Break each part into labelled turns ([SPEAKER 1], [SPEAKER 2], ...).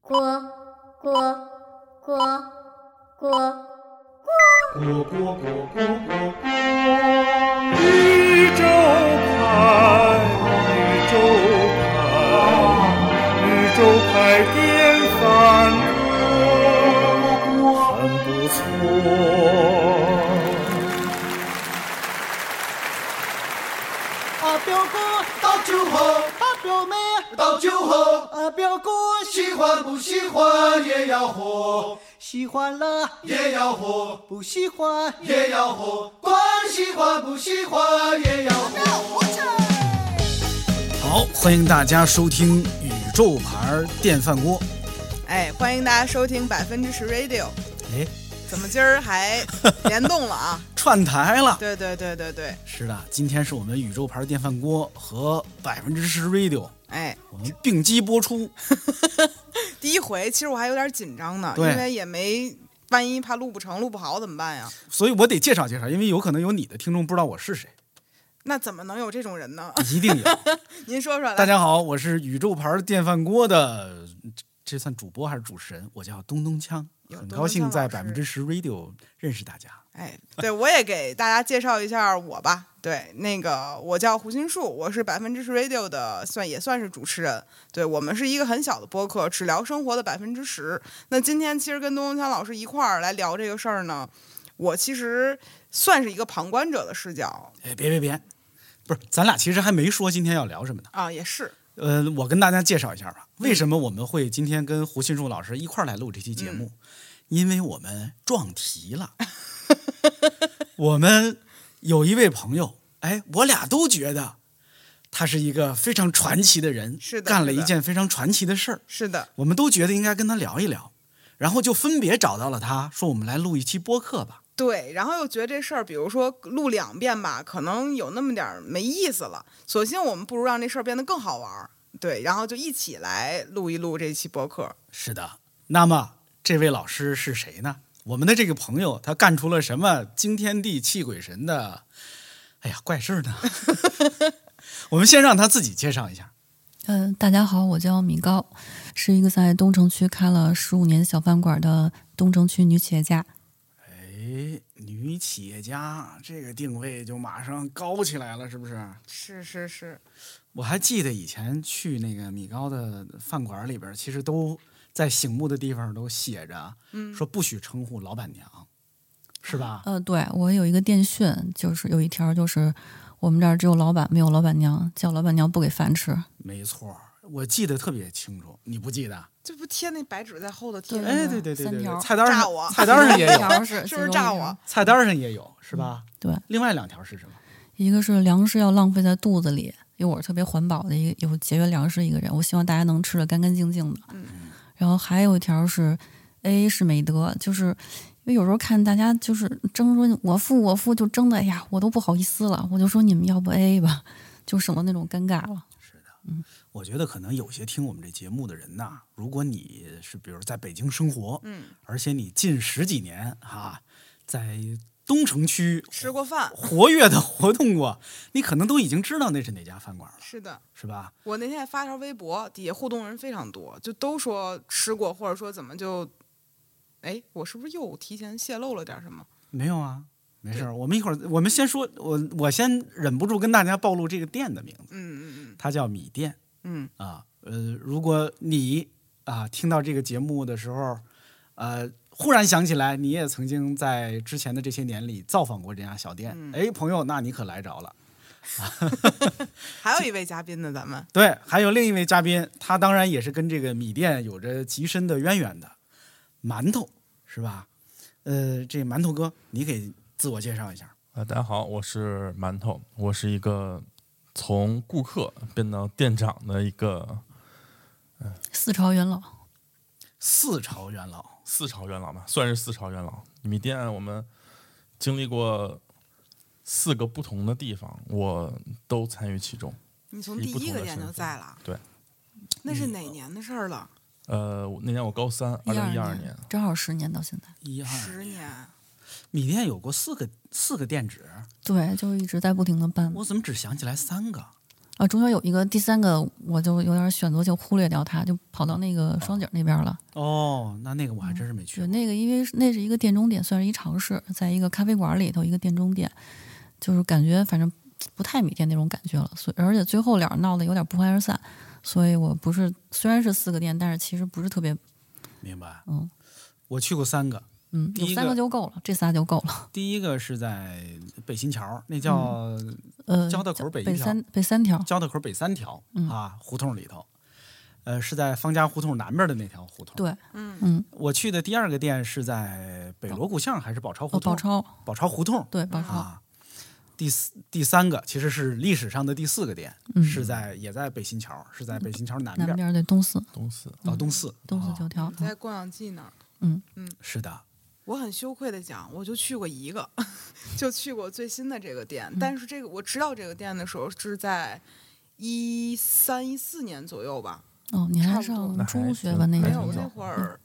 [SPEAKER 1] 锅锅锅锅。
[SPEAKER 2] 锅锅锅锅锅。宇宙牌，宇宙牌，宇宙牌电饭锅，很不错。
[SPEAKER 3] 啊，表哥，
[SPEAKER 4] 到酒后，
[SPEAKER 3] 啊，表妹，
[SPEAKER 4] 到酒后，
[SPEAKER 3] 啊，表哥喜
[SPEAKER 4] 喜欢不喜欢也要喝，
[SPEAKER 3] 喜欢了，
[SPEAKER 4] 也要喝，
[SPEAKER 3] 不喜欢。
[SPEAKER 4] 也要喝，管喜欢不喜欢也要喝。
[SPEAKER 5] 好，欢迎大家收听宇宙牌电饭锅。
[SPEAKER 6] 哎，欢迎大家收听百分之十 Radio。
[SPEAKER 5] 哎，
[SPEAKER 6] 怎么今儿还联动了啊？
[SPEAKER 5] 串台了。
[SPEAKER 6] 对对对对对，
[SPEAKER 5] 是的，今天是我们宇宙牌电饭锅和百分之十 Radio
[SPEAKER 6] 哎，
[SPEAKER 5] 我们并机播出。
[SPEAKER 6] 第一回其实我还有点紧张呢，因
[SPEAKER 5] 对
[SPEAKER 6] 为也没，万一怕录不成、录不好怎么办呀？
[SPEAKER 5] 所以我得介绍介绍，因为有可能有你的听众不知道我是谁，
[SPEAKER 6] 那怎么能有这种人呢？
[SPEAKER 5] 一定有。
[SPEAKER 6] 您说说 来，
[SPEAKER 5] 大家好，我是宇宙牌电饭锅的，这算主播还是主持人？我叫东东锵，
[SPEAKER 6] 有
[SPEAKER 5] 很
[SPEAKER 6] 东
[SPEAKER 5] 高兴
[SPEAKER 6] 东锵
[SPEAKER 5] 在
[SPEAKER 6] 老
[SPEAKER 5] 百分之十 Radio 认识大家。
[SPEAKER 6] 哎，对我也给大家介绍一下我吧。对，那个我叫胡心树，我是百分之十 Radio 的，算也算是主持人。对我们是一个很小的播客，只聊生活的百分之十。那今天其实跟东东强老师一块儿来聊这个事儿呢，我其实算是一个旁观者的视角
[SPEAKER 5] 哎，别别别，不是，咱俩其实还没说今天要聊什么呢。
[SPEAKER 6] 啊，也是，
[SPEAKER 5] 呃，我跟大家介绍一下吧，
[SPEAKER 6] 嗯
[SPEAKER 5] 为什么我们会今天跟胡信树老师一块儿来录这期节目？
[SPEAKER 6] 嗯
[SPEAKER 5] 因为我们撞题 了。我们有一位朋友，哎，我俩都觉得他是一个非常传奇的人，
[SPEAKER 6] 是的
[SPEAKER 5] 干了
[SPEAKER 6] 是
[SPEAKER 5] 一
[SPEAKER 6] 的
[SPEAKER 5] 件非常传奇的事儿，
[SPEAKER 6] 是的，
[SPEAKER 5] 我们都觉得应该跟他聊一聊，然后就分别找到了他，说我们来录一期播客吧。
[SPEAKER 6] 对，然后又觉得这事儿，比如说录两遍吧，可能有那么点儿没意思了。索性我们不如让这事儿变得更好玩儿，对，然后就一起来录一录这期播客。
[SPEAKER 5] 是的，那么这位老师是谁呢？我们的这个朋友他干出了什么惊天地泣鬼神的，哎呀，怪事儿呢？ 我们先让他自己介绍一下。
[SPEAKER 7] 嗯，大家好，我叫米高，是一个在东城区开了十五年小饭馆的东城区女企业家。
[SPEAKER 5] 哎，女企业家这个定位就马上高起来了，是不是？
[SPEAKER 6] 是是是，
[SPEAKER 5] 我还记得以前去那个米高的饭馆里边，其实都在醒目的地方都写着，说不许称呼老板娘，是吧？
[SPEAKER 7] 呃，对我有一个电讯，就是有一条就是我们这儿只有老板没有老板娘，叫老板娘不给饭吃。
[SPEAKER 5] 没错儿，我记得特别清楚，你不记得？
[SPEAKER 6] 这不贴那白纸在后头贴
[SPEAKER 7] 对
[SPEAKER 6] 着
[SPEAKER 5] 哎，
[SPEAKER 6] 呢
[SPEAKER 5] 对对对
[SPEAKER 7] 嗯三
[SPEAKER 5] 对
[SPEAKER 7] 条
[SPEAKER 5] 对，菜单
[SPEAKER 6] 炸
[SPEAKER 5] 上
[SPEAKER 6] 我
[SPEAKER 5] 菜单上也
[SPEAKER 7] 一
[SPEAKER 5] 有，
[SPEAKER 7] 条嗯是
[SPEAKER 6] 是不是
[SPEAKER 7] 其中一
[SPEAKER 6] 炸
[SPEAKER 7] 条
[SPEAKER 6] 我？
[SPEAKER 5] 菜单上也有，是吧？
[SPEAKER 7] 对，
[SPEAKER 5] 另外两条是什么？
[SPEAKER 7] 一个是粮食要浪费在肚子里，因为我是特别环保的一个有节约粮食一个人，我希望大家能吃的干干净净的。嗯，然后还有一条是 A 是美德，就是因为有时候看大家就是争说我付我付就争的，哎呀，我都不好意思了，我就说你们要不 A 吧，就省得那种尴尬了。
[SPEAKER 5] 我觉得可能有些听我们这节目的人呐，如果你是比如在北京生活，嗯，而且你近十几年哈、在东城区
[SPEAKER 6] 吃过饭，
[SPEAKER 5] 活跃的活动过，你可能都已经知道那是哪家饭馆了，
[SPEAKER 6] 是的。
[SPEAKER 5] 是吧？
[SPEAKER 6] 我那天还发条微博，底下互动人非常多，就都说吃过，或者说怎么就，哎，我是不是又提前泄露了点什么？
[SPEAKER 5] 没有啊，没事儿。我们一会儿，我们先说，我我先忍不住跟大家暴露这个店的名字，
[SPEAKER 6] 嗯嗯
[SPEAKER 5] 它叫米店。
[SPEAKER 6] 嗯
[SPEAKER 5] 啊，呃，如果你啊听到这个节目的时候，呃，忽然想起来你也曾经在之前的这些年里造访过这家小店，哎、朋友，那你可来着了。
[SPEAKER 6] 嗯，还有一位嘉宾呢，咱们
[SPEAKER 5] 对，还有另一位嘉宾，他当然也是跟这个米店有着极深的渊源的，馒头是吧？呃，这馒头哥，你给自我介绍一下。
[SPEAKER 8] 啊，大家好，我是馒头，我是一个从顾客变到店长的一个
[SPEAKER 7] 四朝元老，
[SPEAKER 5] 四朝元老，
[SPEAKER 8] 四朝元老嘛，算是四朝元老。米店我们经历过四个不同的地方，我都参与其中。
[SPEAKER 6] 你从
[SPEAKER 8] 是
[SPEAKER 6] 第
[SPEAKER 8] 不
[SPEAKER 6] 一
[SPEAKER 8] 同
[SPEAKER 6] 个
[SPEAKER 8] 的
[SPEAKER 6] 店就
[SPEAKER 8] 身份
[SPEAKER 6] 在了，
[SPEAKER 8] 对，
[SPEAKER 6] 那是哪年的事儿了？
[SPEAKER 8] 呃，我那年我高三，二零
[SPEAKER 7] 二
[SPEAKER 8] 一二
[SPEAKER 7] 年
[SPEAKER 8] 年，
[SPEAKER 7] 正好十年到现在。
[SPEAKER 5] 一二，
[SPEAKER 6] 十年，
[SPEAKER 5] 米店有过四个四个店址，
[SPEAKER 7] 对，就一直在不停的办
[SPEAKER 5] 我怎么只想起来三个？
[SPEAKER 7] 啊，中间有一个第三个，我就有点选择就忽略掉它，就跑到那个双井那边了。
[SPEAKER 5] 哦，那那个我还真是没去过。
[SPEAKER 7] 对，那个因为是那是一个店中店，算是一超市，在一个咖啡馆里头一个店中店，就是感觉反正不太米店那种感觉了。所以而且最后俩闹得有点不欢而散，所以我不是虽然是四个店，但是其实不是特别
[SPEAKER 5] 明白。
[SPEAKER 7] 嗯，
[SPEAKER 5] 我去过三个，
[SPEAKER 7] 嗯，
[SPEAKER 5] 第
[SPEAKER 7] 有
[SPEAKER 5] 一
[SPEAKER 7] 三
[SPEAKER 5] 个
[SPEAKER 7] 个就够了，这仨就够了。
[SPEAKER 5] 第一个是在北新桥，那叫
[SPEAKER 7] 呃，
[SPEAKER 5] 交道口
[SPEAKER 7] 叫
[SPEAKER 5] 北一
[SPEAKER 7] 北
[SPEAKER 5] 条
[SPEAKER 7] 三北三条，
[SPEAKER 5] 交道口北三条、
[SPEAKER 7] 嗯
[SPEAKER 5] 啊胡同里头，呃，是在方家胡同南边的那条胡同。，
[SPEAKER 7] 对，嗯，
[SPEAKER 5] 我去的第二个店是在北锣鼓巷还是宝钞胡
[SPEAKER 7] 呃，
[SPEAKER 5] 同？
[SPEAKER 7] 宝钞，
[SPEAKER 5] 宝钞胡同。
[SPEAKER 7] 对，
[SPEAKER 6] 嗯
[SPEAKER 7] 宝钞，
[SPEAKER 5] 啊，第四第三个其实是历史上的第四个店，
[SPEAKER 7] 嗯
[SPEAKER 5] 是在也在北新桥，是在北新桥南
[SPEAKER 7] 南
[SPEAKER 5] 边
[SPEAKER 7] 边儿对东四，
[SPEAKER 8] 东四
[SPEAKER 5] 到东四。
[SPEAKER 7] 东四
[SPEAKER 5] 啊
[SPEAKER 7] 九条，
[SPEAKER 6] 在逛养记那儿，
[SPEAKER 5] 是的，
[SPEAKER 6] 我很羞愧的讲，我就去过一个， 就去过最新的这个
[SPEAKER 7] 嗯
[SPEAKER 6] 店。但是这个我知道这个店的时候是在一三一四年左右吧，
[SPEAKER 7] 哦，你还
[SPEAKER 6] 差不多
[SPEAKER 7] 上
[SPEAKER 8] 那还
[SPEAKER 7] 中学
[SPEAKER 8] 挺
[SPEAKER 7] 吧？那
[SPEAKER 8] 嗯
[SPEAKER 6] 没
[SPEAKER 7] 年
[SPEAKER 6] 有，
[SPEAKER 8] 嗯
[SPEAKER 6] 我那
[SPEAKER 7] 候
[SPEAKER 6] 会儿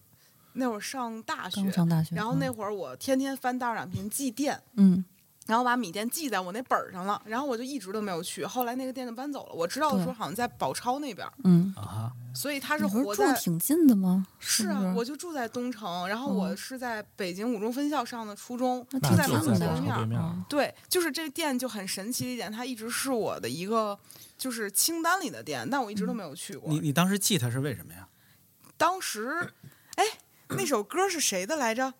[SPEAKER 6] 那会儿上大学
[SPEAKER 7] 刚，上大学，
[SPEAKER 6] 然后那
[SPEAKER 7] 嗯
[SPEAKER 6] 会儿我天天翻大染瓶记店，
[SPEAKER 7] 嗯，
[SPEAKER 6] 然后把米店记在我那本儿上了，然后我就一直都没有去。后来那个店就搬走了，我知道的时候
[SPEAKER 7] 对
[SPEAKER 6] 好像在宝钞那边儿，
[SPEAKER 7] 嗯，
[SPEAKER 6] 所以它是
[SPEAKER 7] 你不
[SPEAKER 6] 活
[SPEAKER 7] 是住
[SPEAKER 6] 在
[SPEAKER 7] 挺近的吗？
[SPEAKER 6] 是
[SPEAKER 7] 不
[SPEAKER 6] 啊，我
[SPEAKER 7] 是
[SPEAKER 6] 就住在东城，然后我
[SPEAKER 7] 嗯
[SPEAKER 6] 是在北京五中分校上的初中，
[SPEAKER 7] 那
[SPEAKER 8] 那
[SPEAKER 7] 挺
[SPEAKER 6] 在
[SPEAKER 8] 就
[SPEAKER 7] 近
[SPEAKER 6] 马
[SPEAKER 8] 在
[SPEAKER 6] 路
[SPEAKER 7] 的
[SPEAKER 8] 宝
[SPEAKER 6] 对面
[SPEAKER 8] 钞对
[SPEAKER 6] 儿。
[SPEAKER 8] 面儿
[SPEAKER 7] 嗯。
[SPEAKER 6] 对，就是这店就很神奇的一点，它一直是我的一个就是清单里的店，但我一直都没有去
[SPEAKER 5] 嗯
[SPEAKER 6] 过。
[SPEAKER 5] 你你当时记它是为什么呀？
[SPEAKER 6] 当时，哎，那首歌是谁的来着？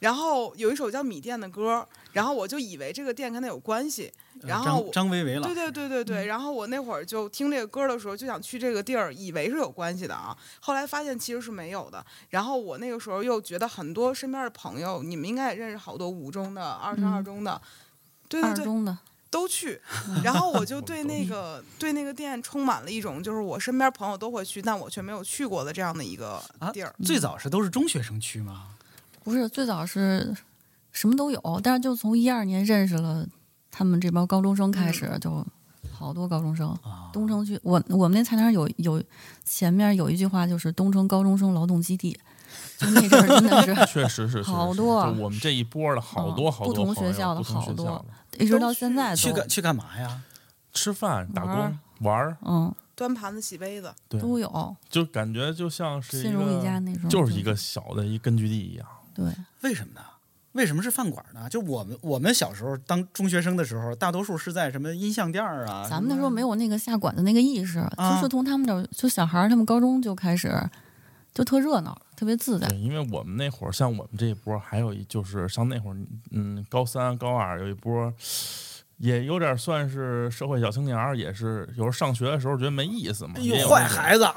[SPEAKER 6] 然后有一首叫米店的歌，然后我就以为这个店跟它有关系，
[SPEAKER 5] 呃
[SPEAKER 6] 然后
[SPEAKER 5] 张
[SPEAKER 6] 我。
[SPEAKER 5] 张维维老嗯
[SPEAKER 6] 对
[SPEAKER 5] 师
[SPEAKER 6] 对对对对，然后我那会儿就听这个歌的时候，就想去这个地儿，以为是有关系的啊。后来发现其实是没有的。然后我那个时候又觉得很多身边的朋友，你们应该也认识好多五中的、二十二
[SPEAKER 7] 嗯
[SPEAKER 6] 中的，对对
[SPEAKER 7] 二
[SPEAKER 6] 对，
[SPEAKER 7] 中的，
[SPEAKER 6] 都 去，然后我就对那个对那个店充满了一种就是我身边朋友都会去，但我却没有去过的这样的一个
[SPEAKER 5] 啊
[SPEAKER 6] 地儿。，
[SPEAKER 7] 嗯
[SPEAKER 5] 最早是都是中学生去吗？
[SPEAKER 7] 不是最早是什么都有，但是就从一二年认识了他们这帮高中生开
[SPEAKER 5] 嗯
[SPEAKER 7] 始，就好多高中生。
[SPEAKER 5] 啊
[SPEAKER 7] 东城区，我我们那菜单上有有前面有一句话就是东城高中生劳动基地，就那阵儿真的是
[SPEAKER 8] 确实是，确实是
[SPEAKER 7] 好多啊
[SPEAKER 8] 就我们这一波儿的好
[SPEAKER 7] 嗯
[SPEAKER 8] 多好
[SPEAKER 7] 不
[SPEAKER 8] 多
[SPEAKER 7] 同
[SPEAKER 8] 朋友
[SPEAKER 7] 学校的
[SPEAKER 8] 不同
[SPEAKER 7] 好
[SPEAKER 8] 学
[SPEAKER 7] 多
[SPEAKER 8] 校的
[SPEAKER 7] 一直到现在
[SPEAKER 5] 去
[SPEAKER 7] 都
[SPEAKER 5] 干去干嘛呀？
[SPEAKER 8] 吃饭、打
[SPEAKER 7] 玩儿
[SPEAKER 8] 工、玩儿，
[SPEAKER 7] 嗯
[SPEAKER 6] 端盘子、洗杯子，
[SPEAKER 8] 对，
[SPEAKER 7] 都有，
[SPEAKER 8] 就感觉就像是
[SPEAKER 7] 信如一家那种
[SPEAKER 8] 就是一个小的一根据地一样。
[SPEAKER 7] 对，
[SPEAKER 5] 为什么呢？为什么是饭馆呢？就我们我们小时候当中学生的时候，大多数是在什么音像店儿啊？
[SPEAKER 7] 咱们那时候没有那个下馆子那个意识，
[SPEAKER 5] 啊
[SPEAKER 7] 就是从他们这儿就小孩儿他们高中就开始就特热闹，特别自在。
[SPEAKER 8] 对，因为我们那会儿，像我们这一波儿，还有一就是像那会儿，嗯，高三、高二有一波儿，也有点算是社会小青年儿，也是有时候上学的时候觉得没意思嘛，
[SPEAKER 5] 哎
[SPEAKER 8] 也有
[SPEAKER 5] 呦，
[SPEAKER 8] 那
[SPEAKER 5] 坏
[SPEAKER 8] 种
[SPEAKER 5] 孩子！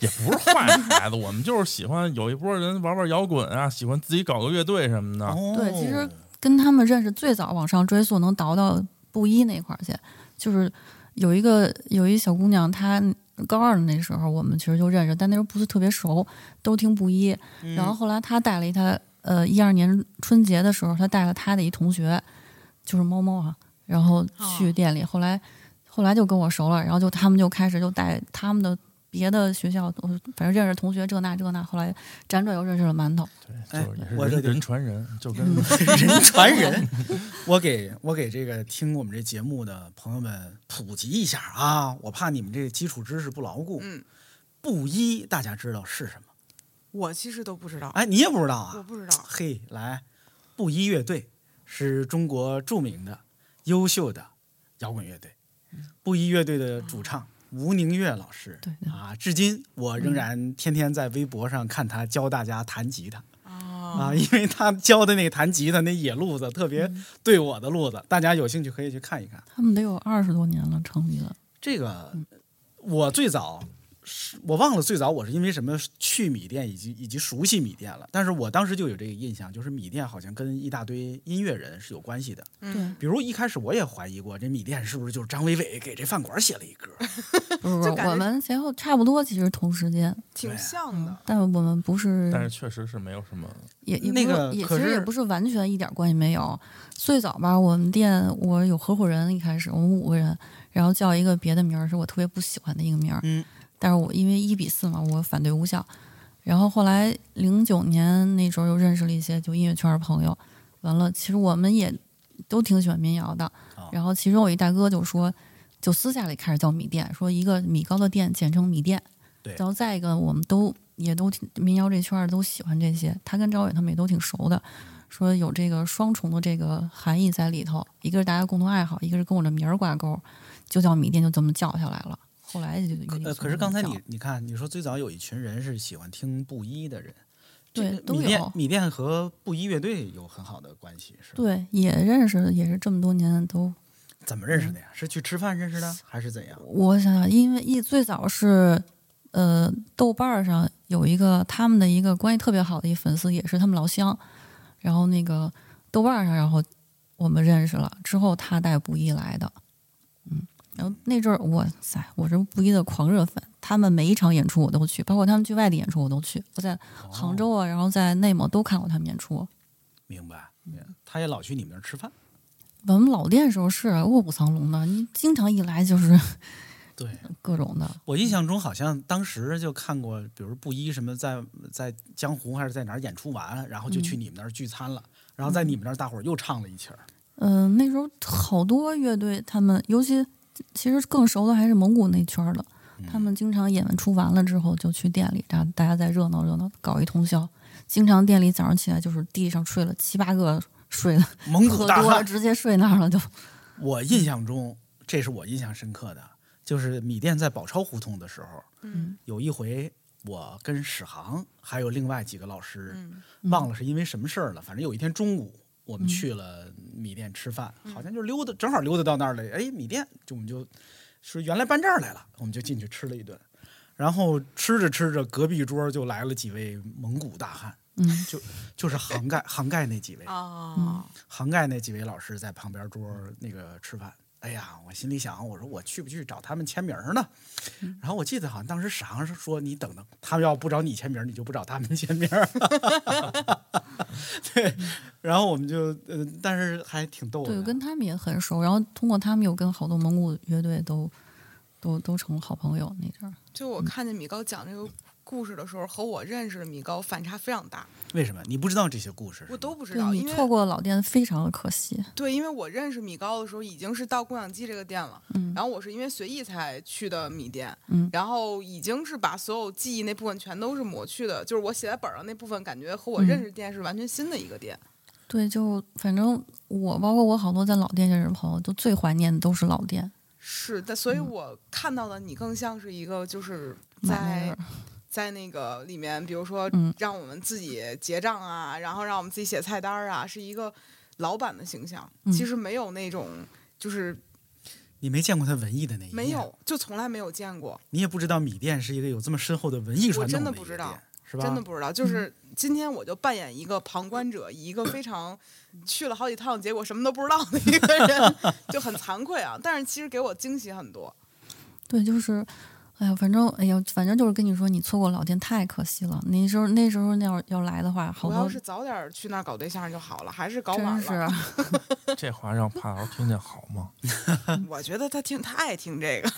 [SPEAKER 8] 也不是坏孩子， 我们就是喜欢有一波人玩玩摇滚啊，喜欢自己搞个乐队什么的。
[SPEAKER 5] 哦
[SPEAKER 7] 对，其实跟他们认识最早往上追溯，能倒到布衣那块儿去，就是有一个有一小姑娘，她高二的那时候我们其实就认识，但那时候不是特别熟，都听布衣。然后后来她带了一她呃一二年春节的时候，她带了她的一同学，就是猫猫啊，然后去店里，后来后来就跟我熟了，然后就他们就开始就带他们的。别的学校，我反正认识同学这那这那，后来辗转又认识了馒头。
[SPEAKER 5] 哎
[SPEAKER 8] 对，就是也是
[SPEAKER 5] 我这
[SPEAKER 8] 人
[SPEAKER 5] 得
[SPEAKER 8] 人传人，就 跟
[SPEAKER 5] 人传人。我给我给这个听我们这节目的朋友们普及一下啊，我怕你们这基础知识不牢固。
[SPEAKER 6] 嗯，
[SPEAKER 5] 布衣大家知道是什么？
[SPEAKER 6] 我其实都不知道，
[SPEAKER 5] 哎，你也不知道啊？
[SPEAKER 6] 我不知道。
[SPEAKER 5] 嘿，来，布衣乐队是中国著名的、优秀的摇滚乐队。布衣乐队的主唱吴宁月老师，
[SPEAKER 7] 对对
[SPEAKER 5] 啊，至今我仍然天天在微博上看他教大家弹吉他。
[SPEAKER 6] 哦
[SPEAKER 5] 啊，因为他教的那个弹吉他那野路子特别对我的路子，大家有兴趣可以去看一看。
[SPEAKER 7] 他们得有二十多年了，成立了。
[SPEAKER 5] 这个我最早是我忘了最早我是因为什么去米店以及以及熟悉米店了，但是我当时就有这个印象，就是米店好像跟一大堆音乐人是有关系的。
[SPEAKER 6] 嗯，
[SPEAKER 5] 比如一开始我也怀疑过，这米店是不是就是张伟伟给这饭馆写了一歌？
[SPEAKER 7] 不是不是，
[SPEAKER 6] 就感觉
[SPEAKER 7] 我们前后差不多，其实同时间，
[SPEAKER 6] 挺
[SPEAKER 5] 对
[SPEAKER 6] 像的。
[SPEAKER 7] 但我们不是，
[SPEAKER 8] 但是确实是没有什么
[SPEAKER 7] 也也不
[SPEAKER 5] 那个
[SPEAKER 7] 也
[SPEAKER 5] 可
[SPEAKER 7] 其实也
[SPEAKER 5] 是
[SPEAKER 7] 不是完全一点关系没有。最早吧，我们店我有合伙人，一开始我们五个人，然后叫一个别的名儿，是我特别不喜欢的一个名儿。
[SPEAKER 5] 嗯，
[SPEAKER 7] 但是我因为一比四嘛，我反对无效。然后后来零九年那时候又认识了一些就音乐圈的朋友，
[SPEAKER 5] 啊
[SPEAKER 7] 完了，其实我们也都挺喜欢民谣的。然后其中有一大哥就说：“就私下里开始叫米店，说一个米糕的店简称米店。
[SPEAKER 5] 对
[SPEAKER 7] 然后再一个，我们都也都挺民谣这圈儿都喜欢这些，他跟赵伟他们也都挺熟的，说有这个双重的这个含义在里头，一个是大家共同爱好，一个是跟我的名儿挂钩，就叫米店，就这么叫下来了。后来就有
[SPEAKER 5] 呃，
[SPEAKER 7] 点
[SPEAKER 5] 可是刚才
[SPEAKER 7] 叫
[SPEAKER 5] 你你看，你说最早有一群人是喜欢听布衣的人，这
[SPEAKER 7] 对
[SPEAKER 5] 个
[SPEAKER 7] 都
[SPEAKER 5] 米店
[SPEAKER 7] 有
[SPEAKER 5] 米店和布衣乐队有很好的关系，是吧？
[SPEAKER 7] 对也认识，也是这么多年都
[SPEAKER 5] 怎么认识的呀？是去吃饭认识的，还是怎样？
[SPEAKER 7] 嗯我想想，因为一最早是，呃，豆瓣儿上有一个他们的一个关系特别好的一粉丝，也是他们老乡，然后那个豆瓣儿上，然后我们认识了，之后他带布衣来的，嗯，然后那阵儿我塞，我是布衣的狂热粉，他们每一场演出我都去，包括他们去外地演出我都去，我在杭州啊，然后在内蒙都看过他们演出。
[SPEAKER 5] 明白。他也老去你们那儿吃饭。
[SPEAKER 7] 我们老店时候是啊卧虎藏龙的，你经常一来就是
[SPEAKER 5] 对
[SPEAKER 7] 各种的，
[SPEAKER 5] 我印象中，好像当时就看过，比如布衣什么在在江湖还是在哪儿演出完，然后就去你们那儿聚餐了，然后在你们那儿大伙儿又唱了一曲儿。
[SPEAKER 7] 嗯、那时候好多乐队，他们尤其其实更熟的还是蒙古那圈儿的，
[SPEAKER 5] 嗯
[SPEAKER 7] 他们经常演完出完了之后就去店里，然后大家再热闹热闹，搞一通宵。经常店里早上起来就是地上睡了七八个睡了，
[SPEAKER 5] 蒙古
[SPEAKER 7] 喝
[SPEAKER 5] 大
[SPEAKER 7] 多了
[SPEAKER 5] 汉，
[SPEAKER 7] 直接睡那儿 了就。
[SPEAKER 5] 我印象中，这是我印象深刻的，就是米店在宝钞胡同的时候，
[SPEAKER 6] 嗯，
[SPEAKER 5] 有一回我跟史航还有另外几个老师，
[SPEAKER 6] 嗯
[SPEAKER 5] 忘了是因为什么事儿了，反正有一天中午我们去了米店吃饭，好像就溜达，正好溜达到那儿了，哎，米店就我们就说原来搬这儿来了，我们就进去吃了一顿。然后吃着吃着，隔壁桌就来了几位蒙古大汉，
[SPEAKER 7] 嗯，
[SPEAKER 5] 就就是杭盖杭盖那几位，
[SPEAKER 6] 哦，
[SPEAKER 5] 杭盖那几位老师在旁边桌
[SPEAKER 6] 嗯
[SPEAKER 5] 儿那个吃饭。哎呀，我心里想，我说我去不去找他们签名儿呢？
[SPEAKER 6] 嗯
[SPEAKER 5] 然后我记得好像当时史航是说，你等等，他们要不找你签名儿，你就不找他们签名儿。 对，然后我们就，呃，但是还挺逗
[SPEAKER 7] 对，
[SPEAKER 5] 的。
[SPEAKER 7] 我跟他们也很熟，然后通过他们又跟好多蒙古乐队都都都成了好朋友那阵儿。
[SPEAKER 6] 就我看见米高讲这个故事的时候，和我认识的米高反差非常大，
[SPEAKER 5] 为什么你不知道这些故事？
[SPEAKER 6] 我都不知
[SPEAKER 7] 对
[SPEAKER 5] 啊
[SPEAKER 6] 道，
[SPEAKER 7] 你
[SPEAKER 6] 因
[SPEAKER 7] 错
[SPEAKER 6] 为
[SPEAKER 7] 过老店非常的可惜。
[SPEAKER 6] 对，因为我认识米高的时候已经是到供养鸡这个店了，
[SPEAKER 7] 嗯
[SPEAKER 6] 然后我是因为随意才去的米店，
[SPEAKER 7] 嗯
[SPEAKER 6] 然后已经是把所有记忆那部分全都是抹去的，就是我写在本上那部分，感觉和我
[SPEAKER 7] 嗯
[SPEAKER 6] 认识店是完全新的一个店。
[SPEAKER 7] 对，就反正我包括我好多在老店认识的朋友，就最怀念的都是老店。
[SPEAKER 6] 是的，
[SPEAKER 7] 嗯
[SPEAKER 6] 所以我看到的你更像是一个就是
[SPEAKER 7] 买卖味
[SPEAKER 6] 在
[SPEAKER 7] 儿
[SPEAKER 6] 在那个里面，比如说
[SPEAKER 7] 嗯
[SPEAKER 6] 让我们自己结账啊，然后让我们自己写菜单儿啊，是一个老板的形象。
[SPEAKER 7] 嗯
[SPEAKER 6] 其实没有那种就是
[SPEAKER 5] 你没见过他文艺的那一面，
[SPEAKER 6] 没，有，就从来没有见过，
[SPEAKER 5] 你也不知道米店是一个有这么深厚的文艺传统
[SPEAKER 6] 真的
[SPEAKER 5] 一
[SPEAKER 6] 不
[SPEAKER 5] 个
[SPEAKER 6] 知道
[SPEAKER 5] 店，是吧？
[SPEAKER 6] 真的不知道。
[SPEAKER 7] 嗯
[SPEAKER 6] 就是今天我就扮演一个旁观者，以一个非 常去了好几趟，结果什么都不知道的一个人，就很惭愧啊。但是其实给我惊喜很多。
[SPEAKER 7] 对，就是，哎呀，反正，哎呀，反正就是跟你说，你错过老店太可惜了。那时候那时候那要要来的话，好
[SPEAKER 6] 我要
[SPEAKER 7] 多
[SPEAKER 6] 是早点儿去那儿搞对象就好了，还是搞晚
[SPEAKER 7] 真
[SPEAKER 6] 了。
[SPEAKER 7] 是啊
[SPEAKER 8] 这话让帕劳听见好吗？
[SPEAKER 7] 啊
[SPEAKER 6] 我觉得他听他爱听这个，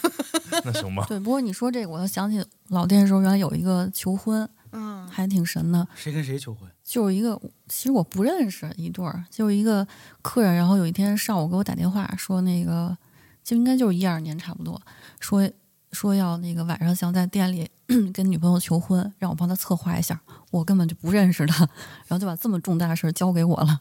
[SPEAKER 8] 那行吧，
[SPEAKER 7] 对。不过你说这个，我又想起老店的时候，原来有一个求婚，
[SPEAKER 6] 嗯，
[SPEAKER 7] 还挺神的，
[SPEAKER 5] 谁跟谁求婚？
[SPEAKER 7] 就是一个其实我不认识一对儿，就是一个客人，然后有一天上午给我打电话说那个就应该就是一二年差不多，说说要那个晚上想在店里 跟女朋友求婚，让我帮他策划一下，我根本就不认识他，然后就把这么重大的事儿交给我了，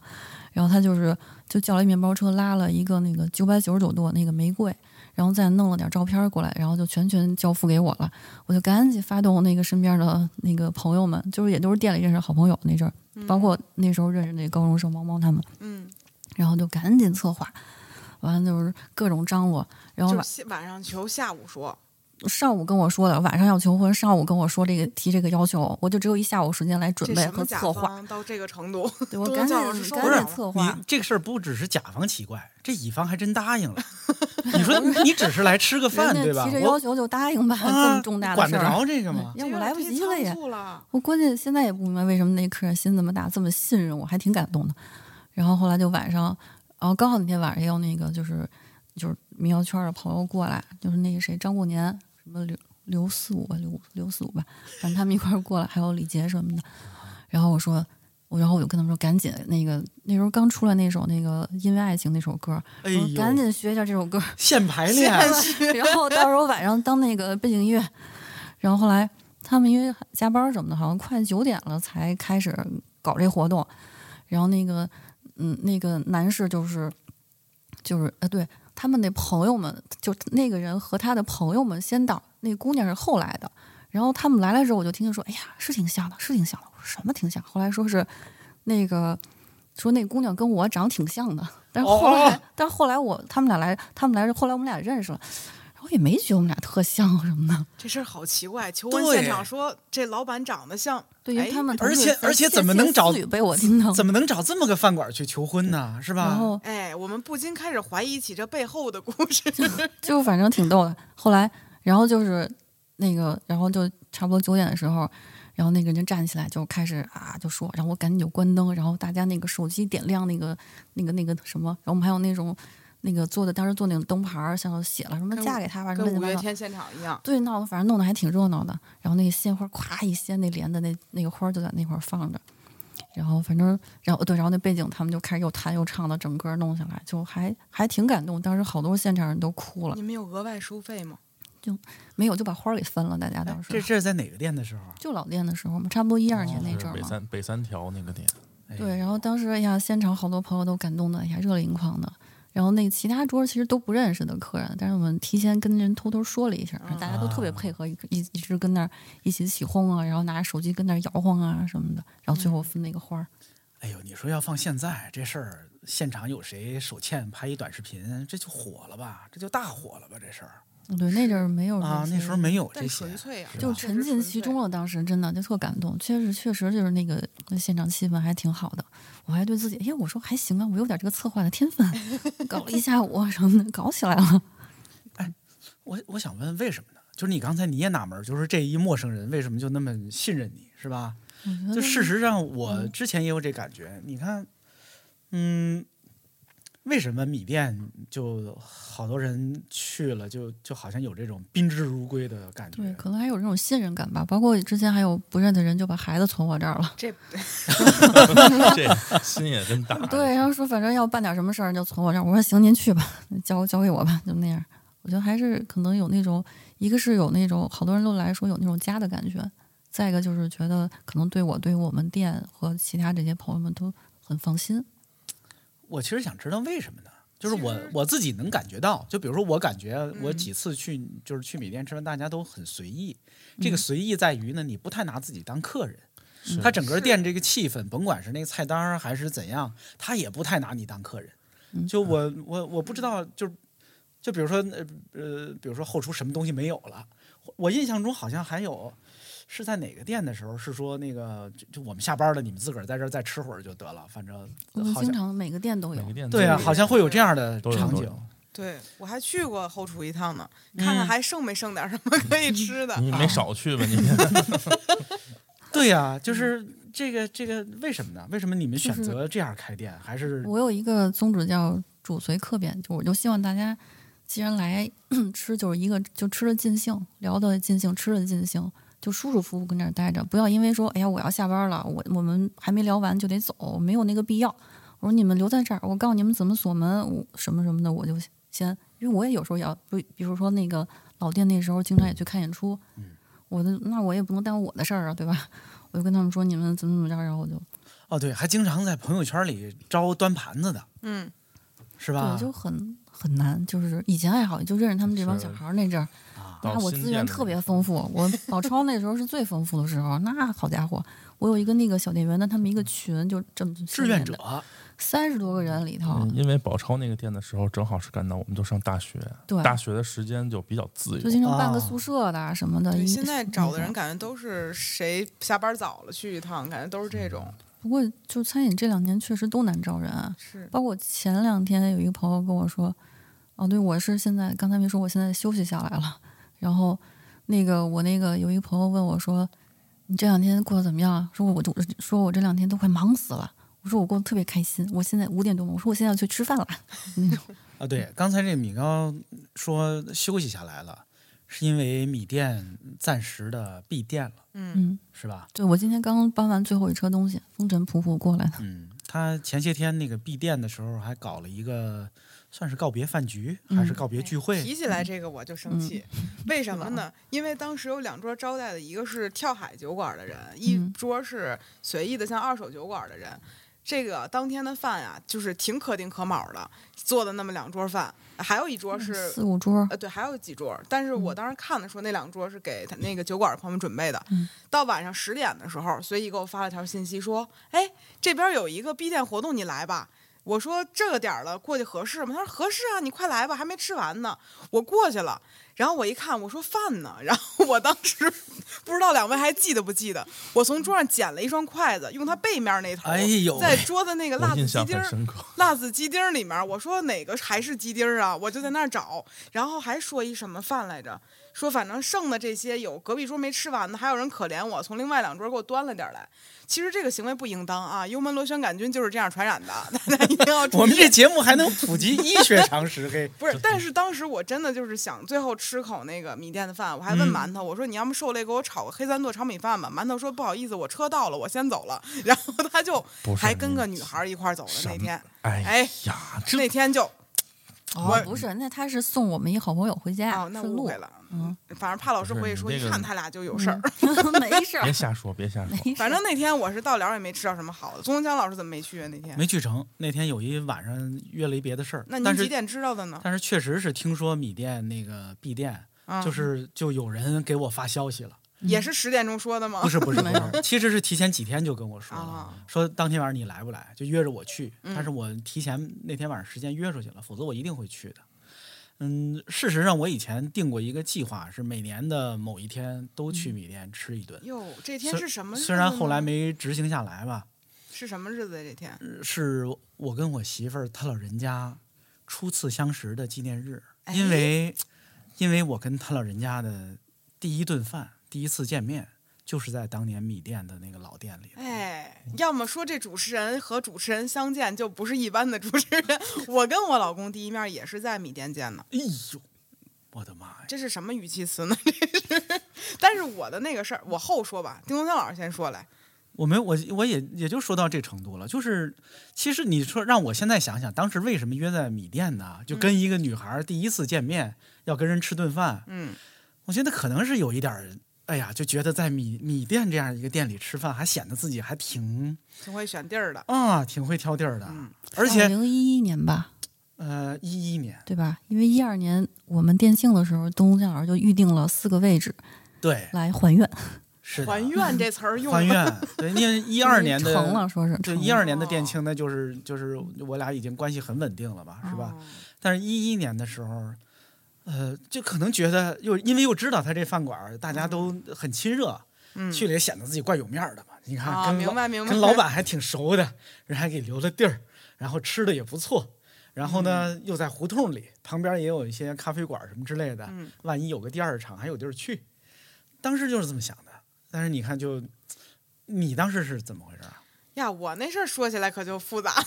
[SPEAKER 7] 然后他就是就叫了一面包车，拉了一个那个九百九十九朵那个玫瑰。然后再弄了点照片过来，然后就全权交付给我了。我就赶紧发动那个身边的那个朋友们，就是也都是店里认识的好朋友那阵儿，包括那时候认识那高中生毛毛他们，
[SPEAKER 6] 嗯，
[SPEAKER 7] 然后就赶紧策划，完了就是各种张罗，然后
[SPEAKER 6] 就是
[SPEAKER 7] 晚
[SPEAKER 6] 下晚上求，下午说，
[SPEAKER 7] 上午跟我说的晚上要求婚，上午跟我说这个提这个要求，我就只有一下午时间来准
[SPEAKER 6] 这
[SPEAKER 7] 备
[SPEAKER 6] 什
[SPEAKER 7] 和
[SPEAKER 6] 么甲
[SPEAKER 7] 策划，
[SPEAKER 6] 方到这个程度，
[SPEAKER 7] 对我
[SPEAKER 6] 多
[SPEAKER 7] 赶紧
[SPEAKER 6] 叫是受
[SPEAKER 7] 赶
[SPEAKER 6] 不
[SPEAKER 7] 紧
[SPEAKER 6] 了
[SPEAKER 7] 策划
[SPEAKER 5] 你，这个事儿不只是甲方奇怪，这乙方还真答应了。你说你只是来吃个饭
[SPEAKER 7] 人
[SPEAKER 5] 对吧？
[SPEAKER 7] 家提这
[SPEAKER 5] 我
[SPEAKER 7] 要求就答应吧，这
[SPEAKER 5] 啊
[SPEAKER 7] 么重大的
[SPEAKER 5] 管
[SPEAKER 7] 事
[SPEAKER 5] 得
[SPEAKER 7] 儿，
[SPEAKER 5] 着这个吗？
[SPEAKER 7] 要
[SPEAKER 6] 这
[SPEAKER 7] 我
[SPEAKER 6] 有
[SPEAKER 7] 来
[SPEAKER 6] 点
[SPEAKER 7] 不
[SPEAKER 6] 忒
[SPEAKER 7] 及了也
[SPEAKER 6] 仓。促了
[SPEAKER 7] 我关键现在也不明白为什么那客人心这么大，这么信任我，还挺感动的。然后后来就晚上，然后刚好那天晚上也有那个就是就是民谣圈的朋友过来，就是那个谁张过年什么刘刘四五吧，刘刘四五吧，反正他们一块儿过来，还有李杰什么的。然后我说我然后我就跟他们说，赶紧那个那时候刚出来那首那个因为爱情那首歌，
[SPEAKER 5] 哎
[SPEAKER 7] 我说
[SPEAKER 5] 呦
[SPEAKER 7] 嗯赶紧学一下这首歌，
[SPEAKER 5] 现排 练，
[SPEAKER 7] 然后到时候晚上当那个背景音乐。然后后来他们因为加班什么的，好像快九点了才开始搞这活动。然后那个嗯，那个男士就是就是呃，对他们那朋友们，就那个人和他的朋友们先到，那姑娘是后来的。然后他们来了之后，我就听见说：“哎呀，是挺像的，是挺像的。”我说：“什么挺像？”后来说是那个说那姑娘跟我长挺像的，但是后
[SPEAKER 5] 哦
[SPEAKER 7] 来，但是后来我他们俩来，他们来，后来我们俩认识了，然后也没觉得我们俩特像什么的。
[SPEAKER 6] 这事儿好奇怪。求婚
[SPEAKER 5] 对
[SPEAKER 6] 现场说这老板长得像，
[SPEAKER 7] 对，因为
[SPEAKER 6] 哎
[SPEAKER 7] 他们
[SPEAKER 5] 而且而且怎么能找
[SPEAKER 7] 被我听到？
[SPEAKER 5] 怎么能找这么个饭馆去求婚呢？是
[SPEAKER 7] 然
[SPEAKER 5] 吧？
[SPEAKER 7] 后
[SPEAKER 6] 哎，我们不禁开始怀疑起这背后的故 事。
[SPEAKER 7] 就反正挺逗的。后来，然后就是那个，然后就差不多九点的时候，然后那个人站起来就开始啊就说，然后我赶紧就关灯，然后大家那个手机点亮那个那个那个什么，然后我们还有那种那个做的当时做那种灯牌儿，像写了什么
[SPEAKER 6] 跟
[SPEAKER 7] 嫁给他吧什么
[SPEAKER 6] 跟
[SPEAKER 7] 乱
[SPEAKER 6] 五月
[SPEAKER 7] 七八糟。
[SPEAKER 6] 天现场一样，
[SPEAKER 7] 对，闹得反正弄得还挺热闹的。然后那个鲜花咵一掀，那帘子那那个花儿就在那块儿放着。然后反正，然后对，然后那背景他们就开始又弹又唱的，整个弄下来就还还挺感动。当时好多现场人都哭了
[SPEAKER 5] 嗯
[SPEAKER 6] 你，们有额外收费吗？
[SPEAKER 7] 没有就把花儿给分了，大家当时、
[SPEAKER 5] 这哦这是在哪个店的时候？啊
[SPEAKER 7] 就老店的时候嘛，差不多一二年那阵
[SPEAKER 8] 是
[SPEAKER 7] 儿
[SPEAKER 8] 北
[SPEAKER 7] 嘛。
[SPEAKER 8] 三北三条那个店，
[SPEAKER 5] 哎
[SPEAKER 7] 对，然后当时哎呀，现场好多朋友都感动的，哎呀，热泪盈眶的。然后那其他桌其实都不认识的客人，但是我们提前跟人偷偷说了一下，
[SPEAKER 5] 嗯
[SPEAKER 7] 大家都特别配合，一一一直跟那儿一起起哄啊，然后拿手机跟那儿摇晃啊什么的，然后最
[SPEAKER 5] 嗯
[SPEAKER 7] 后分那个花儿。
[SPEAKER 5] 哎呦，你说要放现在这事儿，现场有谁手欠拍一短视频，这就火了吧？这就大火了吧？这事儿
[SPEAKER 7] 嗯对，那阵儿没有
[SPEAKER 5] 啊，
[SPEAKER 7] 这
[SPEAKER 5] 那
[SPEAKER 7] 些
[SPEAKER 5] 时候没有这
[SPEAKER 6] 但
[SPEAKER 5] 些
[SPEAKER 6] 纯，粹啊，
[SPEAKER 7] 就
[SPEAKER 6] 确
[SPEAKER 7] 沉
[SPEAKER 6] 实
[SPEAKER 7] 浸
[SPEAKER 6] 纯
[SPEAKER 7] 其
[SPEAKER 6] 粹
[SPEAKER 7] 中。了，当时真的就特感动，确实确实就是那个现场气氛还挺好的。我还对自己，哎，我说还行啊，我有点这个策划的天分，搞了一下午啊什么的，搞起来了。
[SPEAKER 5] 我我想问为什么呢？就是你刚才你也纳闷儿，就是这一陌生人为什么就那么信任你，是吧？
[SPEAKER 7] 我觉得
[SPEAKER 5] 就事实上，我
[SPEAKER 7] 嗯
[SPEAKER 5] 之前也有这感觉。你看，嗯，为什么米店就好多人去了就，就好像有这种宾至如归的感觉？
[SPEAKER 7] 对，可能还有这种信任感吧。包括之前还有不认的人就把孩子存我这儿 了，
[SPEAKER 6] 这
[SPEAKER 8] 这心也真大。
[SPEAKER 7] 对，然后说反正要办点什么事儿就存我这儿。我说行，您去吧，交交给我吧，就那样。我觉得还是可能有那种，一个是有那种好多人都来说有那种家的感觉，再一个就是觉得可能对我、对我们店和其他这些朋友们都很放心。
[SPEAKER 5] 我其实想知道为什么呢？就是
[SPEAKER 6] 其
[SPEAKER 5] 我
[SPEAKER 6] 实
[SPEAKER 5] 我自己能感觉到，就比如说我感觉我
[SPEAKER 6] 嗯
[SPEAKER 5] 几次去、就是去米店吃饭，大家都很随意。
[SPEAKER 7] 嗯
[SPEAKER 5] 这个随意在于呢，你不太拿自己当客人，
[SPEAKER 7] 嗯
[SPEAKER 5] 他整个
[SPEAKER 6] 是
[SPEAKER 5] 店这个气氛，甭管是那个菜单儿还是怎样，他也不太拿你当客人。
[SPEAKER 7] 嗯
[SPEAKER 5] 就我我我不知道，就就比如说呃呃，比如说后厨什么东西没有了，我我印象中好像还有。是在哪个店的时候？是说那个就就我们下班了，你们自个儿在这儿再吃会儿就得了。反正
[SPEAKER 7] 我们
[SPEAKER 5] 好
[SPEAKER 7] 经
[SPEAKER 5] 像
[SPEAKER 7] 常每个店都有
[SPEAKER 8] 每个，店
[SPEAKER 5] 对啊，
[SPEAKER 8] 都有
[SPEAKER 5] 好像会有这样的
[SPEAKER 8] 都有
[SPEAKER 5] 场
[SPEAKER 8] 都
[SPEAKER 5] 景
[SPEAKER 8] 有。
[SPEAKER 6] 对我还去过后厨一趟呢，看看还剩没剩点什么可以吃的。
[SPEAKER 8] 你没少去吧？你
[SPEAKER 7] 啊
[SPEAKER 5] 对呀、就是这个这个，为什么呢？为什么你们
[SPEAKER 7] 就
[SPEAKER 5] 选
[SPEAKER 7] 是
[SPEAKER 5] 择这样开店？还是
[SPEAKER 7] 我有一个宗旨叫“主随客便”，就我就希望大家既然来 吃，就是一个就吃着尽兴，聊的尽兴，吃着尽兴，就舒舒服服跟这儿待着，不要因为说哎呀我要下班了，我我们还没聊完就得走，没有那个必要。我说你们留在这儿，我告诉你们怎么锁门，我什么什么的，我就先，因为我也有时候也要，比比如说那个老店那时候经常也去看演出，我的那我也不能耽误我的事儿啊，对吧？ 我就跟他们说你们怎么怎么着，然后我就
[SPEAKER 5] 哦，对，还经常在朋友圈里招端盘子的，
[SPEAKER 6] 嗯，
[SPEAKER 5] 是吧？
[SPEAKER 7] 对，就很很难。就是以前还好，就认识他们这帮
[SPEAKER 8] 是
[SPEAKER 7] 小孩儿那阵儿，那啊我资源特别丰
[SPEAKER 8] 富。
[SPEAKER 7] 富。我宝 超那时候是最丰富的时候，那好家伙，我有一个那个小店员的，他们一个群就这么
[SPEAKER 5] 嗯志愿者，
[SPEAKER 7] 三十多个人里头
[SPEAKER 8] 嗯，因为宝超那个店的时候，正好是赶到我们都上大学，
[SPEAKER 7] 对
[SPEAKER 8] 大学的时间就比较自
[SPEAKER 7] 就
[SPEAKER 8] 由。
[SPEAKER 7] 经常办个
[SPEAKER 5] 啊
[SPEAKER 7] 宿舍的啊什么的。
[SPEAKER 6] 对，
[SPEAKER 7] 一
[SPEAKER 6] 现在找的人
[SPEAKER 7] 嗯
[SPEAKER 6] 感觉都是谁下班早了去一趟，感觉都是这种。
[SPEAKER 7] 不过就餐饮这两年确实都难招人啊，
[SPEAKER 6] 是，
[SPEAKER 7] 包括前两天有一个朋友跟我说，哦，对，我是现在刚才没说，我现在休息下来了。然后那个我那个有一个朋友问我说，你这两天过得怎么样啊？说我就说我这两天都快忙死了。我说我过得特别开心，我现在五点多嘛，我说我现在要去吃饭了。
[SPEAKER 5] 啊，对，刚才这米高说休息下来了，是因为米店暂时的闭店了，
[SPEAKER 7] 嗯，
[SPEAKER 5] 是吧？
[SPEAKER 7] 对我今天刚搬完最后一车东西，风尘仆仆过来的。
[SPEAKER 5] 嗯，他前些天那个闭店的时候还搞了一个，算是告别饭局还是告别聚会？
[SPEAKER 6] 嗯哎
[SPEAKER 5] 嗯
[SPEAKER 6] 提起来这个我就生气，为什么呢？因为当时有两桌招待的，一个是跳海酒馆的人，一桌是随意的像二手酒馆的人。这个当天的饭啊，就是挺可丁可卯的，做的那么两桌饭，还有一桌是
[SPEAKER 7] 四五桌，
[SPEAKER 6] 呃，对，还有几桌，但是我当时看的时候，那两桌是给他那个酒馆朋友们准备的。
[SPEAKER 7] 嗯
[SPEAKER 6] 到晚上十点的时候，随意给我发了条信息说：“哎，这边有一个闭店活动，你来吧。”我说这个点儿了，过去合适吗？他说合适啊，你快来吧，还没吃完呢。我过去了，然后我一看，我说饭呢？ 然后我当时不知道两位还记得不记得，我从桌上捡了一双筷子，用它背面那头，
[SPEAKER 5] 哎呦
[SPEAKER 6] 在桌子那个辣
[SPEAKER 8] 我
[SPEAKER 6] 子
[SPEAKER 8] 印
[SPEAKER 6] 鸡
[SPEAKER 8] 象
[SPEAKER 6] 丁
[SPEAKER 8] 很
[SPEAKER 6] 儿
[SPEAKER 8] 深 刻。
[SPEAKER 6] 辣子鸡丁儿里面儿，我说哪个还是鸡丁儿啊？我就在那儿找，然后还说一什么饭来着？说反正剩的这些有隔壁桌没吃完的，还有人可怜我，从另外两桌给我端了点儿来。其实这个行为不应当啊，幽门螺旋杆菌就是这样传染的， 大家一定要注意。
[SPEAKER 5] 我们这节目还能普及医 学常识，嘿，
[SPEAKER 6] 不是，但是当时我真的就是想最后吃口那个米店的饭，我还问
[SPEAKER 8] 嗯
[SPEAKER 6] 馒头，我说你要么受累给我炒个黑三剁炒米饭吧。馒头说不好意思，我车到了，我先走了。 然后他就
[SPEAKER 8] 不是
[SPEAKER 6] 还跟
[SPEAKER 8] 你
[SPEAKER 6] 个女孩儿一块儿走了
[SPEAKER 8] 什
[SPEAKER 6] 那
[SPEAKER 8] 么
[SPEAKER 6] 天，
[SPEAKER 8] 哎呀，这
[SPEAKER 6] 那天就
[SPEAKER 7] 哦，不是，那他是送我们一好朋友回家，
[SPEAKER 6] 哦，那
[SPEAKER 7] 顺
[SPEAKER 6] 误
[SPEAKER 7] 路
[SPEAKER 6] 会，了。嗯，反正帕老师
[SPEAKER 8] 不是
[SPEAKER 6] 回去
[SPEAKER 8] 你
[SPEAKER 6] 说，
[SPEAKER 8] 这
[SPEAKER 6] 一
[SPEAKER 8] 个
[SPEAKER 6] 看他俩就有事儿。
[SPEAKER 7] 没事儿
[SPEAKER 5] 哎
[SPEAKER 8] 别，瞎说，别瞎说。
[SPEAKER 7] 没事儿
[SPEAKER 6] 反正那天我是到了也没吃到什么好的。宗江老师怎么没去啊？那天？
[SPEAKER 5] 没去成。那天有一晚上约了一别的事儿，
[SPEAKER 6] 那
[SPEAKER 5] 但
[SPEAKER 6] 您
[SPEAKER 5] 是
[SPEAKER 6] 几点知道的呢？
[SPEAKER 5] 但是确实是听说米店那个闭店，
[SPEAKER 6] 啊，
[SPEAKER 5] 就是就有人给我发消息了，
[SPEAKER 6] 也是十点钟说的吗？
[SPEAKER 5] 不是不是不
[SPEAKER 7] 没
[SPEAKER 5] 是，其实是提前几天就跟我说了
[SPEAKER 6] 啊，
[SPEAKER 5] 说当天晚上你来不来，就约着我去，
[SPEAKER 6] 嗯
[SPEAKER 5] 但是我提前那天晚上时间约出去了，否则我一定会去的。嗯，事实上我以前定过一个计划，是每年的某一天都去米店吃一顿。
[SPEAKER 6] 哟，这天是嗯什么日子呢？
[SPEAKER 5] 虽然后来没执行下来吧，
[SPEAKER 6] 是什么日子呀？啊这天？
[SPEAKER 5] 是我跟我媳妇儿她老人家初次相识的纪念日，
[SPEAKER 6] 哎
[SPEAKER 5] 因为因为我跟她老人家的第一顿饭、第一次见面，就是在当年米店的那个老店里。
[SPEAKER 6] 哎，要么说这主持人和主持人相见就不是一般的主持人。 我跟我老公第一面也是在米店见的，
[SPEAKER 5] 哎呦，我的妈呀！
[SPEAKER 6] 这是什么语气词呢？ 这是。但是我的那个事儿我后说吧，丁东江老师先说来。
[SPEAKER 5] 我没我我也也就说到这程度了，就是其实你说让我现在想想，当时为什么约在米店呢？就跟一个女孩儿第一次见面、要跟人吃顿饭，
[SPEAKER 6] 嗯，
[SPEAKER 5] 我觉得可能是有一点儿，哎呀，就觉得在米米店这样一个店里吃饭，还显得自己还挺
[SPEAKER 6] 挺会选地儿的。
[SPEAKER 5] 啊，挺会挑地儿的。
[SPEAKER 6] 嗯
[SPEAKER 5] 而且
[SPEAKER 7] 零一一年吧，
[SPEAKER 5] 呃，一一年
[SPEAKER 7] 对吧？因为一二年我们电竞的时候，东江老师就预定了四个位置
[SPEAKER 5] 对
[SPEAKER 7] 来还愿，
[SPEAKER 5] 是的
[SPEAKER 6] 还愿这词儿用
[SPEAKER 5] 还
[SPEAKER 6] 的
[SPEAKER 5] 愿，对，因为一二 年的
[SPEAKER 7] 成了，啊说是
[SPEAKER 5] 对
[SPEAKER 7] 成了
[SPEAKER 5] 一二年的店庆，那就是就是我俩已经关系很稳定了吧，是吧？？
[SPEAKER 6] 哦
[SPEAKER 5] 但是一一年的时候，呃，就可能觉得又因为又知道他这饭馆儿大家都很亲热，
[SPEAKER 6] 嗯，
[SPEAKER 5] 去了也显得自己怪有面儿的嘛。你看，
[SPEAKER 6] 啊，
[SPEAKER 5] 跟
[SPEAKER 6] 明
[SPEAKER 5] 老
[SPEAKER 6] 白明白，
[SPEAKER 5] 跟老板还挺熟的，人还给留了地儿，然后吃的也不错。然后呢，
[SPEAKER 6] 嗯
[SPEAKER 5] 又在胡同里，旁边也有一些咖啡馆什么之类的。
[SPEAKER 6] 嗯
[SPEAKER 5] 万一有个第二场，还有地儿去。当时就是这么想的。但是你看就，你当时是怎么回事啊？
[SPEAKER 6] 哎呀，我那事儿说起来可就复杂了。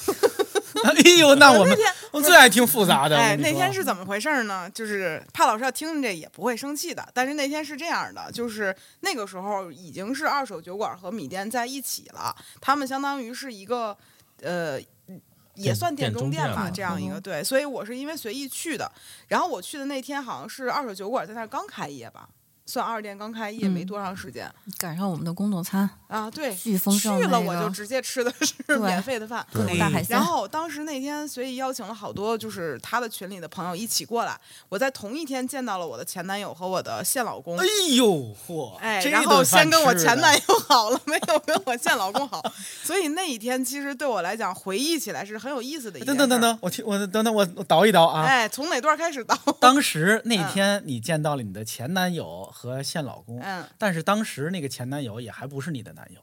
[SPEAKER 5] 哎呦，那我
[SPEAKER 6] 那
[SPEAKER 5] 们
[SPEAKER 6] 天，
[SPEAKER 5] 我最爱听复杂的。我
[SPEAKER 6] 哎，
[SPEAKER 5] 跟你
[SPEAKER 6] 那
[SPEAKER 5] 说啊
[SPEAKER 6] 天是怎么回事儿呢？就是怕老师要听这也不会生气的，但是那天是这样的，就是那个时候已经是二手酒馆和米店在一起了，他们相当于是一个呃。也
[SPEAKER 8] 店
[SPEAKER 6] 算店
[SPEAKER 8] 店
[SPEAKER 6] 中
[SPEAKER 8] 中
[SPEAKER 6] 店
[SPEAKER 8] 店
[SPEAKER 6] 吧，
[SPEAKER 8] 了
[SPEAKER 5] 嗯
[SPEAKER 6] 这样一个对，所以我是因为随意去的。然后我去的那天好像是二手酒馆在那儿刚开业吧，算二店刚开业没
[SPEAKER 7] 嗯
[SPEAKER 6] 多长时间、
[SPEAKER 7] 赶上我们的工作餐
[SPEAKER 6] 啊。对，
[SPEAKER 7] 巨丰
[SPEAKER 6] 去
[SPEAKER 7] 盛的那
[SPEAKER 6] 了我
[SPEAKER 7] 个
[SPEAKER 6] 就直接吃 的是
[SPEAKER 7] 对
[SPEAKER 6] 免费的饭，
[SPEAKER 7] 各种大海鲜
[SPEAKER 6] 然，后当时那天随意邀请了好多就是他的群里的朋友一起过来，我在同一天见到了我的前男友和我的现老公
[SPEAKER 5] 哎。呦嚯！
[SPEAKER 6] 嗯哎，
[SPEAKER 5] 这
[SPEAKER 6] 然
[SPEAKER 5] 顿
[SPEAKER 6] 后
[SPEAKER 5] 饭
[SPEAKER 6] 先跟我
[SPEAKER 5] 吃
[SPEAKER 6] 前
[SPEAKER 5] 的
[SPEAKER 6] 男友好了，没有跟我现老公好，所以那一天其实对我来讲回忆起来是很有意思的一件
[SPEAKER 5] 哎等
[SPEAKER 6] 事。
[SPEAKER 5] 等等，啊等，我听我等等我我倒一倒啊！
[SPEAKER 6] 哎，从哪段开始倒？
[SPEAKER 5] 当时那天你见到了你的前男友和现老公，
[SPEAKER 6] 嗯，
[SPEAKER 5] 但是当时那个前男友也还不是你的男友，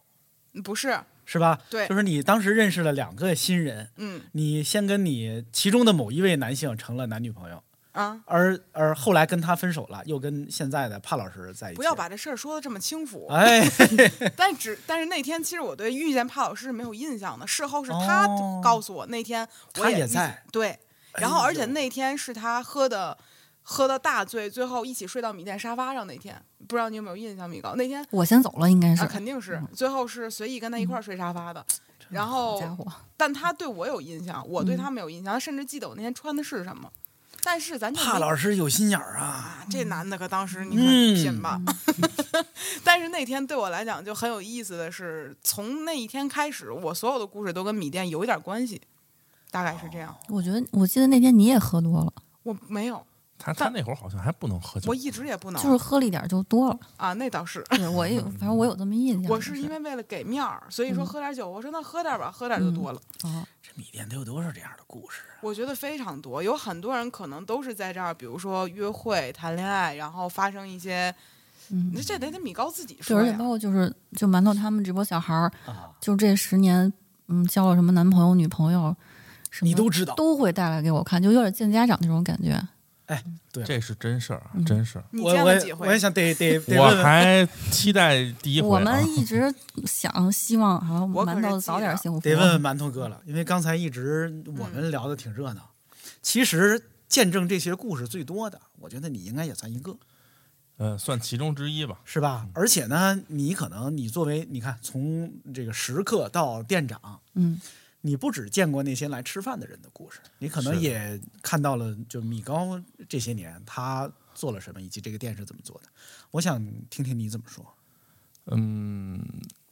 [SPEAKER 6] 不是，
[SPEAKER 5] 是吧？
[SPEAKER 6] 对
[SPEAKER 5] 就是你当时认识了两个新人，
[SPEAKER 6] 嗯
[SPEAKER 5] 你先跟你其中的某一位男性成了男女朋友，
[SPEAKER 6] 啊，
[SPEAKER 5] 而而后来跟他分手了，又跟现在的帕老师在一起。
[SPEAKER 6] 不要把这事儿说的这么清楚。
[SPEAKER 5] 哎，
[SPEAKER 6] 但只但是那天其实我对遇见帕老师是没有印象的，事后是他
[SPEAKER 5] 哦
[SPEAKER 6] 告诉我那天我
[SPEAKER 5] 他
[SPEAKER 6] 也
[SPEAKER 5] 也
[SPEAKER 6] 遇
[SPEAKER 5] 在
[SPEAKER 6] 对，然后而且那天是他喝的喝的大醉，最后一起睡到米店沙发上那天，不知道你有没有印象，米高那天
[SPEAKER 7] 我先走了，应该是。
[SPEAKER 6] 啊肯定是最后是随意跟他一块儿睡沙发的，然
[SPEAKER 7] 好
[SPEAKER 6] 后
[SPEAKER 7] 家伙，
[SPEAKER 6] 但他对我有印象，我对他没有印象，他甚至记得我那天穿的是什么。但是咱就
[SPEAKER 5] 怕
[SPEAKER 6] 没
[SPEAKER 5] 老师有心眼儿啊，
[SPEAKER 6] 啊，这男的可当时你看
[SPEAKER 5] 嗯
[SPEAKER 6] 品吧， 但是那天对我来讲就很有意思的是，从那一天开始，我所有的故事都跟米店有一点关系，大概是这样。
[SPEAKER 7] 我觉得我记得那天你也喝多了，
[SPEAKER 6] 我没有，
[SPEAKER 8] 他他那会儿好像还不能喝酒
[SPEAKER 6] 我，一直也不能、
[SPEAKER 7] 就是喝了一点就多了。
[SPEAKER 6] 啊，那倒是。
[SPEAKER 7] 对我也有，反正我有这么印象。
[SPEAKER 6] 我
[SPEAKER 7] 就是
[SPEAKER 6] 因为为了给面儿，所以说
[SPEAKER 7] 嗯
[SPEAKER 6] 喝点酒。我说那喝点吧，喝点就多了。
[SPEAKER 7] 啊，
[SPEAKER 5] 这米店得有多少这样的故事啊？
[SPEAKER 6] 我觉得非常多，有很多人可能都是在这儿，比如说约会、谈恋爱，然后发生一些，
[SPEAKER 7] 嗯
[SPEAKER 6] 那，这得得米高自己
[SPEAKER 7] 对，
[SPEAKER 6] 说
[SPEAKER 7] 而且
[SPEAKER 6] 呀
[SPEAKER 7] 包。括就是就馒头他们这波小孩儿
[SPEAKER 5] 啊，
[SPEAKER 7] 就这十年，嗯，交了什么男朋友、女朋友，什么
[SPEAKER 5] 你都知道，
[SPEAKER 7] 都会带来给我看，就有点见家长那种感觉。
[SPEAKER 8] 这是真事儿啊，
[SPEAKER 7] 嗯
[SPEAKER 8] 真事儿。
[SPEAKER 6] 你
[SPEAKER 5] 我
[SPEAKER 6] 见
[SPEAKER 5] 我
[SPEAKER 6] 了
[SPEAKER 5] 也
[SPEAKER 6] 几
[SPEAKER 5] 我也
[SPEAKER 6] 回？
[SPEAKER 5] 想得得得
[SPEAKER 8] 我
[SPEAKER 5] 问问，
[SPEAKER 8] 还期待第一回啊。
[SPEAKER 7] 我们一直想希望啊，
[SPEAKER 6] 我可是
[SPEAKER 7] 馒头早点
[SPEAKER 6] 记
[SPEAKER 7] 幸福。
[SPEAKER 5] 得
[SPEAKER 8] 哦
[SPEAKER 5] 问问馒头哥了，因为刚才一直我
[SPEAKER 8] 嗯
[SPEAKER 5] 们聊的挺热闹，其实见证这些故事最多的，我觉得你应该也算一个。
[SPEAKER 8] 呃，算其中之一吧。
[SPEAKER 5] 是吧？
[SPEAKER 8] 嗯
[SPEAKER 5] 而且呢，你可能你作为你看，从这个食客到店长，
[SPEAKER 7] 嗯，
[SPEAKER 5] 你不只见过那些来吃饭的人的故事，你可能
[SPEAKER 8] 是的
[SPEAKER 5] 也看到了，就米高这些年他做了什么，以及这个店是怎么做的。我想听听你怎么说，
[SPEAKER 8] 嗯，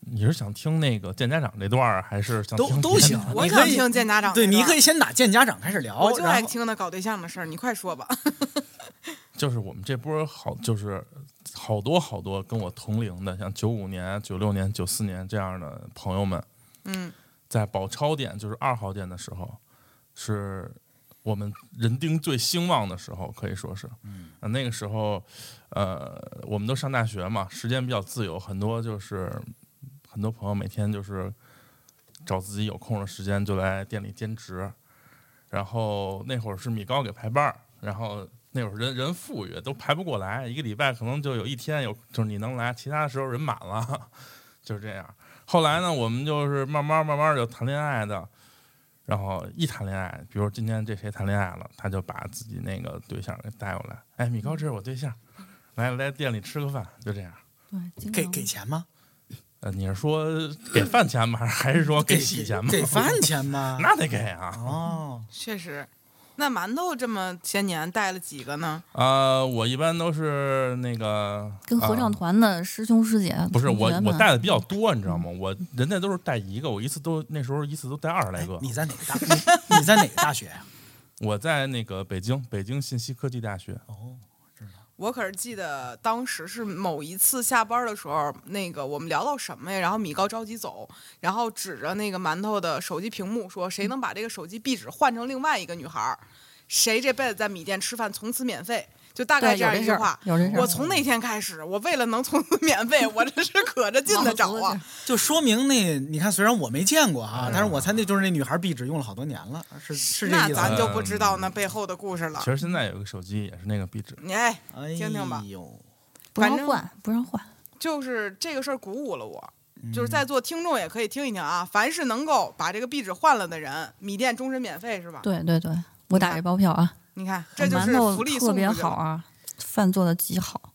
[SPEAKER 8] 你是想听那个见家长这段儿，还是想
[SPEAKER 5] 都
[SPEAKER 8] 听
[SPEAKER 5] 都行。
[SPEAKER 6] 我
[SPEAKER 5] 你
[SPEAKER 6] 想
[SPEAKER 5] 可以
[SPEAKER 6] 听见家长
[SPEAKER 5] 对，
[SPEAKER 6] 那
[SPEAKER 5] 你
[SPEAKER 6] 段
[SPEAKER 5] 可以先打见家长开始聊，
[SPEAKER 6] 我就爱
[SPEAKER 5] 哦然后
[SPEAKER 6] 听他搞对象的事儿，你快说吧。
[SPEAKER 8] 就是我们这波好，就是好多好多跟我同龄的，像九五年、九六年、九四年这样的朋友们，
[SPEAKER 6] 嗯，
[SPEAKER 8] 在宝钞店，就是二号店的时候，是我们人丁最兴旺的时候，可以说是，嗯、那个时候，呃，我们都上大学嘛，时间比较自由，很多就是很多朋友每天就是找自己有空的时间就来店里兼职，然后那会儿是米高给排班儿，然后那会儿人人富裕，都排不过来，一个礼拜可能就有一天有，就是你能来，其他时候人满了， 就是这样。后来呢，我们就是慢慢慢慢就谈恋爱的，然后一谈恋爱，比如今天这谁谈恋爱了，他就把自己那个对象给带过来，哎，米高，这是我对象，来来店里吃个饭，就这样。
[SPEAKER 7] 对，经
[SPEAKER 5] 给
[SPEAKER 7] 常
[SPEAKER 5] 给钱吗？
[SPEAKER 8] 呃，你是说给饭钱吗？ 还是说给洗钱吗？
[SPEAKER 5] 给饭钱 吗？
[SPEAKER 8] 那得给啊。
[SPEAKER 5] 哦，
[SPEAKER 6] 确实，那馒头这么些年带了几个呢？
[SPEAKER 8] 呃，我一般都是那个
[SPEAKER 7] 跟合唱
[SPEAKER 8] 呃
[SPEAKER 7] 团的师兄师姐、
[SPEAKER 8] 不是
[SPEAKER 7] 同学
[SPEAKER 8] 我，我
[SPEAKER 7] 们
[SPEAKER 8] 带的比较多，你知道吗？我人家都是带一个，我一次都那时候一次都带二十来个。
[SPEAKER 5] 哎你在哪个大？你你在哪个大学呀？
[SPEAKER 8] 我在那个北京，北京信息科技大学，
[SPEAKER 5] 哦，
[SPEAKER 6] 我可是记得当时是某一次下班的时候，那个我们聊到什么呀？然后米高着急走，然后指着那个馒头的手机屏幕说：“谁能把这个手机壁纸换成另外一个女孩儿，谁这辈子在米店吃饭从此免费。”就大概
[SPEAKER 7] 对
[SPEAKER 6] 这
[SPEAKER 7] 有
[SPEAKER 6] 样一
[SPEAKER 7] 这
[SPEAKER 6] 句
[SPEAKER 7] 事儿
[SPEAKER 6] 话，。
[SPEAKER 7] 有这事儿。
[SPEAKER 6] 我从那天开始，我为了能从此免费，我这是可着劲的找
[SPEAKER 7] 忙活
[SPEAKER 6] 啊
[SPEAKER 7] 着！
[SPEAKER 5] 就说明那你看，虽然我没见过啊，但是我猜那就是那女孩壁纸用了好多年了，是是这意
[SPEAKER 6] 那
[SPEAKER 5] 思吧。啊
[SPEAKER 6] 咱就不知道那背后的故事了
[SPEAKER 8] 其。实现在有一个手机也是那个壁纸。
[SPEAKER 6] 你哎，
[SPEAKER 5] 哎
[SPEAKER 6] 听听吧
[SPEAKER 5] 呦，
[SPEAKER 7] 不
[SPEAKER 6] 反
[SPEAKER 7] 让
[SPEAKER 6] 正
[SPEAKER 7] 换，不让换。
[SPEAKER 6] 就是这个事儿鼓舞了我。就是
[SPEAKER 5] 嗯
[SPEAKER 6] 在座听众也可以听一听啊，凡是能够把这个壁纸换了的人，米店终身免费是吧？
[SPEAKER 7] 对对对，我打这包票啊，
[SPEAKER 6] 你看，这就是
[SPEAKER 7] 馒头
[SPEAKER 6] 福利送
[SPEAKER 7] 特别
[SPEAKER 6] 出去了
[SPEAKER 7] 好。啊，饭做的极好，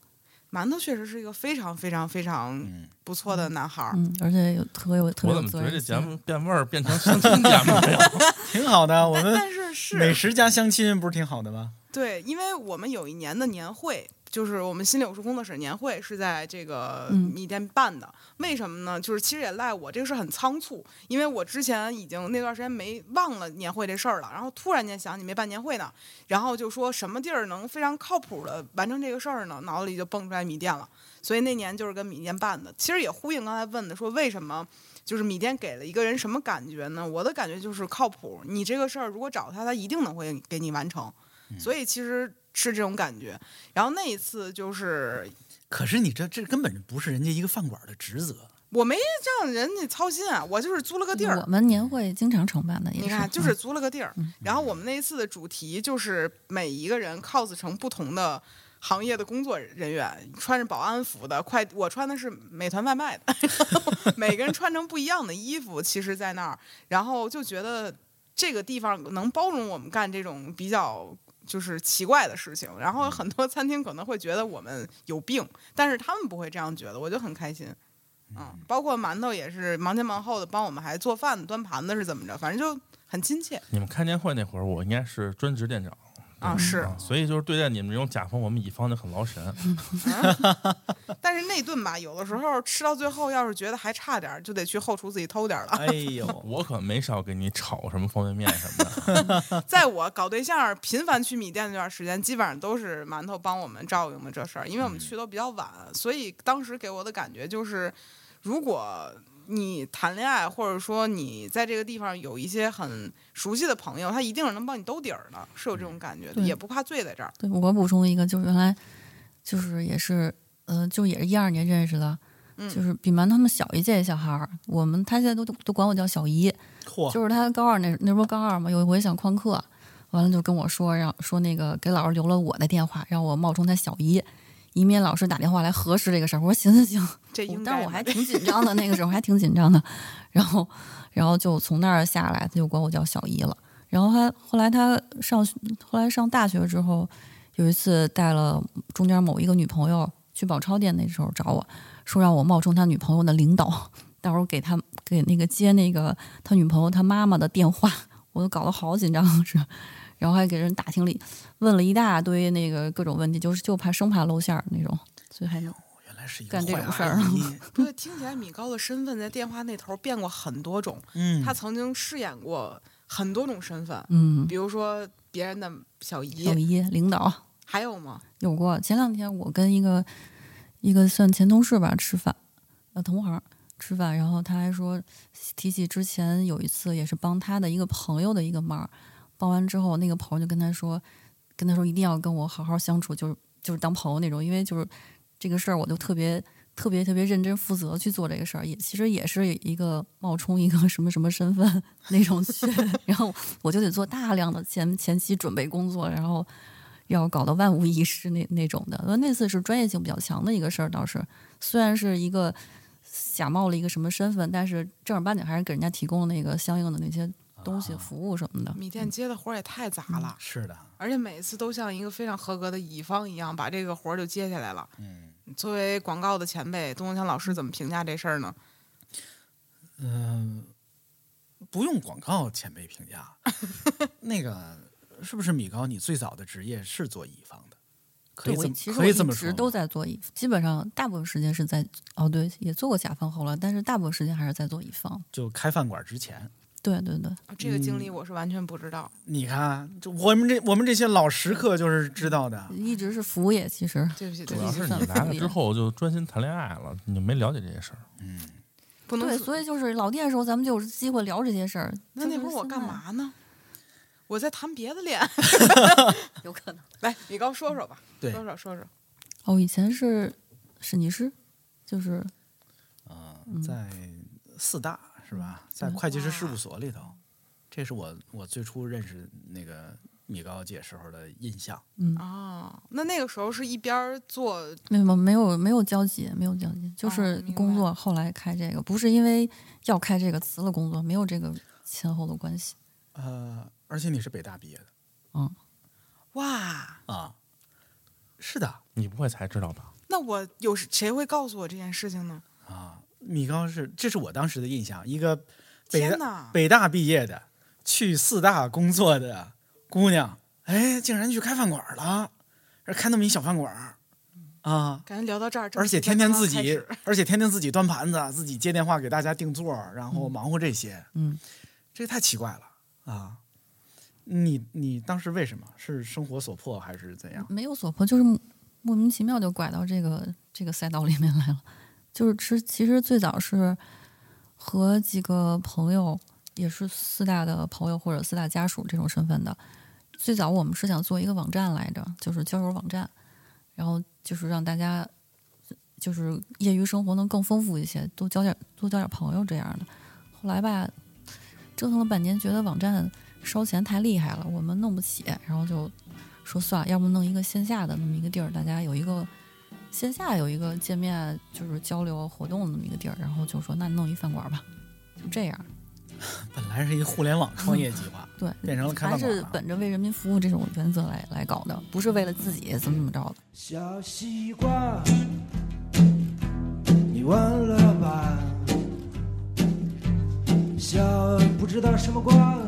[SPEAKER 6] 馒头确实是一个非常非常非常
[SPEAKER 5] 嗯
[SPEAKER 6] 不错的男孩儿。
[SPEAKER 7] 嗯，而且有特别有特
[SPEAKER 8] 我
[SPEAKER 7] 别有
[SPEAKER 8] 怎么觉
[SPEAKER 7] 责
[SPEAKER 8] 得
[SPEAKER 7] 任
[SPEAKER 8] 这
[SPEAKER 7] 心
[SPEAKER 8] 节。目变味儿变成相亲节目了呀？
[SPEAKER 5] 挺好的。我
[SPEAKER 6] 但
[SPEAKER 5] 们
[SPEAKER 6] 但是是
[SPEAKER 5] 美食加相亲不是挺好的吗？
[SPEAKER 6] 对，因为我们有一年的年会，就是我们新柳树工作室年会是在这个
[SPEAKER 7] 嗯
[SPEAKER 6] 米店办的。为什么呢？就是其实也赖我这个事儿很仓促，因为我之前已经那段时间没忘了年会这事儿了，然后突然间想起没办年会呢，然后就说什么地儿能非常靠谱的完成这个事儿呢？脑子里就蹦出来米店了。所以那年就是跟米店办的。其实也呼应刚才问的，说为什么就是米店给了一个人什么感觉呢？我的感觉就是靠谱。你这个事儿如果找他，他一定能会给你完成。所以其实是这种感觉。然后那一次就是
[SPEAKER 5] 可是你这这根本不是人家一个饭馆的职责。
[SPEAKER 6] 我没让人家操心啊，我就是租了个地儿
[SPEAKER 7] 我。们年会经常承办的，也
[SPEAKER 6] 你看，就是
[SPEAKER 7] 嗯
[SPEAKER 6] 租了个地儿。然后我们那一次的主题就是每一个人 cos 成不同的行业的工作人员，穿着保安服的，快我穿的是美团外卖的，然后每个人穿成不一样的衣服，其实，在那儿，然后就觉得这个地方能包容我们干这种比较。就是奇怪的事情，然后很多餐厅可能会觉得我们有病，但是他们不会这样觉得，我就很开心。嗯，包括馒头也是忙前忙后的帮我们还做饭、端盘子是怎么着，反正就很亲切
[SPEAKER 8] 你们开年会那会儿，我应该是专职店长，
[SPEAKER 6] 啊。是，
[SPEAKER 8] 啊所以就是对待你们这种甲方，我们乙方就很劳神。
[SPEAKER 6] 但是那顿吧，有的时候吃到最后，要是觉得还差点儿，就得去后厨自己偷点儿了。
[SPEAKER 5] 哎呦，
[SPEAKER 8] 我可没少给你炒什么方便面什么的。
[SPEAKER 6] 在我搞对象儿频繁去米店那段时间，基本上都是馒头帮我们照应的这事儿，因为我们去都比较晚，所以当时给我的感觉就是，如果你谈恋爱，或者说你在这个地方有一些很熟悉的朋友，他一定是能帮你兜底儿的，是有这种感觉的，
[SPEAKER 7] 对
[SPEAKER 6] 也不怕醉在这儿。
[SPEAKER 7] 对我补充一个，就是原来就是也是，呃，就也是一二年认识的，
[SPEAKER 6] 嗯
[SPEAKER 7] 就是比馒头他们小一届小孩儿，我们他现在都都管我叫小姨，
[SPEAKER 5] 嚯，
[SPEAKER 7] 就是他高二那那不是高二嘛，有一回想旷课，完了就跟我说让说那个给老师留了我的电话，让我冒充他小姨，以免老师打电话来核实这个事儿。我说行行行，
[SPEAKER 6] 这应该
[SPEAKER 7] 哦但是我
[SPEAKER 6] 的
[SPEAKER 7] 还挺紧张的，那个时候还挺紧张的。然后，然后就从那儿下来，他就管我叫小姨了。然后他后来他上后来上大学之后，有一次带了中间某一个女朋友去宝钞店，那时候找我说让我冒充他女朋友的领导，到时候给他给那个接那个他女朋友他妈妈的电话，我都搞得好紧张是。然后还给人打听了一，问了一大堆那个各种问题，就是就怕生怕露馅儿那种，所以还
[SPEAKER 5] 原来是一个
[SPEAKER 7] 干这
[SPEAKER 5] 坏
[SPEAKER 7] 种事
[SPEAKER 5] 阿
[SPEAKER 7] 儿
[SPEAKER 6] 啊
[SPEAKER 5] 姨
[SPEAKER 6] 对，听起来米高的身份在电话那头变过很多种，
[SPEAKER 5] 嗯
[SPEAKER 6] 他，曾经饰演过很多种身份，
[SPEAKER 7] 嗯，
[SPEAKER 6] 比如说别人的小姨，
[SPEAKER 7] 小姨领导。
[SPEAKER 6] 还有吗？
[SPEAKER 7] 有过。前两天我跟一个一个算前同事吧吃饭，呃，同行吃饭，然后他还说提起之前有一次也是帮他的一个朋友的一个忙，帮完之后那个朋友就跟他说，跟他说一定要跟我好好相处，就是就是当朋友那种，因为就是这个事儿我就特别。特别特别认真负责去做这个事儿，也其实也是一个冒充一个什么什么身份那种去， 然后我就得做大量的前前期准备工作，然后要搞得万无一失那那种的。那那次是专业性比较强的一个事儿，倒是虽然是一个假冒了一个什么身份，但是正儿八经还是给人家提供了那个相应的那些东西、服务什么的。
[SPEAKER 6] 米店接的活儿也太杂了，
[SPEAKER 5] 是的，
[SPEAKER 6] 而且每次都像一个非常合格的乙方一样，把这个活儿就接下来了。
[SPEAKER 5] 嗯
[SPEAKER 6] 作为广告的前辈，东东强老师怎么评价这事儿呢？
[SPEAKER 5] 嗯、不用广告前辈评 价，那个是不是米高？你最早的职业是做乙方的，可
[SPEAKER 7] 对，
[SPEAKER 5] 以
[SPEAKER 7] 我
[SPEAKER 5] 这么
[SPEAKER 7] 其实
[SPEAKER 5] 可
[SPEAKER 7] 我
[SPEAKER 5] 以
[SPEAKER 7] 一
[SPEAKER 5] 这么
[SPEAKER 7] 直
[SPEAKER 5] 说吗，
[SPEAKER 7] 都在做乙，基本上大部分时间是在哦，对，也做过甲方后来，但是大部分时间还是在做乙方。
[SPEAKER 5] 就开饭馆之前，
[SPEAKER 7] 对对对，
[SPEAKER 6] 啊这个经历我是完全不知道，
[SPEAKER 5] 你看，啊就我们这我们这些老食客就是知道的。
[SPEAKER 7] 一直是服务业，其实
[SPEAKER 6] 对不起，
[SPEAKER 8] 主
[SPEAKER 6] 对不
[SPEAKER 8] 要
[SPEAKER 6] 起，
[SPEAKER 8] 是你来了之后就专心谈恋爱了，你没了解这些事儿。
[SPEAKER 6] 不能
[SPEAKER 7] 对，
[SPEAKER 6] 说
[SPEAKER 7] 所以就是老店的时候，咱们就有机会聊这些事儿。
[SPEAKER 6] 那
[SPEAKER 7] 就是
[SPEAKER 6] 那会儿我
[SPEAKER 7] 现
[SPEAKER 6] 干
[SPEAKER 7] 在？
[SPEAKER 6] 嘛呢？我在谈别的 恋爱。
[SPEAKER 7] 有可能
[SPEAKER 6] 来，米高说说吧，
[SPEAKER 5] 嗯对
[SPEAKER 6] 说说说说。
[SPEAKER 7] 哦，以前是审计师，就是
[SPEAKER 5] 嗯，在四大是吧，在会计师事务所里头，这是我我最初认识那个米高姐时候的印象。
[SPEAKER 6] 哦，那那个时候是一边儿做
[SPEAKER 7] 没有没有没有交集，没有交集，就
[SPEAKER 6] 哦
[SPEAKER 7] 是
[SPEAKER 6] 明
[SPEAKER 7] 工
[SPEAKER 6] 白
[SPEAKER 7] 作后来开这个，不是因为要开这个辞了工作，没有这个前后的关系。
[SPEAKER 5] 呃，而且你是北大毕业的
[SPEAKER 6] 哇，
[SPEAKER 5] 啊？是的
[SPEAKER 8] 你不会才知道吧？
[SPEAKER 6] 那我有时谁会告诉我这件事情呢？
[SPEAKER 5] 啊，米高是这是我当时的印象，一个北
[SPEAKER 6] 天
[SPEAKER 5] 大
[SPEAKER 6] 哪
[SPEAKER 5] 北大毕业的去四大工作的姑娘，哎，竟然去开饭馆了，而开那么一小饭馆儿啊，
[SPEAKER 6] 感觉聊到这儿，
[SPEAKER 5] 而且天天自己
[SPEAKER 6] 正题才刚刚开始，
[SPEAKER 5] 而且天天自己端盘子，自己接电话给大家订座儿，然后忙活这些，
[SPEAKER 7] 嗯，
[SPEAKER 5] 这太奇怪了啊！你你当时为什么是生活所迫还是怎 样？
[SPEAKER 7] 没有所迫，就是莫莫名其妙就拐到这个这个赛道里面来了。就是吃，其实最早是和几个朋友，也是四大的朋友或者四大家属这种身份的。最早我们是想做一个网站来着，就是交友网站，然后就是让大家就是业余生活能更丰富一些，多交点多交点朋友这样的。后来吧，折腾了半年，觉得网站烧钱太厉害了，我们弄不起，然后就说算了，要不弄一个线下的那么一个地儿，大家有一个线下有一个见面就是交流活动的那么一个地儿，然后就说那弄一饭馆吧，就这样。
[SPEAKER 5] 本来是一个互联网创业计划，
[SPEAKER 7] 对，
[SPEAKER 5] 变成了开
[SPEAKER 7] 还
[SPEAKER 5] 饭馆
[SPEAKER 7] 是
[SPEAKER 5] 了。
[SPEAKER 7] 本着为人民服务这种原则来来搞的，不是为了自己怎么怎么着的。
[SPEAKER 4] 小西瓜，你忘了吧？小不知道什么瓜，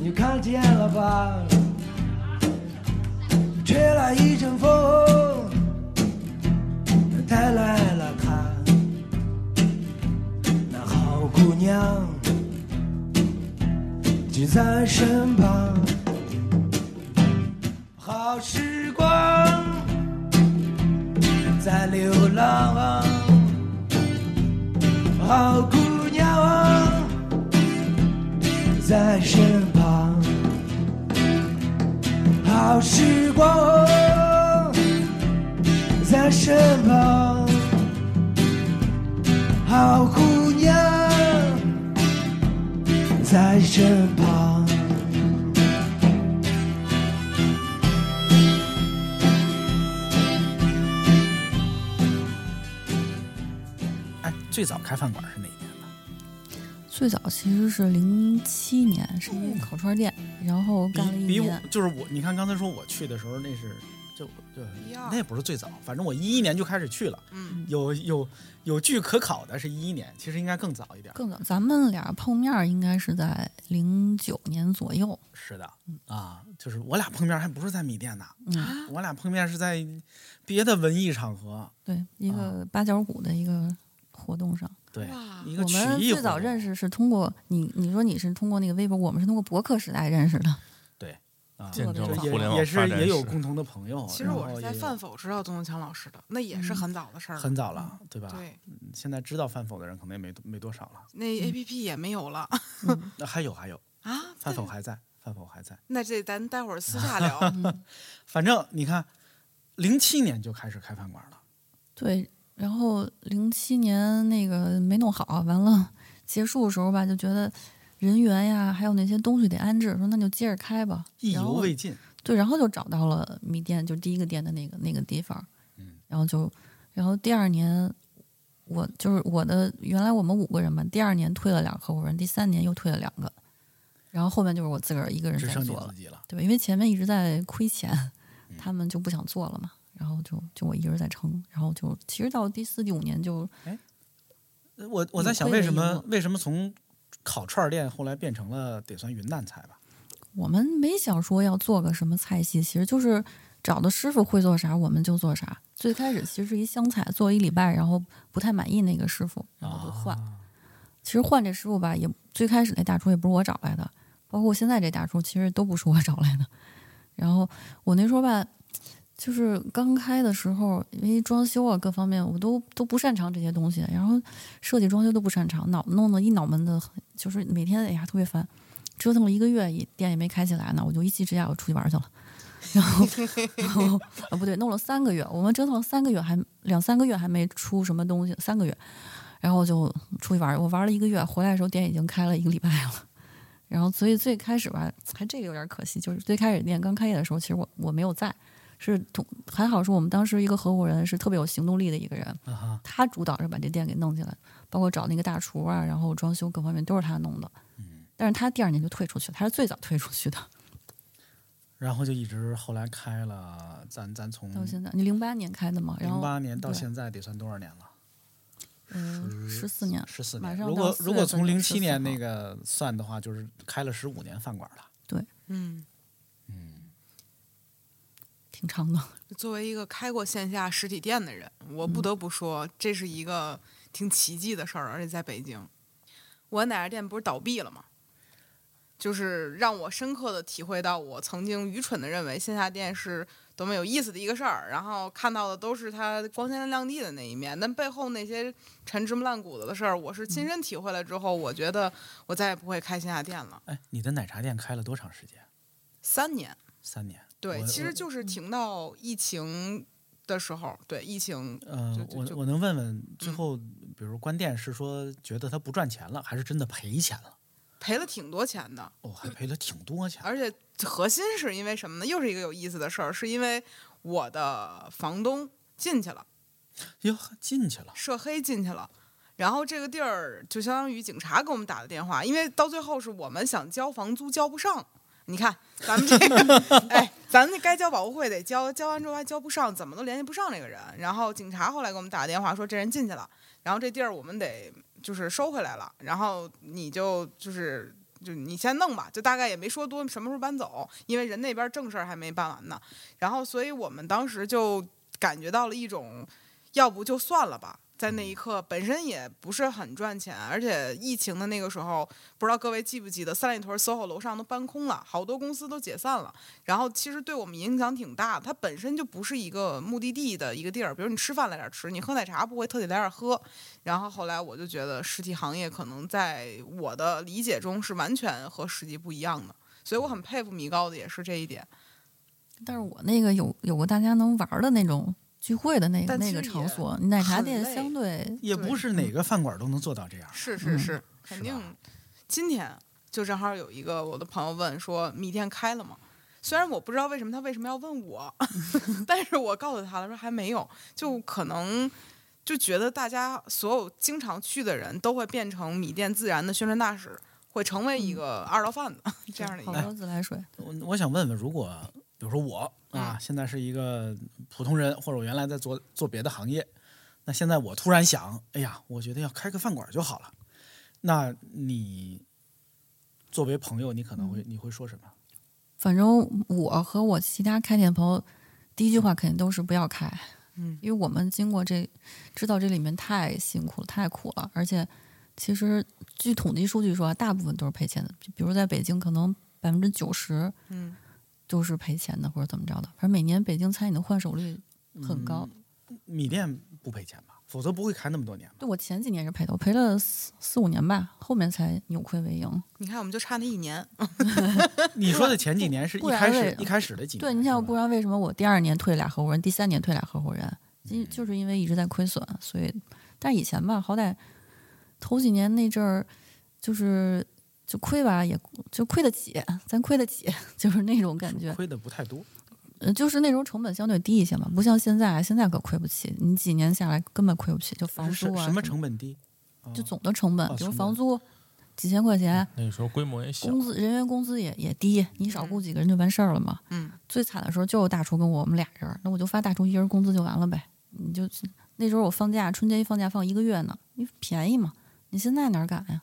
[SPEAKER 4] 你看见了吧？吹来一阵风，带来了她，那好姑娘就在身旁。好时光在流浪，好姑娘在身旁，好时光在身旁，好姑娘在身旁。
[SPEAKER 5] 哎，最早开饭馆是哪一年呢？
[SPEAKER 7] 最早其实是零七年，是一个烤串店，然后干了
[SPEAKER 5] 比
[SPEAKER 7] 一
[SPEAKER 5] 比
[SPEAKER 7] 年
[SPEAKER 5] 我。就是我，你看刚才说我去的时候，那是就就
[SPEAKER 6] 一二
[SPEAKER 5] 那也不是最早，反正我一一年就开始去了。
[SPEAKER 6] 嗯，
[SPEAKER 5] 有有有据可考的是一一年，其实应该更早一点。
[SPEAKER 7] 更早，咱们俩碰面儿应该是在零九年左右。
[SPEAKER 5] 是的，
[SPEAKER 7] 嗯
[SPEAKER 5] 啊，就是我俩碰面还不是在米店呢，
[SPEAKER 6] 啊
[SPEAKER 5] 我俩碰面是在别的文艺场合。
[SPEAKER 7] 对，一
[SPEAKER 5] 啊
[SPEAKER 7] 个八角谷的一个活动上，
[SPEAKER 5] 对，一个
[SPEAKER 7] 我
[SPEAKER 5] 曲
[SPEAKER 7] 们
[SPEAKER 5] 艺
[SPEAKER 7] 最早
[SPEAKER 5] 活动
[SPEAKER 7] 认识是通过你，你说你是通过那个微博，我们是通过博客时代认识的。
[SPEAKER 5] 对啊，
[SPEAKER 8] 见证了
[SPEAKER 5] 也
[SPEAKER 8] 互联网
[SPEAKER 5] 也
[SPEAKER 8] 发
[SPEAKER 5] 是
[SPEAKER 8] 展
[SPEAKER 5] 也有
[SPEAKER 8] 史
[SPEAKER 5] 共同的朋友。
[SPEAKER 6] 其实
[SPEAKER 5] 然
[SPEAKER 6] 我
[SPEAKER 5] 后
[SPEAKER 6] 是在
[SPEAKER 5] 也有嗯
[SPEAKER 6] 饭否知道宗文强老师的，那也是很早的事儿了。
[SPEAKER 5] 很早了，对吧？
[SPEAKER 6] 对，
[SPEAKER 5] 嗯现在知道饭否的人可能也没没多少了。
[SPEAKER 6] 那 A P P 也没有了
[SPEAKER 5] 那还有还有，
[SPEAKER 6] 嗯啊。
[SPEAKER 5] 饭否还在，饭否还在。
[SPEAKER 6] 那这咱待会儿私 下聊。
[SPEAKER 5] 反正你看，零七年就开始开饭馆了，
[SPEAKER 7] 对，然后零七年那个没弄好，完了结束的时候吧，就觉得人员呀，还有那些东西得安置，说那就接着开吧。
[SPEAKER 5] 意
[SPEAKER 7] 然
[SPEAKER 5] 犹
[SPEAKER 7] 后
[SPEAKER 5] 未尽。
[SPEAKER 7] 对，然后就找到了米店，就第一个店的那个那个地方，
[SPEAKER 5] 嗯，
[SPEAKER 7] 然后就，然后第二年，我就是我的原来我们五个人嘛，第二年退了两个合伙人，第三年又退了两个，然后后面就是我自个儿一个人
[SPEAKER 5] 只
[SPEAKER 7] 在
[SPEAKER 5] 剩你
[SPEAKER 7] 做了
[SPEAKER 5] 自，己了。
[SPEAKER 7] 对吧？因为前面一直在亏钱，他们就不想做了嘛，然后就就我一人在撑，然后就其实到第四第五年就
[SPEAKER 5] 呃我我在
[SPEAKER 7] 你
[SPEAKER 5] 想，
[SPEAKER 7] 会
[SPEAKER 5] 为
[SPEAKER 7] 的
[SPEAKER 5] 什
[SPEAKER 7] 一
[SPEAKER 5] 么
[SPEAKER 7] 幕
[SPEAKER 5] 为什么从烤串儿店后来变成了得算云南菜吧？
[SPEAKER 7] 我们没想说要做个什么菜系，其实就是找的师傅会做啥，我们就做啥。最开始其实是一湘菜，做一礼拜，然后不太满意那个师傅，然后就换。其实换这师傅吧，也最开始那大厨也不是我找来的，包括现在这大厨其实都不是我找来的。然后我那时候吧，就是刚开的时候，因为装修啊各方面我都都不擅长这些东西，然后设计装修都不擅长，脑弄得一脑门子，就是每天哎呀特别烦。折腾了一个月，也店也没开起来呢，我就一气之下我出去玩去了。 然后，然后啊不对，弄了三个月，我们折腾了三个月还两三个月还没出什么东西，三个月，然后我就出去玩，我玩了一个月，回来的时候店已经开了一个礼拜了。然后，所以最开始吧，还这个有点可惜，就是最开始店刚开业的时候，其实我我没有在，是同还好是我们当时一个合伙人是特别有行动力的一个人，
[SPEAKER 5] 啊哈，
[SPEAKER 7] 他主导着把这店给弄起来，包括找那个大厨啊，然后装修各方面都是他弄的。但是他第二年就退出去了，他是最早退出去的，
[SPEAKER 5] 然后就一直后来开了，咱咱从
[SPEAKER 7] 到现在你零八年开的嘛，然
[SPEAKER 5] 嗯零
[SPEAKER 7] 后
[SPEAKER 5] 八年到
[SPEAKER 7] 对
[SPEAKER 5] 现在得算多少年了？
[SPEAKER 7] 嗯十四年，
[SPEAKER 5] 十四
[SPEAKER 7] 马
[SPEAKER 5] 年。
[SPEAKER 7] 上
[SPEAKER 5] 如
[SPEAKER 7] 到
[SPEAKER 5] 果
[SPEAKER 7] 4
[SPEAKER 5] 如果
[SPEAKER 7] 月份
[SPEAKER 5] 从
[SPEAKER 7] 就
[SPEAKER 5] 零七年
[SPEAKER 7] 14
[SPEAKER 5] 那
[SPEAKER 7] 号
[SPEAKER 5] 个算的话，就是开了十五年饭馆了。
[SPEAKER 6] 嗯，
[SPEAKER 7] 挺长的，
[SPEAKER 6] 作为一个开过线下实体店的人，我
[SPEAKER 5] 嗯
[SPEAKER 6] 不得不说，这是一个挺奇迹的事儿，而且在北京，我奶茶店不是倒闭了吗？就是让我深刻的体会到，我曾经愚蠢的认为线下店是多么有意思的一个事儿，然后看到的都是它光鲜亮丽的那一面，但背后那些陈芝麻烂谷子的事儿，我是
[SPEAKER 5] 嗯
[SPEAKER 6] 亲身体会了之后，我觉得我再也不会开线下店了。
[SPEAKER 5] 哎，你的奶茶店开了多长时间？
[SPEAKER 6] 三年。
[SPEAKER 5] 三年。
[SPEAKER 6] 对，
[SPEAKER 5] 我
[SPEAKER 6] 其实
[SPEAKER 5] 我嗯
[SPEAKER 6] 就是停到疫情的时候，对疫情，
[SPEAKER 5] 呃
[SPEAKER 6] 就，就
[SPEAKER 5] 我
[SPEAKER 6] 就
[SPEAKER 5] 我能问
[SPEAKER 7] 嗯
[SPEAKER 5] 问，最后比如关店是说觉得它不赚钱了，还是真的赔钱了？
[SPEAKER 6] 赔了挺多钱的，
[SPEAKER 5] 哦，还赔了挺多钱。
[SPEAKER 6] 而且核心是因为什么呢？又是一个有意思的事儿，是因为我的房东进去了，
[SPEAKER 5] 哟，进去了。
[SPEAKER 6] 涉黑进去了，然后这个地儿就相当于警察给我们打的电话，因为到最后是我们想交房租交不上。你看，咱们这个，哎，咱们该交保护费得交，交完之后还交不上，怎么都联系不上这个人。然后警察后来给我们打个电话说，这人进去了，然后这地儿我们得就是收回来了，然后你就就是就你先弄吧，就大概也没说多什么时候搬走，因为人那边正事儿还没办完呢。然后，所以我们当时就感觉到了一种，要不就算了吧。在那一刻，本身也不是很赚钱，而且疫情的那个时候，不知道各位记不记得，三里屯 SOHO 楼上都搬空了，好多公司都解散了。然后其实对我们影响挺大的，它本身就不是一个目的地的一个地儿，比如你吃饭来这儿吃，你喝奶茶不会特地来这儿喝。然后后来我就觉得实体行业可能在我的理解中是完全和实际不一样的，所以我很佩服米高的也是这一点。
[SPEAKER 7] 但是我那个有有过大家能玩儿的那种聚会的那个
[SPEAKER 6] 但
[SPEAKER 7] 那
[SPEAKER 6] 其
[SPEAKER 7] 个
[SPEAKER 6] 实
[SPEAKER 7] 场
[SPEAKER 6] 也
[SPEAKER 7] 所，奶茶
[SPEAKER 6] 很
[SPEAKER 7] 店
[SPEAKER 6] 累
[SPEAKER 7] 相对
[SPEAKER 5] 也不是哪个饭馆都能做到这样。
[SPEAKER 6] 是
[SPEAKER 7] 嗯
[SPEAKER 6] 是是，肯
[SPEAKER 5] 吧
[SPEAKER 6] 定。今天就正好有一个我的朋友问说，米店开了吗？虽然我不知道为什么他为什么要问我， 但是我告诉他了，说还没有，就可能就觉得大家所有经常去的人都会变成米店自然的宣传大使，会成为一个二道贩子 这样的一
[SPEAKER 7] 嗯好
[SPEAKER 6] 个。
[SPEAKER 7] 多自来水，
[SPEAKER 5] 我我想问问，如果比如说我
[SPEAKER 7] 嗯
[SPEAKER 5] 啊，现在是一个普通人，或者我原来在做做别的行业，那现在我突然想，哎呀，我觉得要开个饭馆就好了。那你作为朋友，你可能
[SPEAKER 7] 嗯
[SPEAKER 5] 会、你会说什么？
[SPEAKER 7] 反正我和我其他开店朋友，第一句话肯定都是不要开，
[SPEAKER 6] 嗯
[SPEAKER 7] 因为我们经过这，知道这里面太辛苦了，太苦了，而且其实据统计数据说啊，大部分都是赔钱的，比比如在北京，可能百分之九十
[SPEAKER 6] 嗯，
[SPEAKER 7] 都是赔钱的，或者怎么着的，反正每年北京餐饮的换手率很高。
[SPEAKER 5] 米店不赔钱吧？否则不会开那么多年吧？
[SPEAKER 7] 对我前几年是赔的，我赔了四四五年吧，后面才扭亏为盈。
[SPEAKER 6] 你看我们就差那一年，
[SPEAKER 5] 你说的前几年是一
[SPEAKER 7] 呃不然
[SPEAKER 5] 开
[SPEAKER 7] 为
[SPEAKER 5] 始
[SPEAKER 7] 了
[SPEAKER 5] 一开始的几年，
[SPEAKER 7] 对，你
[SPEAKER 5] 是吧
[SPEAKER 7] 想，不然为什么我第二年退俩合伙人，第三年退俩合伙人？
[SPEAKER 5] 嗯
[SPEAKER 7] 因就是因为一直在亏损，所以，但以前吧，好歹头几年那阵儿，就是就亏吧，也就亏得起，咱亏得起， 就是那种感觉，
[SPEAKER 5] 亏的不太多。
[SPEAKER 7] 呃就是那时候成本相对低一些嘛，不像现在，现在可亏不起，你几年下来根本亏不起，就房
[SPEAKER 5] 是
[SPEAKER 7] 租
[SPEAKER 5] 什
[SPEAKER 7] 啊
[SPEAKER 5] 么
[SPEAKER 7] 什么
[SPEAKER 5] 成本低？啊
[SPEAKER 7] 就总的成本
[SPEAKER 5] 哦，
[SPEAKER 7] 比
[SPEAKER 5] 成
[SPEAKER 7] 如
[SPEAKER 5] 本
[SPEAKER 7] 房租几千块钱，
[SPEAKER 8] 那个时候规模也小，
[SPEAKER 7] 工资人员工资也也低，你少雇几个人就完事儿了嘛。
[SPEAKER 6] 嗯，
[SPEAKER 7] 最惨的时候就是大厨跟我我们俩人儿，那我就发大厨一人工资就完了呗。你就那时候我放假，春节一放假放一个月呢，你便宜嘛。你现在哪儿敢呀、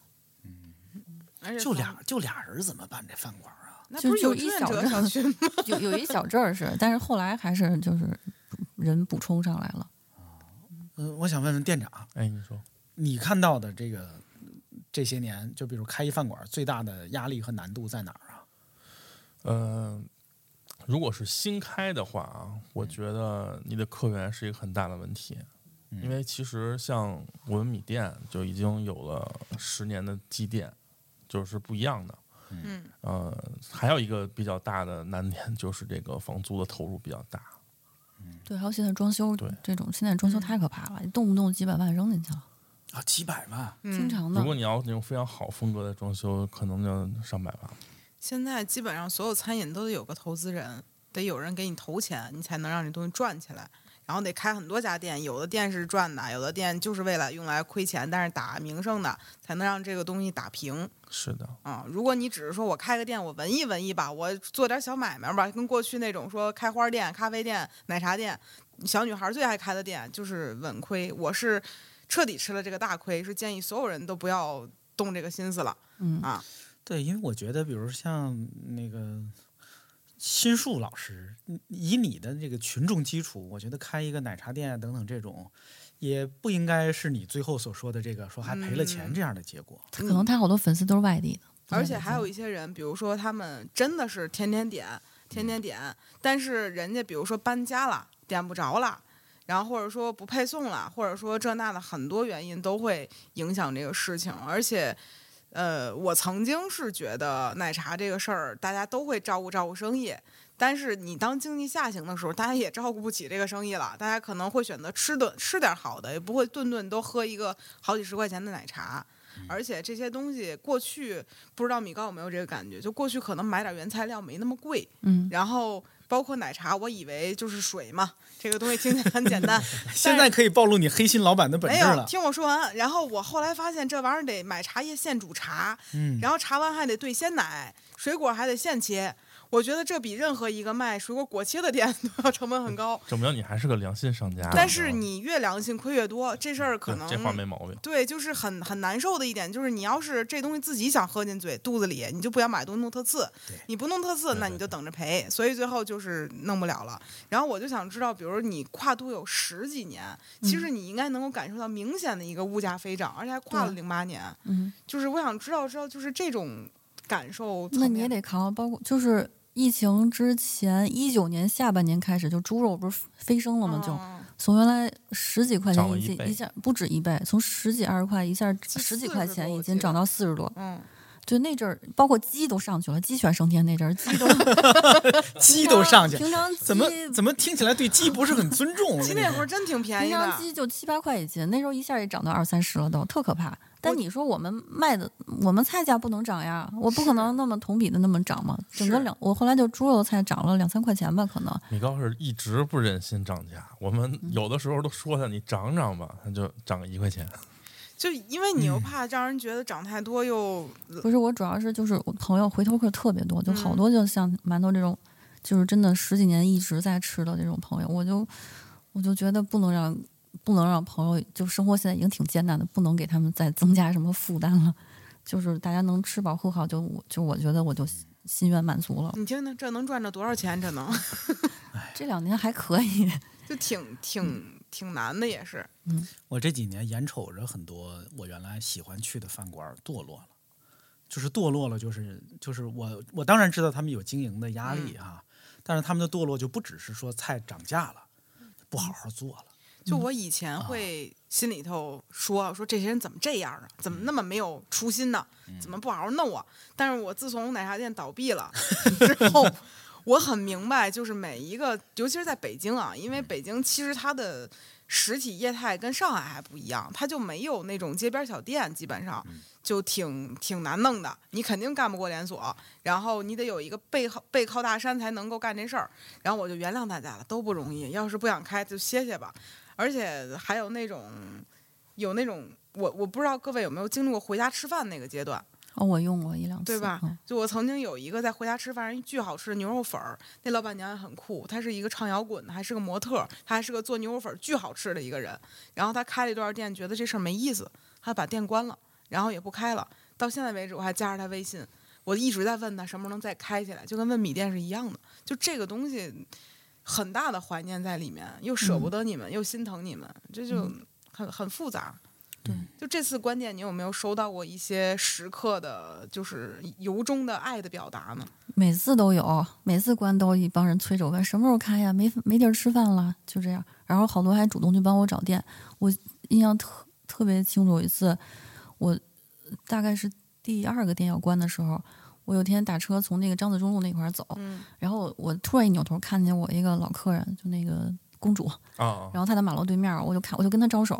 [SPEAKER 6] 而且
[SPEAKER 5] 就
[SPEAKER 6] 房
[SPEAKER 5] 俩，就俩人怎么办这饭馆啊？
[SPEAKER 6] 那
[SPEAKER 7] 就
[SPEAKER 6] 不是
[SPEAKER 7] 就
[SPEAKER 6] 有
[SPEAKER 7] 一
[SPEAKER 6] 志愿
[SPEAKER 7] 小
[SPEAKER 6] 者
[SPEAKER 7] 阵
[SPEAKER 6] 小区吗？
[SPEAKER 7] 有有一小阵儿是，但是后来还是就是人补充上来了。
[SPEAKER 5] 嗯、我想问问店长，
[SPEAKER 8] 哎，你说
[SPEAKER 5] 你看到的这个这些年，就比如开一饭馆，最大的压力和难度在哪儿啊？
[SPEAKER 8] 呃，如果是新开的话啊，我觉得你的客源是一个很大的问题，因为其实像我们米店就已经有了十年的积淀，就是不一样的。
[SPEAKER 6] 嗯，
[SPEAKER 8] 呃，还有一个比较大的难点 就是这个房租的投入比较大。
[SPEAKER 7] 对，还有现在装修
[SPEAKER 8] 对
[SPEAKER 7] 这种，现在装修太可怕了，你动不动几百万扔进去了，
[SPEAKER 5] 啊，几百万，
[SPEAKER 7] 经
[SPEAKER 6] 嗯，
[SPEAKER 7] 常的
[SPEAKER 8] 如。果你要那种非常好风格的装修，可能就上百万。
[SPEAKER 6] 现在基本上所有餐饮都得有个投资人，得有人给你投钱，你才能让这东西赚起来。然后得开很多家店，有的店是赚的，有的店就是为了用来亏钱，但是打名声的，才能让这个东西打平
[SPEAKER 8] 是的，
[SPEAKER 6] 啊、如果你只是说我开个店，我文艺文艺吧，我做点小买卖吧，跟过去那种说开花店、咖啡店、奶茶店，小女孩最爱开的店就是稳亏。我是彻底吃了这个大亏，是建议所有人都不要动这个心思了。
[SPEAKER 7] 嗯
[SPEAKER 6] 啊
[SPEAKER 5] 对，因为我觉得，比如像那个新树老师，嗯以你的这个群众基础，我觉得开一个奶茶店啊等等这种，也不应该是你最后所说的这个说还赔了钱
[SPEAKER 6] 嗯
[SPEAKER 5] 这样的结果。，
[SPEAKER 7] 可能他好多粉丝都是外地的，不在
[SPEAKER 6] 而且
[SPEAKER 7] 北
[SPEAKER 6] 还
[SPEAKER 7] 京
[SPEAKER 6] 有一些人，比如说他们真的是天天点，天
[SPEAKER 7] 嗯
[SPEAKER 6] 天点，但是人家比如说搬家了，点不着了，然后或者说不配送了，或者说这那的很多原因都会影响这个事情。而且，呃，我曾经是觉得奶茶这个事儿，大家都会照顾照顾生意。但是你当经济下行的时候，大家也照顾不起这个生意了，大家可能会选择吃顿吃点好的，也不会顿顿都喝一个好几十块钱的奶茶。
[SPEAKER 7] 嗯
[SPEAKER 6] 而且这些东西过去不知道米高有没有这个感觉，就过去可能买点原材料没那么贵，
[SPEAKER 7] 嗯，
[SPEAKER 6] 然后包括奶茶，我以为就是水嘛，这个东西听起来很简单
[SPEAKER 5] 现在可以暴露你黑心老板的本
[SPEAKER 6] 没
[SPEAKER 5] 质
[SPEAKER 6] 有
[SPEAKER 5] 了。
[SPEAKER 6] 听我说完。然后我后来发现这玩意儿得买茶叶现煮茶，
[SPEAKER 5] 嗯，
[SPEAKER 6] 然后茶完还得兑鲜奶，水果还得现切。我觉得这比任何一个卖水果果切的店 都要成本很高。
[SPEAKER 5] 嗯
[SPEAKER 8] 证明你还是个良心商家。
[SPEAKER 6] 但
[SPEAKER 5] 啊
[SPEAKER 6] 是你越良心亏越多，这事儿可
[SPEAKER 8] 对
[SPEAKER 6] 能
[SPEAKER 8] 这话没毛病，
[SPEAKER 6] 对，就是很很难受的一点，就是你要是这东西自己想喝进嘴肚子里，你就不想买东西弄特次，你不弄特次，那你就等着赔，所以最后就是弄不了了。然后我就想知道，比如你跨度有十几年，其
[SPEAKER 7] 嗯
[SPEAKER 6] 实你应该能够感受到明显的一个物价飞涨，而且还跨了零八年，
[SPEAKER 7] 嗯，
[SPEAKER 6] 就是我想知道知道就是这种感受层面。
[SPEAKER 7] 那你也得扛，啊包括就是疫情之前，一九年下半年开始，就猪肉不是飞升了吗？就
[SPEAKER 6] 嗯
[SPEAKER 7] 从原来十几块
[SPEAKER 8] 涨了
[SPEAKER 7] 钱
[SPEAKER 8] 一
[SPEAKER 7] 一斤，
[SPEAKER 8] 倍
[SPEAKER 7] 一下不止一倍，从十几二十块一下
[SPEAKER 6] 是
[SPEAKER 7] 十几
[SPEAKER 6] 40
[SPEAKER 7] 块
[SPEAKER 6] 多
[SPEAKER 7] 钱
[SPEAKER 6] 我
[SPEAKER 7] 已
[SPEAKER 6] 记
[SPEAKER 7] 经
[SPEAKER 6] 得
[SPEAKER 7] 涨到四十多，
[SPEAKER 6] 嗯，
[SPEAKER 7] 就那阵儿，包括鸡都上去了，鸡犬升天那阵儿，鸡都
[SPEAKER 5] 鸡都上去，
[SPEAKER 7] 平常
[SPEAKER 5] 怎么
[SPEAKER 7] 鸡
[SPEAKER 5] 怎么听起来对鸡不是很尊重？我
[SPEAKER 6] 鸡
[SPEAKER 5] 跟你
[SPEAKER 6] 那会
[SPEAKER 5] 说
[SPEAKER 6] 儿真挺便
[SPEAKER 7] 平
[SPEAKER 6] 宜的
[SPEAKER 5] 啊
[SPEAKER 7] 常，鸡就七八块一斤，那时候一下也涨到二三十了都，特可怕。但你说我们卖的，我们菜价不能涨呀，我不可能那么同比的那么涨嘛。整个
[SPEAKER 6] 是
[SPEAKER 7] 两，我后来就猪肉菜涨了两三块钱吧，可能。
[SPEAKER 8] 米高是一直不忍心涨价，我们有的时候都说他你涨涨吧，他就涨个一块钱。
[SPEAKER 6] 就因为你
[SPEAKER 7] 嗯
[SPEAKER 6] 又怕让人觉得涨太多又
[SPEAKER 7] 不是，我主要是就是我朋友回头客特别多，就好
[SPEAKER 6] 嗯
[SPEAKER 7] 多就像馒头这种，就是真的十几年一直在吃的这种朋友，我就我就觉得不能让不能让朋友就生活现在已经挺艰难的，不能给他们再增加什么负担了，就是大家能吃饱喝好就我就我觉得我就心心愿满足了。
[SPEAKER 6] 你听听这能赚着多少钱？这能
[SPEAKER 7] 这两年还可以，
[SPEAKER 6] 就挺挺挺难的，也是。
[SPEAKER 5] 我这几年眼瞅着很多我原来喜欢去的饭馆堕落了，就是堕落了，就是就是我我当然知道他们有经营的压
[SPEAKER 7] 嗯
[SPEAKER 5] 力啊，但是他们的堕落就不只是说菜涨价了，不好好做了。
[SPEAKER 6] 就我以前会心里头说说这些人怎么这样啊，怎么那么没有初心呢？怎么不好好弄啊？但是我自从奶茶店倒闭了之后，我很明白，就是每一个，尤其是在北京啊，因为北京其实它的实体业态跟上海还不一样，它就没有那种街边小店，基本上就挺挺难弄的。你肯定干不过连锁，然后你得有一个背靠背靠大山才能够干这事儿。然后我就原谅大家了，都不容易。要是不想开就歇歇吧。而且还有那种有那种我我不知道各位有没有经历过回家吃饭那个阶段，
[SPEAKER 7] 哦，我用过一两次，
[SPEAKER 6] 对吧
[SPEAKER 7] 嗯？
[SPEAKER 6] 就我曾经有一个在回家吃饭，人巨好吃的牛肉粉儿，那老板娘也很酷，她是一个唱摇滚的，还是个模特儿，她还是个做牛肉粉儿巨好吃的一个人。然后她开了一段店，觉得这事儿没意思，她把店关了，然后也不开了。到现在为止，我还加着她微信，我一直在问她什么时候能再开起来，就跟问米店是一样的。就这个东西，很大的怀念在里面，又舍不得你们，又心疼你们，这就很很复杂。
[SPEAKER 7] 对，
[SPEAKER 6] 就这次观点，你有没有收到过一些时刻的，就是由衷的爱的表达呢？
[SPEAKER 7] 每次都有，每次关都一帮人催着我，问哎什么时候开呀？没没地儿吃饭了，就这样。然后好多还主动去帮我找店，我印象特特别清楚。有一次，我大概是第二个店要关的时候，我有天打车从那个张自忠路那块儿走，
[SPEAKER 6] 嗯
[SPEAKER 7] 然后我突然一扭头看见我一个老客人，就那个公主，
[SPEAKER 8] 啊，
[SPEAKER 7] 然后他在马路对面儿，我就看，我就跟他招手，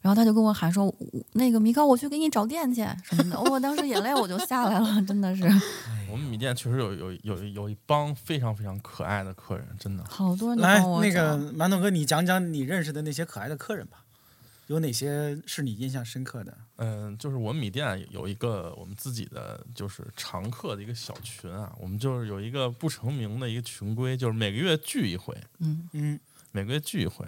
[SPEAKER 7] 然后他就跟我喊说：“我那个米高，我去给你找店去什么的。我当时眼泪我就下来了，真的是
[SPEAKER 8] 我们米店确实有有有有一帮非常非常可爱的客人，真的。
[SPEAKER 7] 好多人都
[SPEAKER 5] 来
[SPEAKER 7] 嗯帮，我
[SPEAKER 5] 那个
[SPEAKER 7] 找
[SPEAKER 5] 馒头哥，你讲讲你认识的那些可爱的客人吧，有哪些是你印象深刻的？
[SPEAKER 8] 嗯，就是我们米店有一个我们自己的就是常客的一个小群啊，我们就是有一个不成名的一个群规，就是每个月聚一回，
[SPEAKER 7] 嗯
[SPEAKER 5] 嗯，
[SPEAKER 8] 每个月聚一回，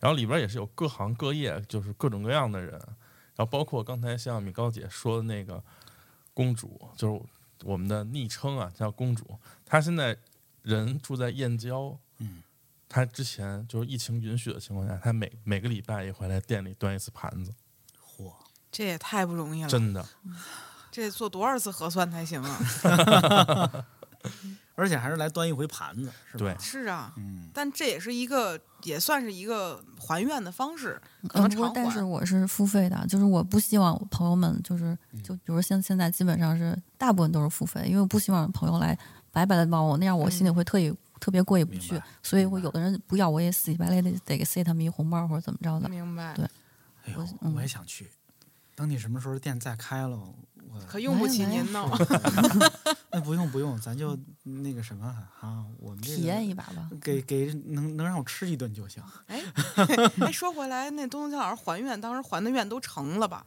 [SPEAKER 8] 然后里边也是有各行各业，就是各种各样的人，然后包括刚才像米高姐说的那个公主，就是我们的昵称啊，叫公主，她现在人住在燕郊，
[SPEAKER 5] 嗯，
[SPEAKER 8] 她之前就是疫情允许的情况下，她每每个礼拜也会来店里端一次盘子，
[SPEAKER 5] 嚯，
[SPEAKER 6] 这也太不容易了，
[SPEAKER 8] 真的。
[SPEAKER 6] 这得做多少次核酸才行啊？
[SPEAKER 5] 而且还是来端一回盘子，是吧？
[SPEAKER 8] 对
[SPEAKER 6] 是啊，
[SPEAKER 5] 嗯，
[SPEAKER 6] 但这也是一个，也算是一个还愿的方式，可
[SPEAKER 7] 嗯，
[SPEAKER 6] 能
[SPEAKER 7] 不过
[SPEAKER 6] 偿
[SPEAKER 7] 但是
[SPEAKER 6] 还。
[SPEAKER 7] 我是付费的，就是我不希望朋友们就是
[SPEAKER 5] 嗯
[SPEAKER 7] 就比如现现在基本上是大部分都是付费，因为我不希望朋友来白白的帮我，那样我心里会特意、特别过意不
[SPEAKER 5] 明
[SPEAKER 7] 去
[SPEAKER 5] 白，
[SPEAKER 7] 所以我有的人不要我也死乞白赖的得给塞他们一红包或者怎么着的。
[SPEAKER 6] 明白
[SPEAKER 7] 对，
[SPEAKER 5] 哎呦
[SPEAKER 7] 我，嗯
[SPEAKER 5] 我也想去。等你什么时候店再开了，我我
[SPEAKER 6] 可用不起
[SPEAKER 7] 来呀
[SPEAKER 6] 您呢。
[SPEAKER 5] 那不用不用，咱就那个什么啊，我们这
[SPEAKER 7] 体验一把吧。
[SPEAKER 5] 个给给能能让我吃一顿就行。
[SPEAKER 6] 哎， 哎，说回来，那东东强老师还愿，当时还的愿都成了吧？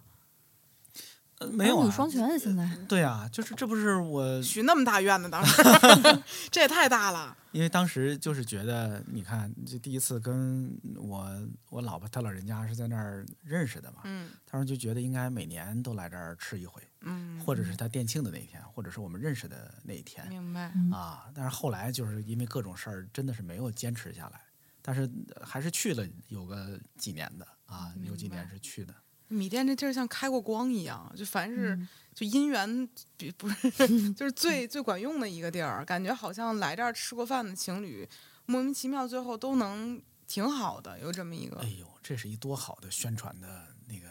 [SPEAKER 5] 呃没有
[SPEAKER 7] 儿女
[SPEAKER 5] 啊，
[SPEAKER 7] 双全现在
[SPEAKER 5] 对啊，就是这不是我，
[SPEAKER 6] 许那么大愿呢，当时 这也太大了。
[SPEAKER 5] 因为当时就是觉得，你看，就第一次跟我我老婆她老人家是在那儿认识的嘛，
[SPEAKER 6] 嗯
[SPEAKER 5] 当时就觉得应该每年都来这儿吃一回，
[SPEAKER 6] 嗯，
[SPEAKER 5] 或者是她店庆的那一天，或者是我们认识的那一天，
[SPEAKER 6] 明白。
[SPEAKER 7] 嗯
[SPEAKER 5] 啊，但是后来就是因为各种事儿，真的是没有坚持下来。但是呃还是去了有个几年的啊，有几年
[SPEAKER 6] 白
[SPEAKER 5] 是去的。
[SPEAKER 6] 米店这地儿像开过光一样，就凡是、
[SPEAKER 5] 嗯
[SPEAKER 6] 就姻缘比不 是就是最最管用的一个地儿，感觉好像来这儿吃过饭的情侣，莫名其妙最后都能挺好的，有这么一个
[SPEAKER 5] 哎。呦，这是一多好的宣传的那个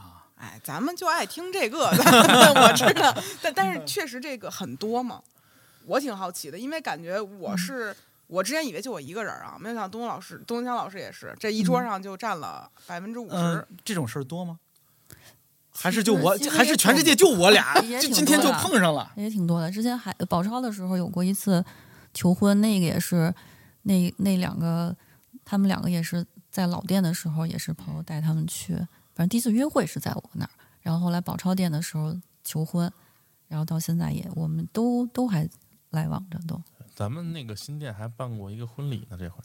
[SPEAKER 5] 啊！
[SPEAKER 6] 哎，咱们就爱听这个， 我知道，但但
[SPEAKER 5] 嗯
[SPEAKER 6] 是确实这个很多嘛，我挺好奇的，因为感觉
[SPEAKER 5] 嗯
[SPEAKER 6] 我是、我之前以为就我一个人啊，没有想到东东老师、东东强老师也是，这一桌上就占了百分之五
[SPEAKER 5] 嗯
[SPEAKER 6] 十，，
[SPEAKER 5] 这种事儿多吗？还
[SPEAKER 7] 其
[SPEAKER 5] 是就
[SPEAKER 7] 实
[SPEAKER 5] 我
[SPEAKER 7] 其，实
[SPEAKER 5] 还
[SPEAKER 7] 也
[SPEAKER 5] 是全
[SPEAKER 7] 挺
[SPEAKER 5] 世界就我俩，
[SPEAKER 7] 也
[SPEAKER 5] 就
[SPEAKER 7] 挺
[SPEAKER 5] 今天
[SPEAKER 7] 多
[SPEAKER 5] 就
[SPEAKER 7] 的
[SPEAKER 5] 碰上了。
[SPEAKER 7] 也挺多的。之前还宝钞的时候有过一次求婚，那个也是那那两个他们两个也是在老店的时候，也是朋友带他们去，反正第一次约会是在我那儿，然后后来宝钞店的时候求婚，然后到现在也我们都都还来往着都，
[SPEAKER 8] 咱们那个新店还办过一个婚礼呢，这回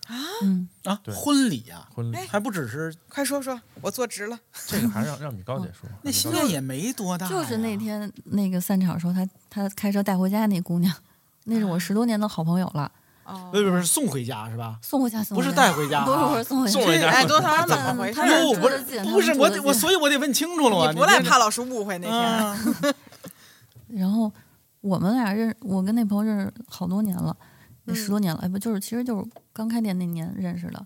[SPEAKER 7] 嗯，
[SPEAKER 5] 啊，
[SPEAKER 8] 对
[SPEAKER 5] 婚礼啊，
[SPEAKER 8] 婚礼
[SPEAKER 6] 哎
[SPEAKER 5] 还不只是
[SPEAKER 6] 快说说，我坐直了，
[SPEAKER 8] 这个还让让米高
[SPEAKER 6] 哦
[SPEAKER 8] 姐说。
[SPEAKER 5] 那新店也没多大呀，
[SPEAKER 7] 就是那天那个散场的时候，他他开车带回家那姑娘，那是我十多年的好朋友了，
[SPEAKER 6] 哦
[SPEAKER 5] 不，是不是送回家是吧？
[SPEAKER 7] 送回家送
[SPEAKER 5] 不
[SPEAKER 7] 回
[SPEAKER 5] 是
[SPEAKER 7] 家
[SPEAKER 5] 带回家啊，
[SPEAKER 7] 不是不是送回
[SPEAKER 8] 送回家
[SPEAKER 6] 哎，东强老师怎么
[SPEAKER 7] 嗯
[SPEAKER 6] 回事
[SPEAKER 7] 他
[SPEAKER 6] 儿？
[SPEAKER 5] 哟，
[SPEAKER 7] 是
[SPEAKER 5] 不
[SPEAKER 7] 竹
[SPEAKER 5] 是
[SPEAKER 7] 子进他
[SPEAKER 5] 不
[SPEAKER 7] 是
[SPEAKER 5] 是
[SPEAKER 7] 竹
[SPEAKER 5] 我
[SPEAKER 7] 子
[SPEAKER 5] 得我，
[SPEAKER 7] 进
[SPEAKER 5] 所以我得问清楚了啊！
[SPEAKER 6] 你不赖
[SPEAKER 5] 这
[SPEAKER 6] 怕老师误会那天，
[SPEAKER 5] 啊
[SPEAKER 7] 然后我们俩认，我跟那朋友认识好多年了，也
[SPEAKER 6] 嗯
[SPEAKER 7] 十多年了，哎不就是其实就是刚开店那年认识的，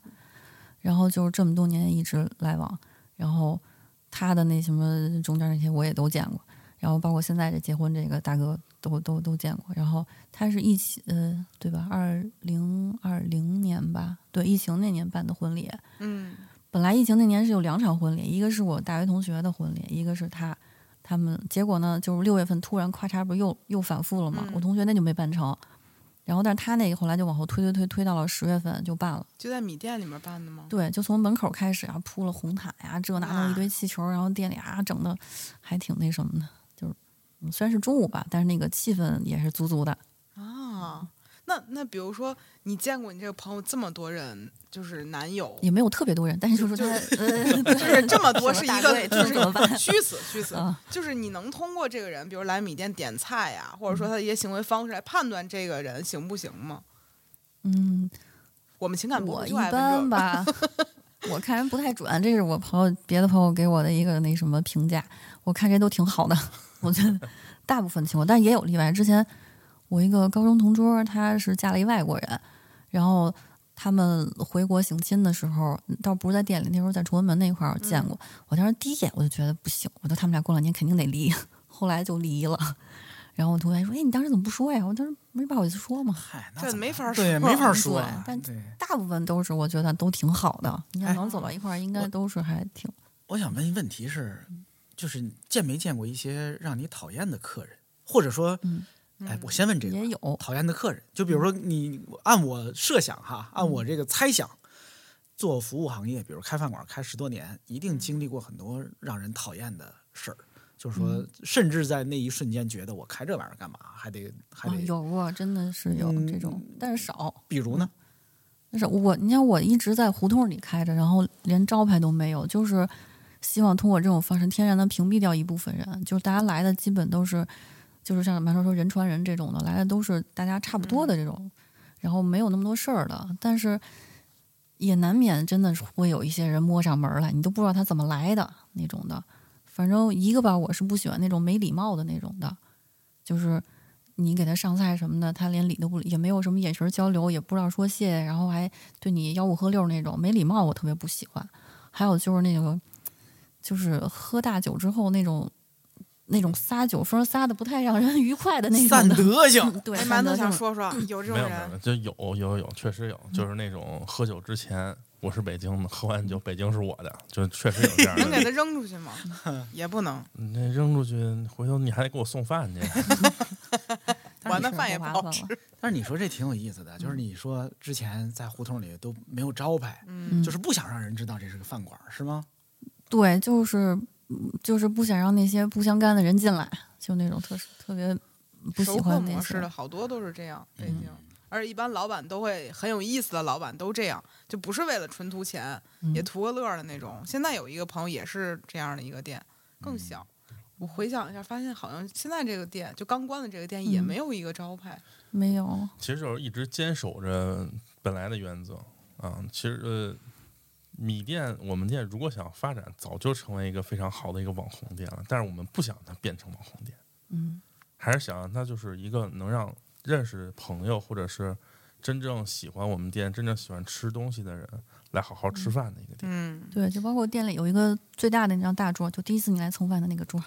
[SPEAKER 7] 然后就是这么多年一直来往，然后他的那什么中间那些我也都见过，然后包括现在这结婚这个大哥都都都见过，然后他是一起呃对吧？二零二零年吧，对疫情那年办的婚礼，
[SPEAKER 6] 嗯，
[SPEAKER 7] 本来疫情那年是有两场婚礼，一个是我大学同学的婚礼，一个是他他们。结果呢，就是六月份突然咔嚓，不是又又反复了嘛？
[SPEAKER 6] 嗯
[SPEAKER 7] 我同学那就没办成，然后但是他那个后来就往后推推推推到了十月份就办了。
[SPEAKER 6] 就在米店里面办的吗？
[SPEAKER 7] 对，就从门口开始啊，铺了红毯呀、这那
[SPEAKER 6] 哇
[SPEAKER 7] 弄一堆气球，然后店里啊整的还挺那什么的，就是嗯虽然是中午吧，但是那个气氛也是足足的。
[SPEAKER 6] 啊，那那比如说你见过你这个朋友这么多人，就是男友，
[SPEAKER 7] 也没有特别多人，但是就是
[SPEAKER 6] 就
[SPEAKER 7] 他
[SPEAKER 6] 是
[SPEAKER 7] 呃
[SPEAKER 6] 就是这么多是一
[SPEAKER 7] 大哥
[SPEAKER 6] 个
[SPEAKER 7] 也
[SPEAKER 6] 就
[SPEAKER 7] 听
[SPEAKER 6] 是
[SPEAKER 7] 怎么办？
[SPEAKER 6] 虚死虚死
[SPEAKER 7] 啊，
[SPEAKER 6] 就是你能通过这个人，比如来米店点菜呀，或者说他的一些行为方式来判断这个人行不行吗？
[SPEAKER 7] 嗯，
[SPEAKER 6] 我们情感博
[SPEAKER 7] 我
[SPEAKER 6] 主
[SPEAKER 7] 一
[SPEAKER 6] 就爱问这
[SPEAKER 7] 般
[SPEAKER 6] 个，
[SPEAKER 7] 吧，我看人不太准，这是我朋友别的朋友给我的一个那什么评价，我看谁都挺好的， 我觉得大部分情况，但也有例外。之前我一个高中同桌，她是嫁了一外国人，然后。他们回国行亲的时候，倒不是在店里，那时候在崇文门那块儿见过。我当时第一眼我就觉得不行，我觉得他们俩过两年肯定得离， 后来就离了。然后我同学说：“哎，你当时怎么不说呀？”我当时没把我意思说嘛。
[SPEAKER 5] 嗨，那
[SPEAKER 6] 这
[SPEAKER 5] 怎么
[SPEAKER 6] 没法
[SPEAKER 5] 办对，
[SPEAKER 6] 说
[SPEAKER 5] 没法
[SPEAKER 7] 对
[SPEAKER 5] 说啊。
[SPEAKER 7] 但
[SPEAKER 5] 对，
[SPEAKER 7] 大部分都是我觉得都挺好的，你
[SPEAKER 5] 哎
[SPEAKER 7] 看能走到一块儿，应该都是还挺。
[SPEAKER 5] 我想问，问题是，就是见没见过一些让你讨厌的客人，或者说，
[SPEAKER 7] 嗯
[SPEAKER 5] 哎，我先问这个吧
[SPEAKER 7] 也有啊
[SPEAKER 5] 讨厌的客人，就比如说你按我设想哈，按我
[SPEAKER 7] 嗯
[SPEAKER 5] 这个猜想，做服务行业，比如开饭馆开十多年，一定经历过很多让人讨厌的事儿。就是
[SPEAKER 7] 嗯
[SPEAKER 5] 说，甚至在那一瞬间觉得我开这玩意儿干嘛？还得还
[SPEAKER 7] 啊
[SPEAKER 5] 得，
[SPEAKER 7] 有过，真的是有
[SPEAKER 5] 嗯
[SPEAKER 7] 这种，但是少。
[SPEAKER 5] 比如呢？
[SPEAKER 7] 但是我，你看我一直在胡同里开着，然后连招牌都没有，就是希望通过这种方式天然的屏蔽掉一部分人。就是大家来的基本都是，就是像马超说人传人这种的，来的都是大家差不多
[SPEAKER 5] 嗯
[SPEAKER 7] 的这种，然后没有那么多事儿的，但是。也难免真的是会有一些人摸上门来，你都不知道他怎么来的那种的。反正一个吧，我是不喜欢那种没礼貌的那种的，就是你给他上菜什么的，他连理都不理，也没有什么眼神交流，也不知道说谢，然后还对你吆五喝六那种没礼貌，我特别不喜欢。还有就是那个，就是喝大酒之后那种那种撒酒疯，撒的不太让人愉快的那
[SPEAKER 5] 散
[SPEAKER 7] 种的。
[SPEAKER 5] 德 性
[SPEAKER 7] 对，
[SPEAKER 6] 哎，
[SPEAKER 7] 散
[SPEAKER 6] 蛮子
[SPEAKER 7] 德
[SPEAKER 6] 想
[SPEAKER 7] 性
[SPEAKER 6] 说说，有这
[SPEAKER 8] 没
[SPEAKER 6] 种嗯
[SPEAKER 8] 有没有，没
[SPEAKER 6] 人
[SPEAKER 8] 有就有有有，确实有，就是那种喝酒之前我是北京的，喝完酒北京是我的，就确实有这样的
[SPEAKER 6] 能给
[SPEAKER 8] 人。
[SPEAKER 6] 他扔出去吗？也不能，
[SPEAKER 8] 你那扔出去，回头你还得给我送饭去。
[SPEAKER 6] 完了饭也不
[SPEAKER 7] 划
[SPEAKER 6] 好
[SPEAKER 7] 算
[SPEAKER 6] 吃
[SPEAKER 7] 了。。 嗯
[SPEAKER 5] 但是你说这挺有意思的，就是你说之前在胡同里都没有招牌，
[SPEAKER 6] 嗯
[SPEAKER 5] 就是不想让人知道这是个饭馆，是吗？
[SPEAKER 7] 对，就是嗯就是不想让那些不相干的人进来，就那种特特别不
[SPEAKER 6] 熟
[SPEAKER 7] 喜
[SPEAKER 6] 客
[SPEAKER 7] 欢那
[SPEAKER 6] 模式
[SPEAKER 7] 些
[SPEAKER 6] 的。好多都是这样，北京。而且一般老板都会很有意思的，老板都这样，就不是为了纯图钱，也
[SPEAKER 7] 嗯
[SPEAKER 6] 图个乐儿的那种。现在有一个朋友也是这样的一个店，更小。我回想一下，发现好像现在这个店就刚关的这个店也
[SPEAKER 7] 嗯
[SPEAKER 6] 没有一个招牌，
[SPEAKER 7] 没有，
[SPEAKER 8] 其实就是一直坚守着本来的原则啊。其实呃，米店我们店如果想发展，早就成为一个非常好的一个网红店了，但是我们不想它变成网红店，
[SPEAKER 7] 嗯，
[SPEAKER 8] 还是想让它就是一个能让认识朋友或者是真正喜欢我们店、真正喜欢吃东西的人来好好吃饭的一个店。
[SPEAKER 6] 嗯，
[SPEAKER 7] 对，就包括店里有一个最大的那张大桌，就第一次你来蹭饭的那 个桌，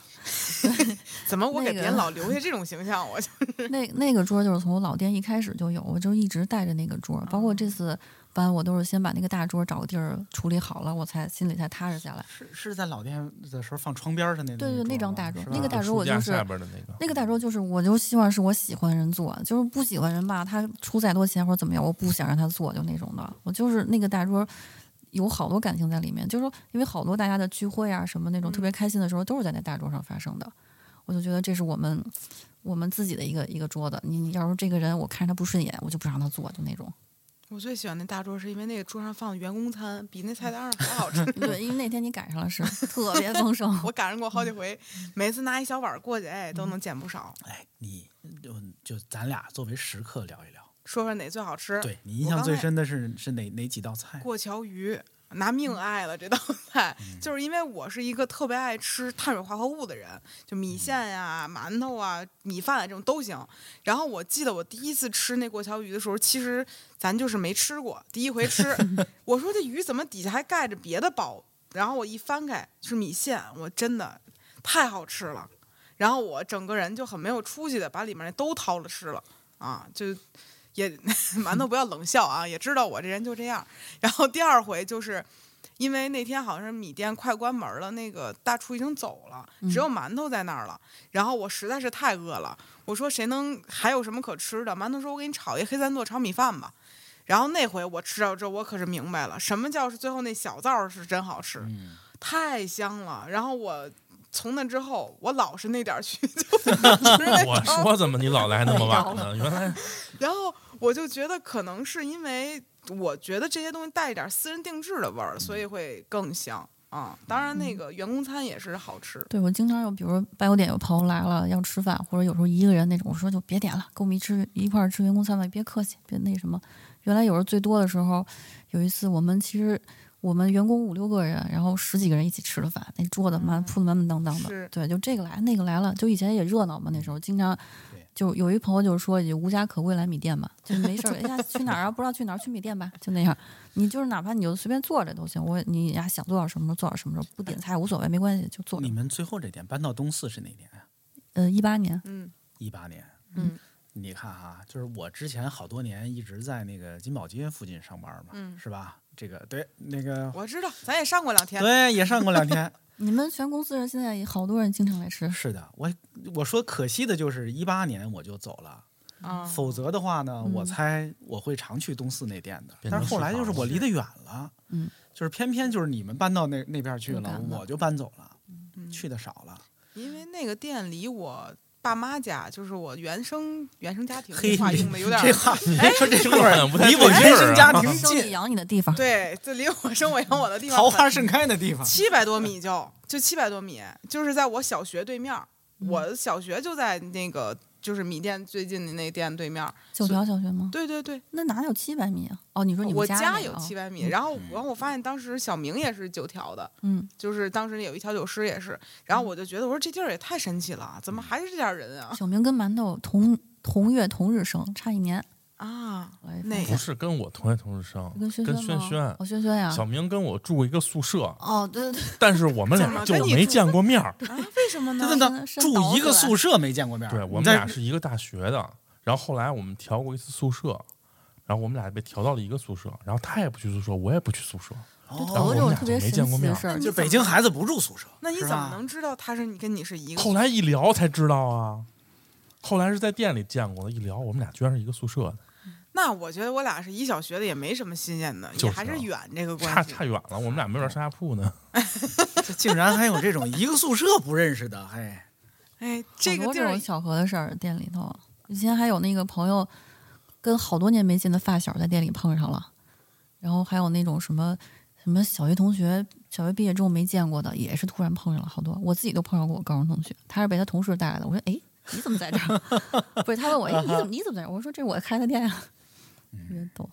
[SPEAKER 6] 怎么我给
[SPEAKER 7] 那
[SPEAKER 6] 别
[SPEAKER 7] 个
[SPEAKER 6] 人老留下这种形象？我就
[SPEAKER 7] 那那个桌就是从我老店一开始就有，我就一直带着那个桌，包括
[SPEAKER 6] 哦
[SPEAKER 7] 这次搬，我都是先把那个大桌找个地儿处理好了，我才心里才踏实下来。
[SPEAKER 5] 是是在老店的时候放窗边上的那
[SPEAKER 7] 对对那张大
[SPEAKER 5] 桌
[SPEAKER 7] 桌
[SPEAKER 5] 吗，是吧
[SPEAKER 7] 那个大
[SPEAKER 8] 就
[SPEAKER 7] 桌我
[SPEAKER 8] 书架
[SPEAKER 7] 就是
[SPEAKER 8] 下边的那个，
[SPEAKER 7] 那个大桌就是，我就希望是我喜欢的人做，就是不喜欢人吧，他出再多钱或者怎么样，我不想让他做，就那种的。我就是那个大桌，有好多感情在里面，就是说，因为好多大家的聚会啊，什么那种特别开心的时候，都是在那大桌上发生的。我就觉得这是我们我们自己的一个一个桌子。你你要是这个人我看着他不顺眼，我就不让他做，就那种。
[SPEAKER 6] 我最喜欢那大桌，是因为那个桌上放的员工餐比那菜单上还好吃。
[SPEAKER 7] 对，因为那天你赶上了，是特别丰盛。
[SPEAKER 6] 我赶上过好几回，
[SPEAKER 7] 嗯
[SPEAKER 6] 每次拿一小碗儿过去，哎，都能捡不少。
[SPEAKER 5] 哎，你就就咱俩作为食客聊一聊，
[SPEAKER 6] 说说哪最好吃？
[SPEAKER 5] 对你印
[SPEAKER 6] 我
[SPEAKER 5] 象
[SPEAKER 6] 刚
[SPEAKER 5] 最
[SPEAKER 6] 才
[SPEAKER 5] 深的是是哪哪几道菜？
[SPEAKER 6] 过桥鱼，拿命爱了这道菜，就是因为我是一个特别爱吃碳水化合物的人，就米线呀、馒头啊、米饭啊这种都行。然后我记得我第一次吃那过桥鱼的时候，其实咱就是没吃过，第一回吃，我说这鱼怎么底下还盖着别的包？然后我一翻开是米线，我真的太好吃了。然后我整个人就很没有出息的把里面的都掏了吃了啊，就也馒头不要冷笑啊，也知道我这人就这样。然后第二回就是因为那天好像是米店快关门了，那个大厨已经走了，只有馒头在那儿了。然后我实在是太饿了，我说谁能还有什么可吃的？馒头说：“我给你炒一黑三剁炒米饭吧。”然后那回我吃到之后，我可是明白了什么叫是最后那小灶儿是真好吃，太香了。然后我。从那之后，我老是那点儿去， 就吃 那
[SPEAKER 8] 我
[SPEAKER 6] 种
[SPEAKER 8] 说怎么你老来那么
[SPEAKER 7] 哎
[SPEAKER 8] 晚呢？原来
[SPEAKER 6] 然后我就觉得可能是因为我觉得这些东西带一点私人定制的味儿，所
[SPEAKER 5] 嗯
[SPEAKER 6] 以会更香啊。当然，那个员工餐也是好吃。
[SPEAKER 7] 对我经常有，比如说八九点有朋友来了要吃饭，或者有时候一个人那种，我说就别点了，跟我们一吃一块儿吃员工餐吧，别客气，别那什么。原来有时候最多的时候，有一次我们其实我们员工五六个人，然后十几个人一起吃了饭，那桌子满铺的满满当当
[SPEAKER 6] 是
[SPEAKER 7] 的，对，就这个来那个来了，就以前也热闹嘛，那时候经常
[SPEAKER 5] 对。
[SPEAKER 7] 就有一朋友就说也无家可归来米店嘛，就没事儿，哎呀去哪儿啊？不知道去哪儿，去米店吧，就那样。你就是哪怕你就随便坐着都行，我你呀想做点什么时候做点什么时候，不点菜无所谓，没关系，就坐着
[SPEAKER 5] 你。们最后这店搬到东四是哪年啊？
[SPEAKER 7] 呃，一八年，
[SPEAKER 6] 嗯，
[SPEAKER 5] 一八年。
[SPEAKER 6] 嗯，
[SPEAKER 5] 你看哈、就是我之前好多年一直在那个金宝街附近上班嘛，
[SPEAKER 6] 嗯
[SPEAKER 5] 是吧？这个对那个
[SPEAKER 6] 我知道，咱也上过两
[SPEAKER 5] 嗯
[SPEAKER 6] 天。
[SPEAKER 5] 对也上过 两天。
[SPEAKER 7] 你们全公司人现在也好多人经常来吃，
[SPEAKER 5] 是的，我我说可惜的就是一八年我就走了，
[SPEAKER 6] 啊，
[SPEAKER 5] 否则的话呢，我
[SPEAKER 7] 嗯
[SPEAKER 5] 猜我会常去东四那店的。
[SPEAKER 8] 变
[SPEAKER 5] 但是后
[SPEAKER 8] 成食
[SPEAKER 5] 来就是
[SPEAKER 8] 堂
[SPEAKER 5] 我
[SPEAKER 8] 了
[SPEAKER 5] 离得远了，
[SPEAKER 7] 嗯，
[SPEAKER 5] 就是偏偏就是你们搬到那那边去
[SPEAKER 7] 又
[SPEAKER 5] 了
[SPEAKER 7] 赶，了
[SPEAKER 5] 我就搬走了，
[SPEAKER 6] 嗯
[SPEAKER 5] 去的少了。
[SPEAKER 6] 因为那个店离我爸妈家，就是我原生原生家 庭
[SPEAKER 5] 嘿，
[SPEAKER 6] 这话用的有点
[SPEAKER 5] 这
[SPEAKER 6] 儿。哎
[SPEAKER 5] 话别说这会儿
[SPEAKER 8] 不太
[SPEAKER 5] 离
[SPEAKER 8] 对
[SPEAKER 5] 我
[SPEAKER 8] 劲
[SPEAKER 5] 原
[SPEAKER 8] 儿
[SPEAKER 5] 生
[SPEAKER 8] 啊
[SPEAKER 5] 家庭
[SPEAKER 7] 生意
[SPEAKER 5] 近，
[SPEAKER 7] 养你的地方。
[SPEAKER 6] 对，这离我生我养我的地方
[SPEAKER 5] 桃
[SPEAKER 6] 很
[SPEAKER 5] 花盛开的地 方。
[SPEAKER 6] 七百多米就就七百多米，就是在我小学对面儿。
[SPEAKER 5] 嗯
[SPEAKER 6] 我小学就在那个就是米店最近的那店对面儿。
[SPEAKER 7] 九条小学吗？
[SPEAKER 6] 对对对，
[SPEAKER 7] 那哪有七百米啊？哦，你说你们
[SPEAKER 6] 我
[SPEAKER 7] 家那个
[SPEAKER 6] 有
[SPEAKER 7] 啊
[SPEAKER 6] 七百米，然后然后我发现当时小明也是九条的，
[SPEAKER 7] 嗯，
[SPEAKER 6] 就是当时有一调酒师也是，然后我就觉得我说这地儿也太神奇了，怎么还是这点儿人啊？
[SPEAKER 7] 小明跟馒头同同月同日生，差一年。
[SPEAKER 6] 啊，
[SPEAKER 7] 我也
[SPEAKER 6] 那
[SPEAKER 7] 发现
[SPEAKER 8] 不是跟我同学同事生，
[SPEAKER 7] 跟轩
[SPEAKER 8] 跟
[SPEAKER 7] 轩
[SPEAKER 8] 轩
[SPEAKER 7] 吗
[SPEAKER 8] 轩
[SPEAKER 7] 哦，轩轩呀。
[SPEAKER 8] 小明跟我住过一个宿舍，
[SPEAKER 7] 哦，对对对，
[SPEAKER 8] 但是我们
[SPEAKER 6] 怎么
[SPEAKER 8] 俩就
[SPEAKER 6] 跟你
[SPEAKER 8] 没
[SPEAKER 6] 住
[SPEAKER 8] 见过面儿。
[SPEAKER 6] 啊，为什么 呢？
[SPEAKER 5] 真的
[SPEAKER 7] 伸
[SPEAKER 5] 住
[SPEAKER 7] 倒
[SPEAKER 5] 一个
[SPEAKER 7] 出来
[SPEAKER 5] 宿舍没见过面儿。
[SPEAKER 8] 对我们
[SPEAKER 5] 你在
[SPEAKER 8] 俩是一个大学的，然后后来我们调过一次宿舍，然后我们俩被调到了一个宿舍，然后他也不去宿舍，我也不去宿舍，
[SPEAKER 7] 就
[SPEAKER 8] 然后
[SPEAKER 7] 头发
[SPEAKER 8] 我们
[SPEAKER 7] 这种
[SPEAKER 8] 俩
[SPEAKER 7] 特
[SPEAKER 8] 就
[SPEAKER 7] 别
[SPEAKER 8] 没
[SPEAKER 7] 神
[SPEAKER 8] 见过
[SPEAKER 7] 奇
[SPEAKER 8] 面
[SPEAKER 7] 的
[SPEAKER 8] 儿嗯
[SPEAKER 7] 事儿，
[SPEAKER 5] 就北京孩子不住宿舍，
[SPEAKER 6] 那你
[SPEAKER 5] 是
[SPEAKER 6] 怎
[SPEAKER 5] 吧
[SPEAKER 6] 么能知道他是你跟你是一个？
[SPEAKER 8] 后来一聊才知道啊，后来是在店里见过的，一聊我们俩居然是一个宿舍的，
[SPEAKER 6] 那我觉得我俩是一小学的，也没什么新鲜的，
[SPEAKER 8] 就是
[SPEAKER 6] 也
[SPEAKER 8] 啊
[SPEAKER 6] 还是远这个
[SPEAKER 8] 差
[SPEAKER 6] 关系。
[SPEAKER 8] 差远了，我们俩没准上下铺呢。
[SPEAKER 5] 这竟然还有这种一个宿舍不认识的，嘿，
[SPEAKER 6] 哎，
[SPEAKER 7] 好
[SPEAKER 6] 这个
[SPEAKER 7] 多
[SPEAKER 6] 地
[SPEAKER 7] 这
[SPEAKER 6] 儿
[SPEAKER 7] 种巧合的事儿，店里头。以前还有那个朋友跟好多年没见的发小在店里碰上了，然后还有那种什么什么小学同学，小学毕业之后没见过的，也是突然碰上了好多。我自己都碰上过我高中同学，他是被他同事带来的。我说：“哎，你怎么在这儿？” 不是他问我：“哎，你怎么你怎么在这儿？”我说：“这是我开的店啊。”特别逗，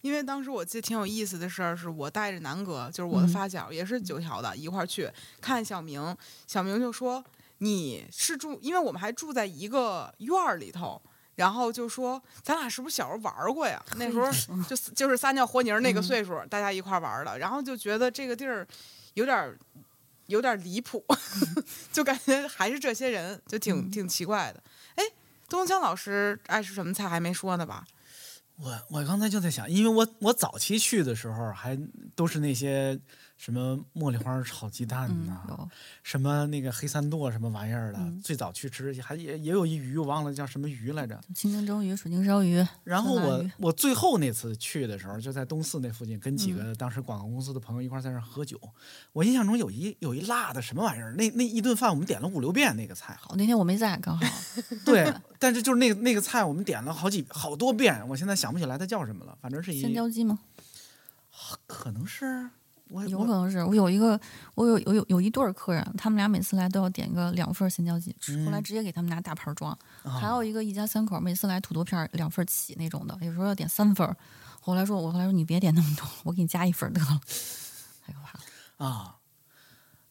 [SPEAKER 6] 因为当时我记得挺有意思的事儿，是我带着南哥，就是我的
[SPEAKER 7] 嗯
[SPEAKER 6] 发小，也是九条的，一块儿去看小明。小明就说：“你是住，因为我们还住在一个院儿里头。”然后就说：“咱俩是不是小时候玩儿过呀？那时候就就是撒尿和泥儿那个岁数，大家一块儿玩儿的。然后就觉得这个地儿有点儿有点儿离谱， 就感觉还是这些人，就挺、挺奇怪的。哎，东东强老师爱吃什么菜还没说呢吧？
[SPEAKER 5] 我我刚才就在想，因为我我早期去的时候还都是那些什么茉莉花炒鸡蛋
[SPEAKER 7] 嗯
[SPEAKER 5] 呐、，
[SPEAKER 7] 有
[SPEAKER 5] 什么那个黑三剁什么玩意儿的，
[SPEAKER 7] 嗯
[SPEAKER 5] 最早去吃还也也有一鱼，我忘了叫什么鱼来着。
[SPEAKER 7] 清蒸蒸鱼、水晶烧鱼，
[SPEAKER 5] 然后
[SPEAKER 7] 酸辣
[SPEAKER 5] 我
[SPEAKER 7] 鱼，
[SPEAKER 5] 我最后那次去的时候，就在东四那附近，跟几个当时广告公司的朋友一块儿在那儿喝酒。我印象中有一有一辣的什么玩意儿，那那一顿饭我们点了五六遍那个菜
[SPEAKER 7] 哦好，那天我没在，刚好
[SPEAKER 5] 对，但是就是那个那个菜我们点了好几好多遍，我现在想不起来它叫什么了，反正是一
[SPEAKER 7] 三椒鸡嘛。
[SPEAKER 5] 可能是我
[SPEAKER 7] 有可
[SPEAKER 5] 呃我
[SPEAKER 7] 能是我有一个，我有有有有一对儿客人，他们俩每次来都要点个两份儿咸椒鸡翅，后来直接给他们拿大盘儿装。还有一个一家三口，每次来土豆片儿两份儿起那种的，有时候要点三份儿。后来说，我后来说你别点那么多，我给你加一份儿得了， 哎太可怕了。
[SPEAKER 5] 啊，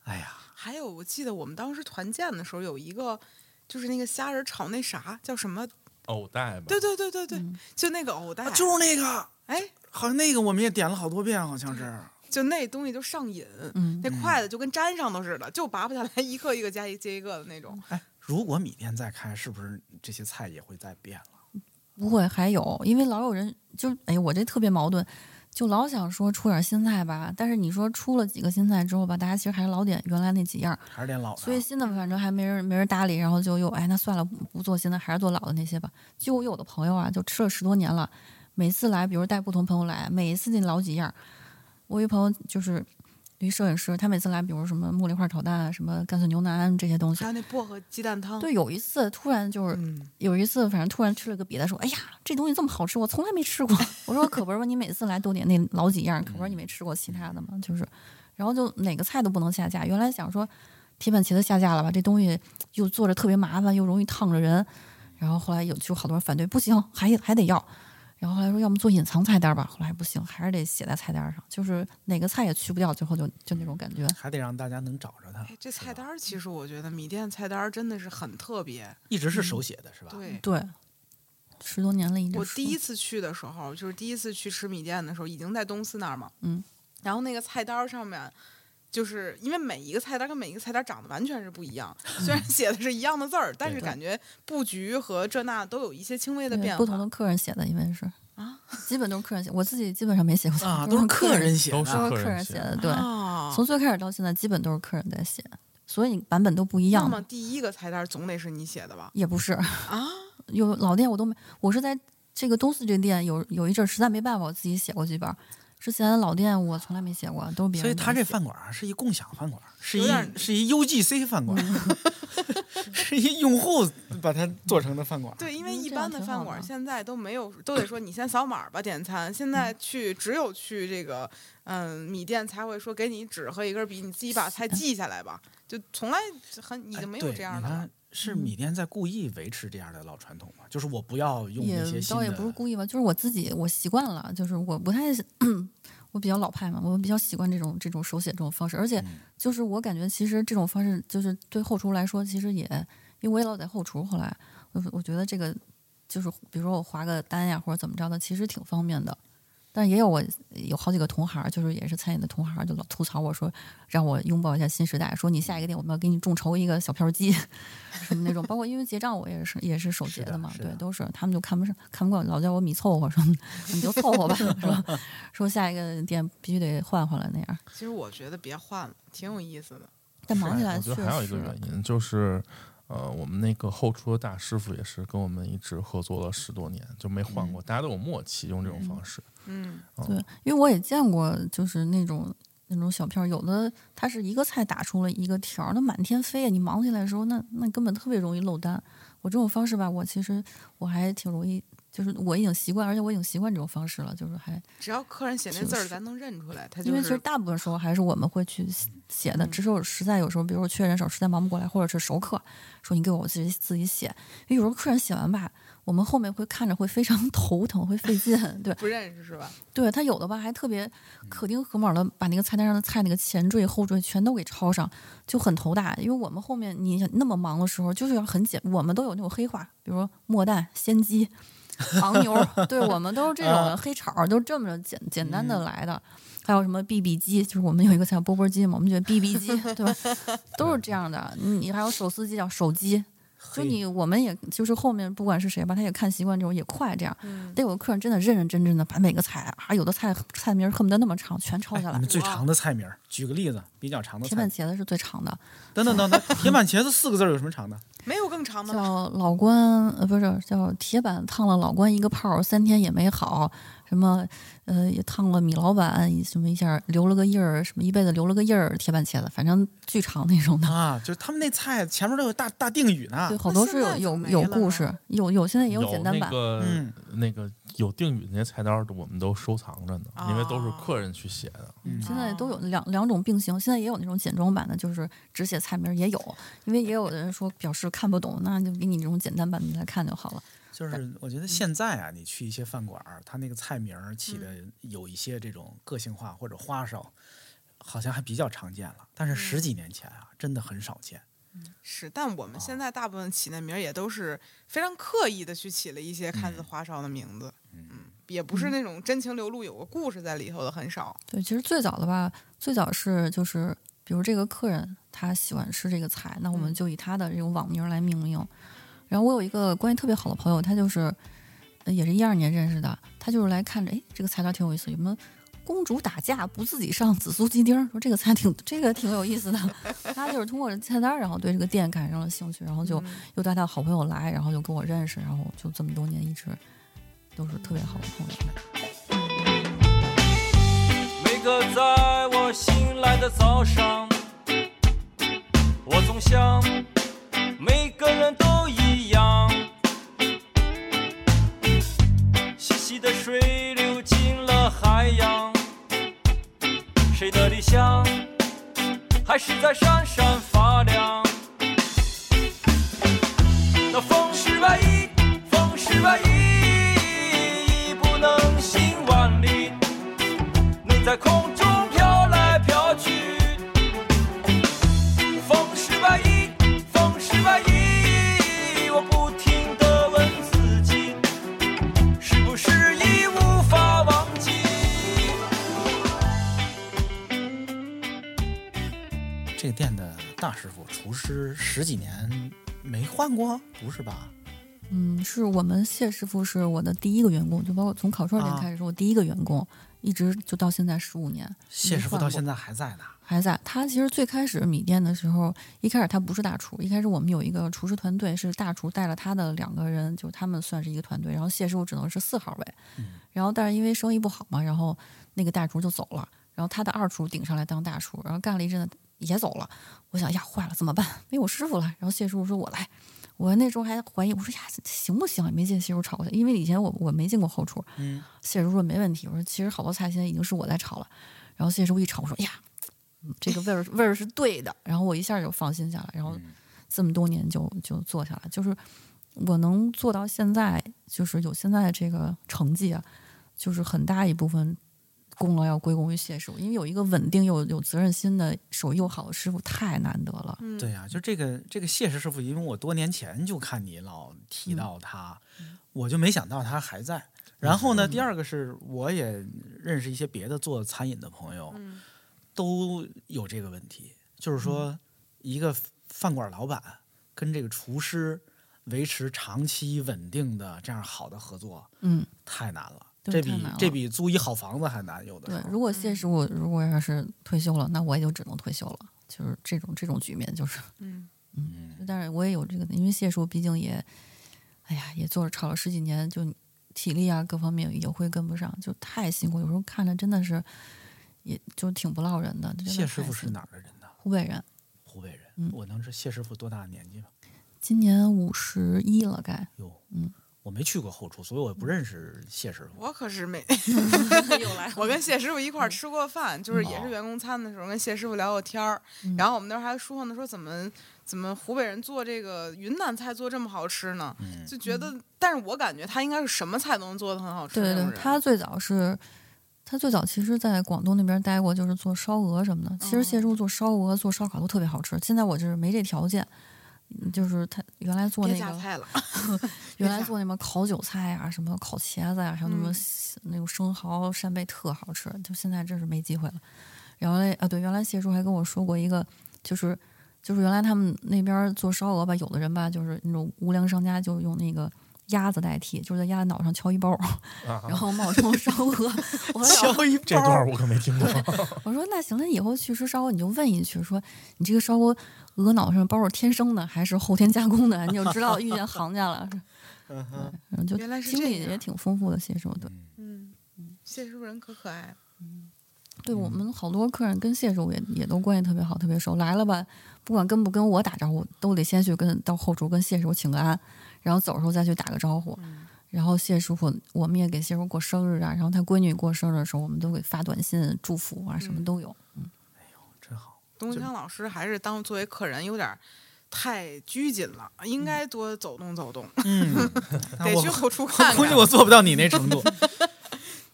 [SPEAKER 5] 哎呀，
[SPEAKER 6] 还有，我记得我们当时团建的时候有一个，就是那个虾仁炒那啥叫什么？
[SPEAKER 8] 偶带吧，
[SPEAKER 6] 对对对对对，就那个藕带，
[SPEAKER 5] 啊就是那个，
[SPEAKER 6] 哎，
[SPEAKER 5] 好像那个我们也点了好多遍，好像是。
[SPEAKER 6] 就那东西就上瘾，
[SPEAKER 7] 嗯
[SPEAKER 6] 那筷子就跟粘上头似的，就拔不下来，一个一个加一接一个的那种。
[SPEAKER 5] 哎，如果米店再开，是不是这些菜也会再变了？
[SPEAKER 7] 不会还有，因为老有人就哎，我这特别矛盾，就老想说出点儿新菜吧，但是你说出了几个新菜之后吧，大家其实还是老点原来那几样儿，
[SPEAKER 5] 还是点老的？
[SPEAKER 7] 所以新的反正还没人没人搭理，然后就又哎那算了，不不做新的，还是做老的那些吧。就我有的朋友啊，就吃了十多年了，每次来，比如带不同朋友来，每一次那老几样儿。我一朋友就是一摄影师，他每次来，比如什么茉莉花炒蛋啊、什么干脆牛腩这些东西
[SPEAKER 6] 还。有那薄荷鸡蛋汤，
[SPEAKER 7] 对，有一次突然就是、
[SPEAKER 6] 嗯
[SPEAKER 7] 有一次，反正突然吃了个别的，说：“哎呀，这东西这么好吃，我从来没吃过。” 我说：“可不是吧，你每次来都点那老几样，可不是你没吃过其他的吗？就是，然后就哪个菜都不能下架。原来想说铁板茄子下架了吧，这东西又做着特别麻烦，又容易烫着人。然后后来有就好多人反对，不行，还还得要。然后后来说，要么做隐藏菜单吧。后来不行，还是得写在菜单上，就是哪个菜也去不掉，最后就就那种感觉。
[SPEAKER 5] 还得让大家能找着它，
[SPEAKER 6] 哎，这菜单儿其实我觉得米店菜单儿真的是很特别。
[SPEAKER 5] 一
[SPEAKER 7] 嗯
[SPEAKER 5] 直是手写的，是吧？
[SPEAKER 6] 对，
[SPEAKER 7] 对，十多年了，一直
[SPEAKER 6] 我第
[SPEAKER 7] 说
[SPEAKER 6] 一次去的时候，就是第一次去吃米店的时候，已经在东四那儿嘛。
[SPEAKER 7] 嗯。
[SPEAKER 6] 然后那个菜单儿上面，就是因为每一个菜单儿跟每一个菜单儿长得完全是不一 样，虽然写的是一样的字儿，但是
[SPEAKER 5] 对
[SPEAKER 6] 感觉布局和这那都有一些轻微的
[SPEAKER 7] 对
[SPEAKER 6] 变化。
[SPEAKER 7] 不同的客人写的，因为是
[SPEAKER 6] 啊，
[SPEAKER 7] 基本都是客人写，我自己基本上没写过
[SPEAKER 5] 啊，都是客人写
[SPEAKER 8] 都
[SPEAKER 5] 的
[SPEAKER 8] 是。
[SPEAKER 7] 都是
[SPEAKER 8] 客
[SPEAKER 7] 客
[SPEAKER 8] 人
[SPEAKER 7] 人
[SPEAKER 8] 写
[SPEAKER 7] 写的，
[SPEAKER 8] 的
[SPEAKER 7] 对，
[SPEAKER 6] 啊
[SPEAKER 7] 从最开始到现在，基本都是客人在写，所以版本都不一
[SPEAKER 6] 那
[SPEAKER 7] 样
[SPEAKER 6] 么。第一个菜单儿总得是你写的吧？
[SPEAKER 7] 也不是，
[SPEAKER 6] 啊，
[SPEAKER 7] 有老店我都没，我是在这个东四这店有有一阵儿实在没办法，我自己写过几本儿。之前老店我从来没写过，都是别人
[SPEAKER 5] 所以他
[SPEAKER 7] 给
[SPEAKER 5] 这
[SPEAKER 7] 我写
[SPEAKER 5] 饭馆啊是一共享饭馆，是
[SPEAKER 6] 有
[SPEAKER 5] 一
[SPEAKER 6] 点儿
[SPEAKER 5] 是一 UGC 饭
[SPEAKER 7] 嗯
[SPEAKER 5] 馆， 是一用户把它做成的饭馆。
[SPEAKER 6] 对，因为
[SPEAKER 7] 嗯
[SPEAKER 6] 一
[SPEAKER 7] 这样
[SPEAKER 6] 般的
[SPEAKER 7] 挺
[SPEAKER 6] 饭
[SPEAKER 7] 好
[SPEAKER 6] 馆儿
[SPEAKER 7] 的
[SPEAKER 6] 现在都没有，都得说你先扫码儿吧点餐。现在去只有去这个嗯米店才会说给你纸和一根笔，你自己把菜记下来吧。就从来很已
[SPEAKER 5] 哎，
[SPEAKER 6] 经没有
[SPEAKER 5] 对
[SPEAKER 6] 这样
[SPEAKER 5] 你
[SPEAKER 6] 的了
[SPEAKER 5] 看。是米店在故意维持这样的老传统吗？就是我不要用那些
[SPEAKER 7] 也
[SPEAKER 5] 新
[SPEAKER 7] 倒
[SPEAKER 5] 的，
[SPEAKER 7] 也不是故意吧，就是我自己我习惯了，就是我不太 我比较老派嘛，我比较习惯这种这种手写这种方式，而且
[SPEAKER 5] 嗯
[SPEAKER 7] 就是我感觉其实这种方式就是对后厨来说，其实也因为我也老在后厨，后来我我觉得这个就是比如说我划个单呀或者怎么着的，其实挺方便的。但是也有我有好几个同行儿，就是也是餐饮的同行儿，就老吐槽我说让我拥抱一下新时代，说你下一个店我们要给你众筹一个小票机， 什么那种。包括因为结账我也是也是手结的嘛，对，都是他们就看不上看不惯，老叫我米凑合什么的，你就凑合吧， 说说下一个店必须得换换了那样。
[SPEAKER 6] 其实我觉得别换了，挺有意思的。
[SPEAKER 7] 但忙起来
[SPEAKER 8] 我
[SPEAKER 7] 确
[SPEAKER 8] 觉
[SPEAKER 7] 实
[SPEAKER 8] 得还有一个原因就是，呃，我们那个后厨的大师傅也是跟我们一直合作了十多年，就没换过，大家都有默契，用这种方式。
[SPEAKER 6] 嗯，
[SPEAKER 7] 对，因为我也见过，就是那种那种小票儿，有的它是一个菜打出了一个条儿，那满天飞呀！啊你忙起来的时候，那那根本特别容易漏单。我这种方式吧，我其实我还挺容易，就是我已经习惯，而且我已经习惯这种方式了，就是还
[SPEAKER 6] 只要客人写那
[SPEAKER 7] 挺
[SPEAKER 6] 字儿，
[SPEAKER 7] 是
[SPEAKER 6] 咱能认出来，他
[SPEAKER 7] 因
[SPEAKER 6] 就
[SPEAKER 7] 为其实
[SPEAKER 6] 是嗯
[SPEAKER 7] 大部分时候还是我们会去写写的，只是我实在有时候，比如我缺人手，实在忙不过来，或者是熟客说你给我，我自己自己写。因为有时候客人写完吧，我们后面会看着会非常 头疼，会费劲，对。
[SPEAKER 6] 不认识是吧？
[SPEAKER 7] 对他有的吧，还特别可丁可卯的把那个菜单上的菜那个前缀后缀全都给抄上，就很头大。因为我们后面你想那么忙的时候，就是要很简，我们都有那种黑话，比如说墨蛋、鲜鸡、昂牛，对我们都是这种黑炒儿，都这么着简简单的来的。还有什么 BB 鸡，就是我们有一个菜叫钵钵鸡嘛，我们觉得 BB 鸡对吧，都是这样的。你还有手撕鸡叫手鸡，就
[SPEAKER 5] 嘿
[SPEAKER 7] 你我们也就是后面不管是谁吧，他也看习惯这种也快这样。
[SPEAKER 6] 嗯
[SPEAKER 7] 得有个客人真的认认真真的把每个菜啊，有的菜菜名恨不得那么长，全抄下
[SPEAKER 5] 哎你
[SPEAKER 7] 来
[SPEAKER 5] 们。最长的菜名儿，举个例子，比较长的
[SPEAKER 7] 铁
[SPEAKER 5] 菜
[SPEAKER 7] 板
[SPEAKER 5] 名。
[SPEAKER 7] 茄子是最长的，
[SPEAKER 5] 等等等 等，铁板茄子四个字儿有什么长的？
[SPEAKER 6] 没有更长的了。
[SPEAKER 7] 叫老关呃不是叫铁板烫了老关一个泡儿，三天也没好。什么呃也烫了米老板什么一下留了个印儿，什么一辈子留了个印儿。铁板茄子反正巨长那种的。
[SPEAKER 5] 啊，就是他们那菜前面都有大大定语呢
[SPEAKER 7] 对，。好多是
[SPEAKER 6] 现
[SPEAKER 7] 有
[SPEAKER 6] 在
[SPEAKER 7] 有
[SPEAKER 6] 怎么
[SPEAKER 7] 有
[SPEAKER 6] 没了
[SPEAKER 7] 故
[SPEAKER 6] 呢
[SPEAKER 7] 事，有有现在也有简单
[SPEAKER 8] 那
[SPEAKER 7] 版，
[SPEAKER 8] 个、
[SPEAKER 5] 嗯
[SPEAKER 8] 那个有定语的那些菜单儿，我们都收藏着呢，因为都是客人去写的。
[SPEAKER 7] 现在都有两两种并行，现在也有那种简装版的，就是只写菜名儿也有，因为也有的人说表示看不懂，那就给你这种简单版的你来看就好了。
[SPEAKER 5] 就是我
[SPEAKER 7] 嗯
[SPEAKER 5] 觉得现在啊，你去一些饭馆儿，它那个菜名儿起的
[SPEAKER 7] 嗯
[SPEAKER 5] 有一些这种个性化或者花哨，好像还比较常见了。
[SPEAKER 7] 嗯
[SPEAKER 5] 但是十几年前啊，真的很少见。
[SPEAKER 6] 是，但我们
[SPEAKER 5] 啊
[SPEAKER 6] 现在大部分起那名儿也都是非常刻意的去起了一些看
[SPEAKER 5] 嗯
[SPEAKER 6] 似花哨的名字，嗯，也不是那种真情流露有个故事在里头的很少。
[SPEAKER 7] 对，其实最早的吧，最早是就是比如这个客人他喜欢吃这个菜，那我们
[SPEAKER 6] 嗯
[SPEAKER 7] 就以他的这种网名儿来命名。然后我有一个关系特别好的朋友，他就是呃也是一二年认识的，他就是来看着，哎，这个菜单挺有意思，有没有？公主打架不自己上紫苏鸡丁儿，说这个菜挺 这个挺有意思的，他就是通过这菜单儿，然后对这个店感上了兴趣，然后就又带他的好朋友来，然后又跟我认识，然后就这么多年一直都是特别好的朋友。
[SPEAKER 2] 每个在我醒来的早上，我总想每个人都一样。细细的水流进了海洋，谁的理想还是在闪闪发亮？那风是万一，风是万一，不能行万里。你在空中飘来飘去，风是外衣，风是外衣，我不停地问自己，是不是已无法忘记？
[SPEAKER 5] 这个店的大师傅、厨师十几年没换过，不是吧？
[SPEAKER 7] 嗯，是我们谢师傅是我的第一个员工，就包括从烤串店
[SPEAKER 5] 啊
[SPEAKER 7] 开始是我第一个员工，一直就到现在十五年
[SPEAKER 5] 谢师傅到现在还在呢。
[SPEAKER 7] 还在。啊他其实最开始米店的时候，一开始他不是大厨，一开始我们有一个厨师团队是大厨带了他的两个人，就他们算是一个团队，然后谢师傅只能是四号位，然后但是因为生意不好嘛，然后那个大厨就走了，然后他的二厨顶上来当大厨，然后干了一阵子也走了。我哎想呀，坏了怎么办？没有师傅了。然后谢师傅说：“我来。”我那时候还怀疑，我说呀，行不行啊？没见谢师傅炒过，因为以前我我没进过后厨。嗯，谢师傅说没问题。我说其实好多菜现在已经是我在炒了。然后谢师傅一炒，我说哎呀，嗯这个味儿味儿是对的。然后我一下就放心下来，然后这么多年就就做下来，就是我能做到现在，就是有现在这个成绩啊，就是很大一部分功劳要归功于谢师傅，因为有一个稳定又有责任心的手艺又好的师傅太难得了。
[SPEAKER 5] 对呀、就这个这个谢师傅，因为我多年前就看你老
[SPEAKER 7] 嗯
[SPEAKER 5] 提到他，我就没想到他还在。然后
[SPEAKER 7] 嗯
[SPEAKER 5] 呢，第二个是我也认识一些别的做餐饮的朋友，
[SPEAKER 7] 嗯
[SPEAKER 5] 都有这个问题，就是说一个饭馆老板跟这个厨师维持长期稳定的这样好的合作
[SPEAKER 7] 嗯，
[SPEAKER 5] 太难了，
[SPEAKER 7] 对
[SPEAKER 5] 这
[SPEAKER 7] 太
[SPEAKER 5] 比
[SPEAKER 7] 难了
[SPEAKER 5] 这比租一好房子还难，有的
[SPEAKER 7] 对
[SPEAKER 5] 时，候
[SPEAKER 7] 如果谢师傅如果要是退休了，那我也就只能退休了，就是这种这种局面，就是
[SPEAKER 6] 嗯
[SPEAKER 7] 嗯，但是我也有这个，因为谢师傅毕竟也，哎呀，也做了炒了十几年，就体力啊各方面也会跟不上，就太辛苦，有时候看着真的是，也就挺不落人的。真的
[SPEAKER 5] 谢师
[SPEAKER 7] 太
[SPEAKER 5] 傅是
[SPEAKER 7] 辛
[SPEAKER 5] 哪儿的人呢？
[SPEAKER 7] 苦？湖北人，
[SPEAKER 5] 湖北人。
[SPEAKER 7] 嗯
[SPEAKER 5] 我能知谢师傅多大年纪吗？
[SPEAKER 7] 今年五十一了该，
[SPEAKER 5] 哟，
[SPEAKER 7] 嗯，
[SPEAKER 5] 我没去过后厨，所以我不认识谢师傅。
[SPEAKER 6] 我可是没，
[SPEAKER 7] 又来嗯
[SPEAKER 6] 我跟谢师傅一块儿吃过饭，就是也
[SPEAKER 5] 哦
[SPEAKER 6] 是员工餐的时候跟谢师傅聊过天儿，
[SPEAKER 7] 嗯
[SPEAKER 6] 然后我们那儿还说呢，说怎么怎么湖北人做这个云南菜做这么好吃呢？
[SPEAKER 5] 嗯
[SPEAKER 6] 就觉得，但是我感觉他应该是什么菜都能做的很好吃。
[SPEAKER 7] 对
[SPEAKER 6] 那
[SPEAKER 7] 对
[SPEAKER 6] 种
[SPEAKER 7] 对，
[SPEAKER 6] 人
[SPEAKER 7] 他最早是，他最早其实，在广东那边待过，就是做烧鹅什么的。其实
[SPEAKER 6] 哦
[SPEAKER 7] 谢师傅做烧鹅、做烧烤都特别好吃。现在我就是没这条件，嗯就是他原来做
[SPEAKER 6] 别
[SPEAKER 7] 那
[SPEAKER 6] 夹
[SPEAKER 7] 个，
[SPEAKER 6] 菜了，别
[SPEAKER 7] 原来
[SPEAKER 6] 下
[SPEAKER 7] 做那么烤韭菜啊，什么烤茄子呀、还有那么
[SPEAKER 6] 嗯
[SPEAKER 7] 西那种生蚝、扇贝特好吃。就现在真是没机会了。然后嘞，啊对，原来谢叔还跟我说过一个，就是就是原来他们那边做烧鹅吧，有的人吧就是那种无良商家就用那个。鸭子代替，就是在鸭子脑上敲一包，
[SPEAKER 8] 啊
[SPEAKER 7] 然后冒充烧鹅。 我说
[SPEAKER 5] 敲一
[SPEAKER 8] 这
[SPEAKER 5] 包
[SPEAKER 8] 段儿我可没听过，
[SPEAKER 7] 我说那行，那以后去吃烧鹅你就问一句，说你这个烧鹅鹅脑上包是天生的还是后天加工的，你就知道遇见行家了。然后就
[SPEAKER 6] 原来是
[SPEAKER 7] 经
[SPEAKER 6] 这
[SPEAKER 7] 历也
[SPEAKER 6] 样
[SPEAKER 7] 挺丰富的，谢师傅。对，
[SPEAKER 6] 嗯，谢师傅人可可爱了。
[SPEAKER 7] 对我们好多客人跟谢师傅也也都关系特别好，特别熟。来了吧，不管跟不跟我打招呼，都得先去跟到后厨跟谢师傅请个安，然后走的时候再去打个招呼。
[SPEAKER 6] 嗯
[SPEAKER 7] 然后谢师傅，我们也给谢师傅过生日啊，然后他闺女过生日的时候，我们都给发短信祝福啊，什么
[SPEAKER 6] 嗯
[SPEAKER 7] 都有。
[SPEAKER 5] 真好。
[SPEAKER 6] 东京老师还是当作为客人有点儿太拘谨了，应该多走动走动，
[SPEAKER 5] 嗯，那
[SPEAKER 6] 得
[SPEAKER 5] 我
[SPEAKER 6] 去后厨看
[SPEAKER 5] 估计
[SPEAKER 6] 看。
[SPEAKER 5] 我做不到你那 程度。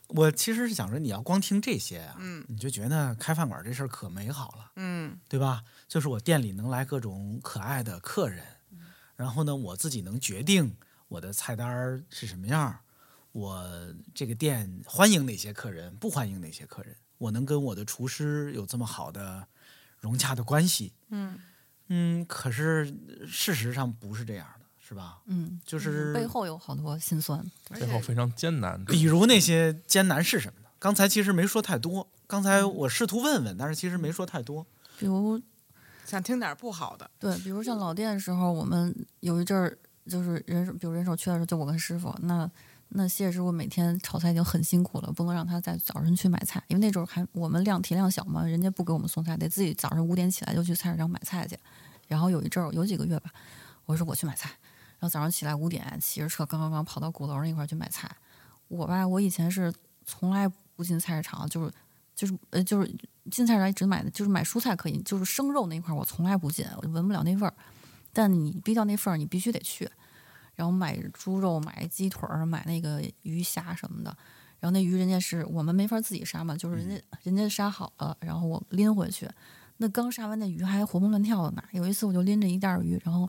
[SPEAKER 5] 我其实是想说，你要光听这些啊，
[SPEAKER 6] 嗯
[SPEAKER 5] 你就觉得开饭馆这事儿可美好了，
[SPEAKER 6] 嗯
[SPEAKER 5] 对吧？就是我店里能来各种可爱的客人，然后呢，我自己能决定我的菜单儿是什么样儿，我这个店欢迎哪些客人，不欢迎哪些客人，我能跟我的厨师有这么好的融洽的关系。
[SPEAKER 6] 嗯
[SPEAKER 5] 嗯，可是呃事实上不是这样的，是吧？
[SPEAKER 7] 嗯，
[SPEAKER 5] 就是
[SPEAKER 7] 背后有好多辛酸。
[SPEAKER 6] 而
[SPEAKER 8] 最后
[SPEAKER 6] 且
[SPEAKER 8] 非常艰难。
[SPEAKER 5] 比如那些艰难是什么呢？刚才其实没说太多，刚才
[SPEAKER 7] 嗯
[SPEAKER 5] 我试图问问，但是其实没说太多。
[SPEAKER 7] 比如
[SPEAKER 6] 想听点儿不好的，
[SPEAKER 7] 对，比如像老店的时候，我们有一阵儿就是人手，比如人手缺的时候，就我跟师傅，那那谢师傅每天炒菜已经很辛苦了，不能让他在早晨去买菜，因为那阵儿还我们量体量小嘛，人家不给我们送菜，得自己早上五点起来就去菜市场买菜去。然后有一阵儿有几个月吧，我说我去买菜，然后早上起来五点骑着车刚刚刚跑到鼓楼那块儿去买菜。我吧，我以前是从来不进菜市场，就是就是呃就是进菜市场也只买的就是买蔬菜可以，就是生肉那一块儿我从来不进，我闻不了那味儿。但你逼到那份儿，你必须得去。然后买猪肉、买鸡腿儿、买那个鱼虾什么的。然后那鱼人家是我们没法自己杀嘛，就是人
[SPEAKER 5] 嗯
[SPEAKER 7] 家、人家杀好了，然后我拎回去。那刚杀完那鱼还活蹦乱跳的呢。有一次我就拎着一袋儿鱼，然后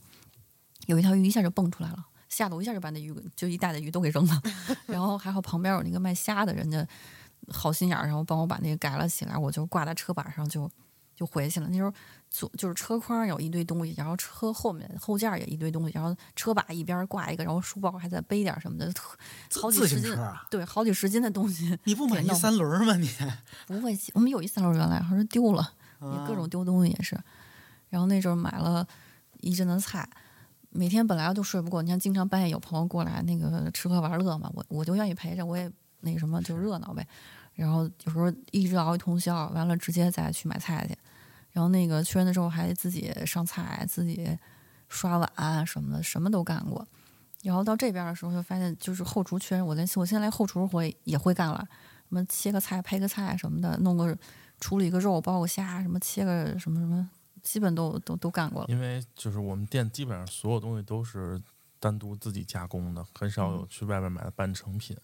[SPEAKER 7] 有一条鱼一下就蹦出来了，吓得我一下就把那鱼给就一袋的鱼都给扔 了。然后还好旁边有那个卖虾的人家好心眼儿，然后帮我把那个改了起来，我就挂在车把上就就回去了。那时候左就是车筐有一堆东西，然后车后面后架也一堆东西，然后车把一边挂一个，然后书包还在背点儿什么的，就特
[SPEAKER 5] 自
[SPEAKER 7] 好几
[SPEAKER 5] 自
[SPEAKER 7] 十
[SPEAKER 5] 行
[SPEAKER 7] 斤，
[SPEAKER 5] 车啊
[SPEAKER 7] 对，好几十斤的东西。
[SPEAKER 5] 你不买一三轮儿吗？你
[SPEAKER 7] 不会骑，我们有一三轮原来好像丢了，也
[SPEAKER 5] 啊
[SPEAKER 7] 各种丢东西也是。然后那阵儿买了一阵的菜，每天本来就睡不过，你看经常半夜有朋友过来那个吃喝玩乐嘛，我我就愿意陪着，我也那什么就热闹呗。然后有时候一直熬一通宵，完了直接再去买菜去。然后那个缺人的时候还自己上菜，自己刷碗啊什么的，什么都干过。然后到这边的时候就发现，就是后厨缺人，我连我现在连后厨活也会干了。什么切个菜、配个菜什么的，弄个处理个肉、包个虾，什么切个什么什么，基本都都都干过了。
[SPEAKER 8] 因为就是我们店基本
[SPEAKER 5] 嗯
[SPEAKER 8] 上所有东西都是单独自己加工的，很少有去外边买的半成品。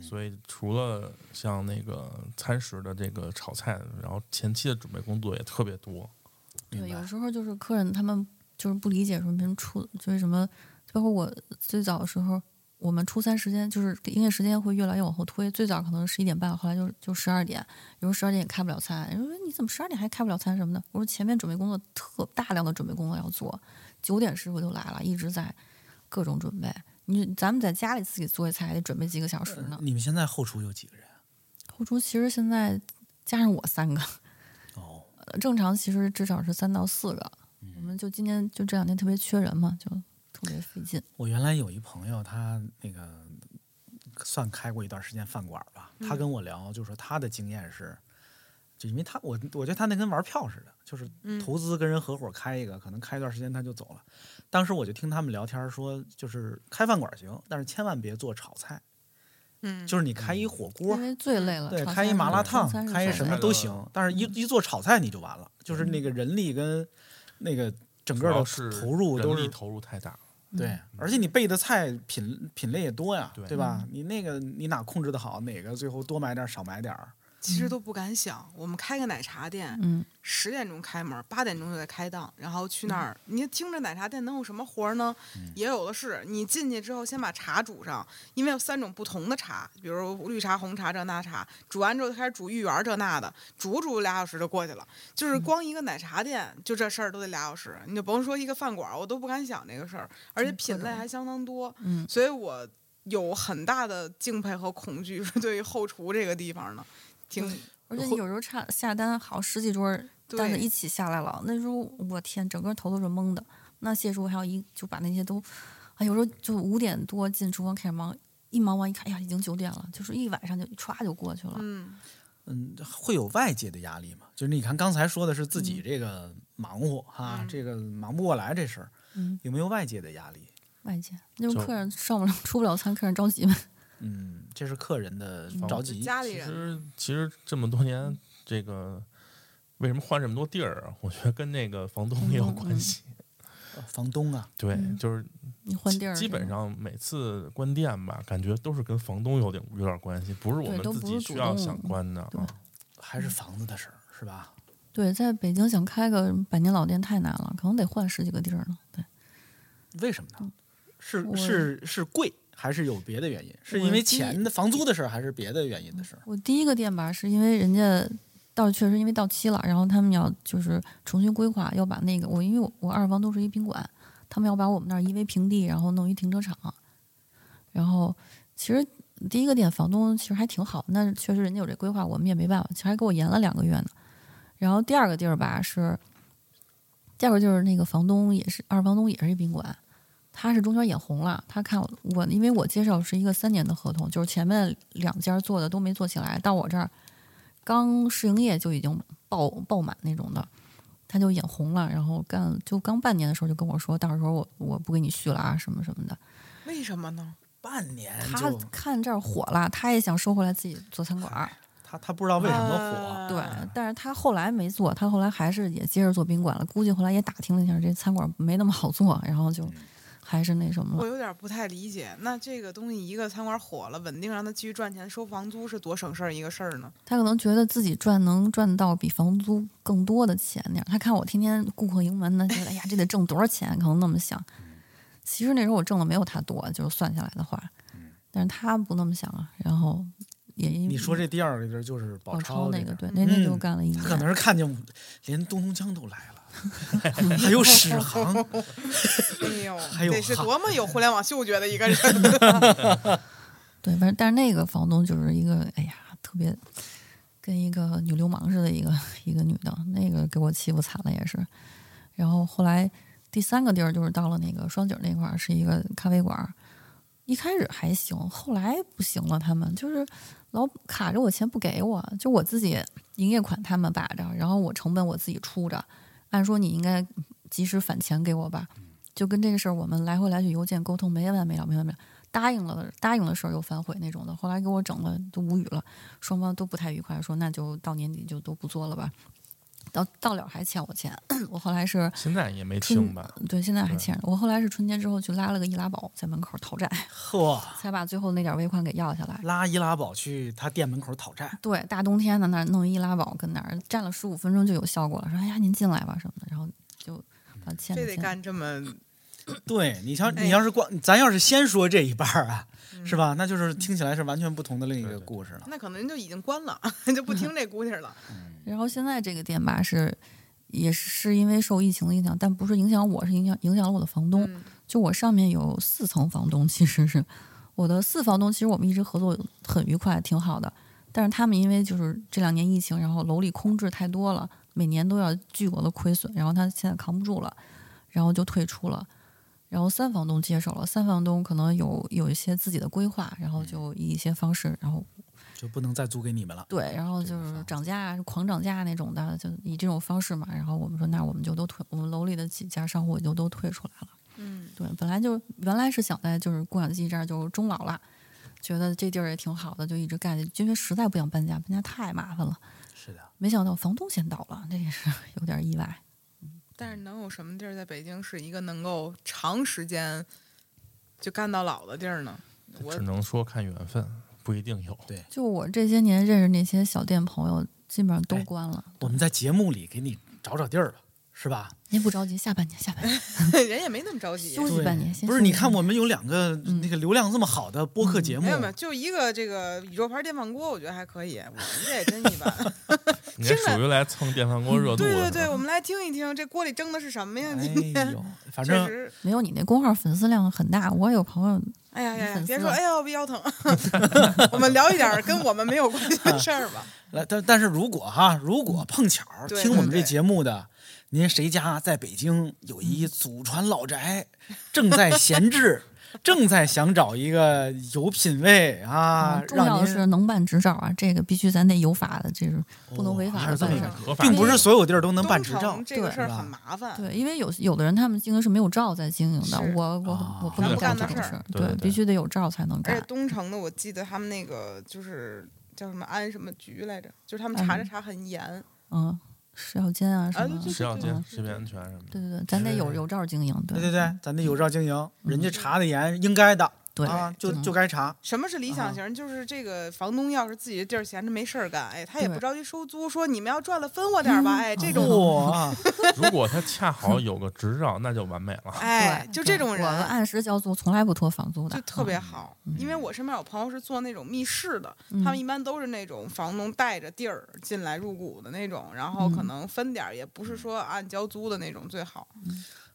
[SPEAKER 8] 所以除了像那个餐食的这个炒菜，然后前期的准备工作也特别多。
[SPEAKER 7] 对，有时候就是客人他们就是不理解说为什么初就是什么，包括我最早的时候，我们初三时间就是营业时间会越来越往后推，最早可能十一点半，后来就就十二点，有时候十二点也开不了餐。人说你怎么十二点还开不了餐什么的？我说前面准备工作特大量的准备工作要做，九点师傅就来了，一直在各种准备。你咱们在家里自己做一菜还得准备几个小时呢。
[SPEAKER 5] 你们现在后厨有几个人？啊
[SPEAKER 7] 后厨其实现在加上我三个，
[SPEAKER 5] 哦，
[SPEAKER 7] 呃正常其实至少是三到四个。
[SPEAKER 5] 嗯
[SPEAKER 7] 我们就今年就这两天特别缺人嘛，就特别费劲。
[SPEAKER 5] 我原来有一朋友，他那个算开过一段时间饭馆吧，
[SPEAKER 7] 嗯
[SPEAKER 5] 他跟我聊，就说他的经验是，就因为他我我觉得他那跟玩票似的，就是
[SPEAKER 7] 嗯
[SPEAKER 5] 投资跟人合伙开一个，可能开一段时间他就走了。当时我就听他们聊天说，就是开饭馆行，但是千万别做炒菜，
[SPEAKER 6] 嗯，
[SPEAKER 5] 就是你开一火锅
[SPEAKER 7] 因。为最累了，
[SPEAKER 5] 对，
[SPEAKER 7] 呃炒
[SPEAKER 5] 开一
[SPEAKER 7] 菜
[SPEAKER 5] 麻
[SPEAKER 7] 是
[SPEAKER 5] 辣
[SPEAKER 7] 中
[SPEAKER 5] 烫
[SPEAKER 7] 餐，是
[SPEAKER 5] 开一
[SPEAKER 7] 炒
[SPEAKER 5] 什
[SPEAKER 7] 菜嗯
[SPEAKER 5] 么都行，但是一一做炒菜你就完了，就是那个人力跟那个整个
[SPEAKER 8] 主
[SPEAKER 5] 的
[SPEAKER 8] 要是
[SPEAKER 5] 投入都
[SPEAKER 8] 人
[SPEAKER 5] 是
[SPEAKER 8] 力投入太大，
[SPEAKER 5] 对，
[SPEAKER 7] 嗯
[SPEAKER 5] 而且你备的菜品品类也多呀，
[SPEAKER 8] 对
[SPEAKER 7] 嗯
[SPEAKER 5] 吧？你那个你哪控制的好，哪个最后多买点儿少买点儿，
[SPEAKER 6] 其实都不敢想，我们开个奶茶店，
[SPEAKER 7] 嗯，
[SPEAKER 6] 十点钟开门，八点钟就得开档，然后
[SPEAKER 8] 嗯
[SPEAKER 6] 去那儿，你听着奶茶店能有什么活儿呢？也有的是。你进去之后，先把茶煮上，因为有三种不同的茶，比如绿茶、红茶这那茶，煮完之后就开始煮芋圆儿这那的，煮煮俩小时就过去了。就是
[SPEAKER 8] 嗯
[SPEAKER 6] 光一个奶茶店，就这事儿都得俩小时，你就甭说一个饭馆儿，我都不敢想这个事儿，而
[SPEAKER 8] 嗯
[SPEAKER 6] 且品类还相当多，
[SPEAKER 7] 嗯
[SPEAKER 6] 所以我有很大的敬佩和恐惧， 是对于后厨这个地方呢。挺
[SPEAKER 7] 而且你有时候差下单好十几桌儿单子
[SPEAKER 6] 对
[SPEAKER 7] 一起下来了，那时候我天，整个头都是懵的。那谢叔还有一就把那些都，啊，有时候就五点多进厨房开始忙，一忙完一看，哎呀，已经九点了，就是一晚上就歘就过去了。
[SPEAKER 6] 嗯，
[SPEAKER 5] 嗯，会有外界的压力嘛？就是你看刚才说的是自己
[SPEAKER 7] 嗯
[SPEAKER 5] 这个忙活哈，
[SPEAKER 6] 嗯
[SPEAKER 5] 这个忙不过来这事儿，
[SPEAKER 7] 嗯
[SPEAKER 5] 有没有外界的压力？
[SPEAKER 7] 外界就是
[SPEAKER 8] 就
[SPEAKER 7] 客人上不了出不了餐，客人着急嘛。
[SPEAKER 5] 嗯，这是客人的
[SPEAKER 8] 嗯
[SPEAKER 5] 着急，
[SPEAKER 6] 家里
[SPEAKER 8] 其
[SPEAKER 6] 人
[SPEAKER 8] 实其实这么多年，这个为什么换这么多地儿啊？我觉得跟那个房东也有
[SPEAKER 7] 嗯
[SPEAKER 8] 关
[SPEAKER 7] 嗯
[SPEAKER 8] 系。
[SPEAKER 5] 呃房东啊，
[SPEAKER 8] 对，
[SPEAKER 7] 嗯
[SPEAKER 8] 就是
[SPEAKER 7] 你换地儿
[SPEAKER 8] 基
[SPEAKER 7] 是吗，
[SPEAKER 8] 本上每次关店吧，感觉都是跟房东有点有点关系，不是我
[SPEAKER 7] 对
[SPEAKER 8] 们
[SPEAKER 7] 都
[SPEAKER 8] 自
[SPEAKER 7] 不是
[SPEAKER 8] 己
[SPEAKER 7] 主
[SPEAKER 8] 需要
[SPEAKER 7] 动
[SPEAKER 8] 想
[SPEAKER 7] 的
[SPEAKER 8] 关的
[SPEAKER 7] 对
[SPEAKER 8] 啊。
[SPEAKER 5] 还是房子的事儿是吧？
[SPEAKER 7] 对，在北京想开个百年老店太难了，可能得换十几个地儿呢。对，
[SPEAKER 5] 为什么呢？是
[SPEAKER 7] 嗯我
[SPEAKER 5] 是是贵，还是有别的原因？是因
[SPEAKER 7] 我
[SPEAKER 5] 为
[SPEAKER 7] 第一
[SPEAKER 5] 钱的房租的事儿，还是别的原因的事儿？
[SPEAKER 7] 我第一个店吧，是因为人家到确实因为到期了，然后他们要就是重新规划，要把那个我因为我我二房东是一宾馆，他们要把我们那儿夷为平地，然后弄一停车场。然后其实第一个店房东其实还挺好，那确实人家有这规划，我们也没办法，其实还给我延了两个月呢。然后第二个地儿吧是，第二个就是那个房东也是二房东也是一宾馆，他是中间眼红了，他看我我因为我介绍是一个三年的合同，就是前面两家做的都没做起来，到我这儿刚试营业就已经爆爆满那种的，他就眼红了，然后干就刚半年的时候就跟我说，到时候我我不给你续了啊什么什么的，
[SPEAKER 6] 为什么呢？
[SPEAKER 5] 半年
[SPEAKER 7] 他
[SPEAKER 5] 就
[SPEAKER 7] 看这儿火了，他也想收回来自己做餐馆儿，
[SPEAKER 5] 他他不知道为什么火，
[SPEAKER 6] 啊
[SPEAKER 7] 对，但是他后来没做，他后来还是也接着做宾馆了。估计后来也打听了一下，这餐馆没那么好做，然后就还是那什么
[SPEAKER 6] 我
[SPEAKER 7] 了。
[SPEAKER 6] 有点不太理解，那这个东西一个餐馆火了，稳定让它继续赚钱，收房租是多省事儿一个事儿呢？
[SPEAKER 7] 他可能觉得自己赚能赚到比房租更多的钱那样，他看我天天顾客盈门呢，觉得哎呀这得挣多少钱，可能那么想。
[SPEAKER 5] 嗯
[SPEAKER 7] 其实那时候我挣的没有他多，就是算下来的话，但是他不那么想啊。然后也因为
[SPEAKER 5] 嗯你说这第二个地儿就是宝
[SPEAKER 7] 宝
[SPEAKER 5] 钞
[SPEAKER 7] 超
[SPEAKER 5] 那
[SPEAKER 7] 那
[SPEAKER 5] 地
[SPEAKER 7] 个
[SPEAKER 5] 儿
[SPEAKER 7] 对，那那就
[SPEAKER 5] 嗯
[SPEAKER 7] 干了一年，
[SPEAKER 5] 他可能是看见我连东东江都来了， 还有史航，
[SPEAKER 6] 哎呦，
[SPEAKER 5] 有
[SPEAKER 6] 得是
[SPEAKER 5] 哈
[SPEAKER 6] 多么有互联网嗅觉的一个 人！
[SPEAKER 7] 对，反正但是那个房东就是一个，哎呀，特别跟一个女流氓似的，一个一个女的，那个给我欺负惨了也是。然后后来第三个地儿就是到了那个双井那块儿，是一个咖啡馆儿。一开始还行，后来不行了，他们就是老卡着我钱不给我，就我自己营业款他们把着，然后我成本我自己出着。按说你应该及时返钱给我吧，就跟这个事儿我们来回来去邮件沟通没完没了，没完没了。答应了答应了事儿又反悔那种的，后来给我整了都无语了，双方都不太愉快，说那就到年底就都不做了吧。到到了还欠我钱。 我后来是
[SPEAKER 8] 现在也没
[SPEAKER 7] 春
[SPEAKER 8] 清吧？
[SPEAKER 7] 对，现在还
[SPEAKER 8] 对
[SPEAKER 7] 欠着。我后来是春节之后去拉了个易拉宝，在门口讨债，
[SPEAKER 5] 呵，
[SPEAKER 7] 才把最后那点尾款给要下来。
[SPEAKER 5] 啊拉伊拉宝去他店门口讨债，
[SPEAKER 7] 对，大冬天的那儿弄易拉宝跟那儿站了十五分钟就有效果了，说哎呀您进来吧什么的，然后就把欠
[SPEAKER 6] 这
[SPEAKER 7] 的
[SPEAKER 6] 得
[SPEAKER 7] 钱。
[SPEAKER 6] 干这么
[SPEAKER 5] 对你像
[SPEAKER 6] 哎
[SPEAKER 5] 你要是光，咱要是先说这一半儿啊，
[SPEAKER 7] 嗯
[SPEAKER 5] 是吧？那就是听起来是完全不同的另一个故事了。
[SPEAKER 6] 那可能就已经关了，就不听这姑娘了。
[SPEAKER 7] 然后现在这个店吧是也是因为受疫情的影响，但不是影响我，是影响影响了我的房东。
[SPEAKER 6] 嗯
[SPEAKER 7] 就我上面有四层房东，其实是我的四房东，其实我们一直合作很愉快，挺好的。但是他们因为就是这两年疫情，然后楼里空置太多了，每年都要巨额的亏损，然后他现在扛不住了，然后就退出了。然后三房东接手了，三房东可能有有一些自己的规划，然后就以一些方式，然后
[SPEAKER 5] 就不能再租给你们了。
[SPEAKER 7] 对，然后就是涨价，狂涨价那种的，就以这种方式嘛。然后我们说，那我们就都退，我们楼里的几家商户就都退出来了。
[SPEAKER 6] 嗯，
[SPEAKER 7] 对，本来就原来是想在就是共享记忆这儿就终老了，觉得这地儿也挺好的，就一直干下去，因为实在不想搬家，搬家太麻烦了。
[SPEAKER 5] 是的，
[SPEAKER 7] 没想到房东先倒了，这也是 有点意外。
[SPEAKER 6] 但是能有什么地儿在北京是一个能够长时间就干到老的地儿呢？我
[SPEAKER 8] 只能说看缘分，不一定有。
[SPEAKER 5] 对
[SPEAKER 7] 就我这些年认识那些小店朋友，基本上都
[SPEAKER 5] 哎
[SPEAKER 7] 关了。
[SPEAKER 5] 我们在节目里给你找找地儿吧，是吧？
[SPEAKER 7] 您不着急，下半年，下半 年
[SPEAKER 6] 人也没那么着急，
[SPEAKER 7] 休息半年，先
[SPEAKER 5] 不是，
[SPEAKER 7] 休息
[SPEAKER 5] 你看
[SPEAKER 7] 半年
[SPEAKER 5] 我们有两个那个流量这么好的播客节目
[SPEAKER 6] 嗯没，有没有，就一个这个宇宙牌电饭锅，我觉得还可以。我们这也真一般。
[SPEAKER 8] 你这
[SPEAKER 6] 听着
[SPEAKER 8] 属于来蹭电饭锅热度
[SPEAKER 6] 对
[SPEAKER 8] 的
[SPEAKER 6] 对
[SPEAKER 8] 是吧
[SPEAKER 6] 对，我们来听一听这锅里蒸的是什么呀？今
[SPEAKER 5] 哎
[SPEAKER 6] 天
[SPEAKER 5] 呦，反
[SPEAKER 6] 确
[SPEAKER 5] 正
[SPEAKER 6] 实，
[SPEAKER 7] 没有你那公号粉丝量很大，我有朋友
[SPEAKER 6] 哎呀呀呀
[SPEAKER 7] 粉，丝
[SPEAKER 6] 别说，
[SPEAKER 7] 了
[SPEAKER 6] 哎呦，我 腰疼。我们聊一点儿跟我们没有关系的事儿吧。
[SPEAKER 5] 来，但但是如果哈，如果碰巧
[SPEAKER 6] 嗯对
[SPEAKER 5] 听我们
[SPEAKER 6] 对
[SPEAKER 5] 这
[SPEAKER 6] 对
[SPEAKER 5] 节目的，您谁家在北京有
[SPEAKER 6] 嗯
[SPEAKER 5] 一祖传老宅，正在闲 置，正在想找一个有品位啊
[SPEAKER 7] 嗯，重要
[SPEAKER 5] 让
[SPEAKER 7] 的
[SPEAKER 5] 您
[SPEAKER 7] 是能办执照啊，这个必须咱得有法的，这种不能违
[SPEAKER 5] 哦
[SPEAKER 7] 法
[SPEAKER 5] 还
[SPEAKER 7] 的
[SPEAKER 5] 是这么
[SPEAKER 7] 办
[SPEAKER 5] 一
[SPEAKER 7] 事
[SPEAKER 5] 个
[SPEAKER 7] 儿。
[SPEAKER 8] 合法
[SPEAKER 5] 并不是所有地儿都 能办
[SPEAKER 6] 东
[SPEAKER 5] 执照
[SPEAKER 6] 城，这个
[SPEAKER 7] 对
[SPEAKER 6] 事儿
[SPEAKER 5] 吧
[SPEAKER 6] 很麻烦。
[SPEAKER 7] 对，因为有有的人他们经营是没有照在经营的
[SPEAKER 6] 是，
[SPEAKER 7] 我我
[SPEAKER 5] 啊
[SPEAKER 7] 我不
[SPEAKER 6] 咱
[SPEAKER 7] 能
[SPEAKER 6] 不
[SPEAKER 7] 干
[SPEAKER 6] 干
[SPEAKER 7] 这
[SPEAKER 6] 的
[SPEAKER 7] 种
[SPEAKER 6] 事
[SPEAKER 7] 事
[SPEAKER 8] 儿
[SPEAKER 7] 儿，
[SPEAKER 8] 对对
[SPEAKER 7] 必须得有照才能
[SPEAKER 6] 而且
[SPEAKER 7] 干。
[SPEAKER 6] 东城的，我记得他们那个就是叫什么安什么局来着，就是他们查着查很严。
[SPEAKER 7] 嗯，食药监啊
[SPEAKER 6] 啊
[SPEAKER 7] 什么，
[SPEAKER 6] 对对
[SPEAKER 8] 食药
[SPEAKER 6] 对
[SPEAKER 8] 监、
[SPEAKER 7] 嗯
[SPEAKER 8] 食品安全什么的。
[SPEAKER 7] 对对对，咱得有有照经营，
[SPEAKER 5] 对对
[SPEAKER 7] 对
[SPEAKER 6] 嗯
[SPEAKER 5] 对，咱得有照经营，人家查的严，应该的
[SPEAKER 7] 对
[SPEAKER 5] 啊，就
[SPEAKER 7] 嗯
[SPEAKER 5] 就该查。
[SPEAKER 6] 什么是理
[SPEAKER 5] 啊
[SPEAKER 6] 想型？就是这个房东要是自己的地儿闲着没事儿干，哎，他也
[SPEAKER 7] 对嗯
[SPEAKER 6] 不着急收租，说你们要赚了分我点儿吧，哎，这种，
[SPEAKER 5] 哇，
[SPEAKER 8] 如果他恰好有个执照，那就完美了。
[SPEAKER 6] 哎，
[SPEAKER 7] 嗯对
[SPEAKER 6] 就这种
[SPEAKER 7] 我们
[SPEAKER 6] 人。
[SPEAKER 7] 按时交租，从来不拖房租的，
[SPEAKER 6] 就特别
[SPEAKER 7] 嗯
[SPEAKER 6] 好，因为我身边有朋友是做那种密室的，
[SPEAKER 7] 嗯
[SPEAKER 6] 他们一般都是那种房东带着地儿进来入股的那种，然后可
[SPEAKER 7] 嗯
[SPEAKER 6] 能分点儿，也不是说按交租的那种最好。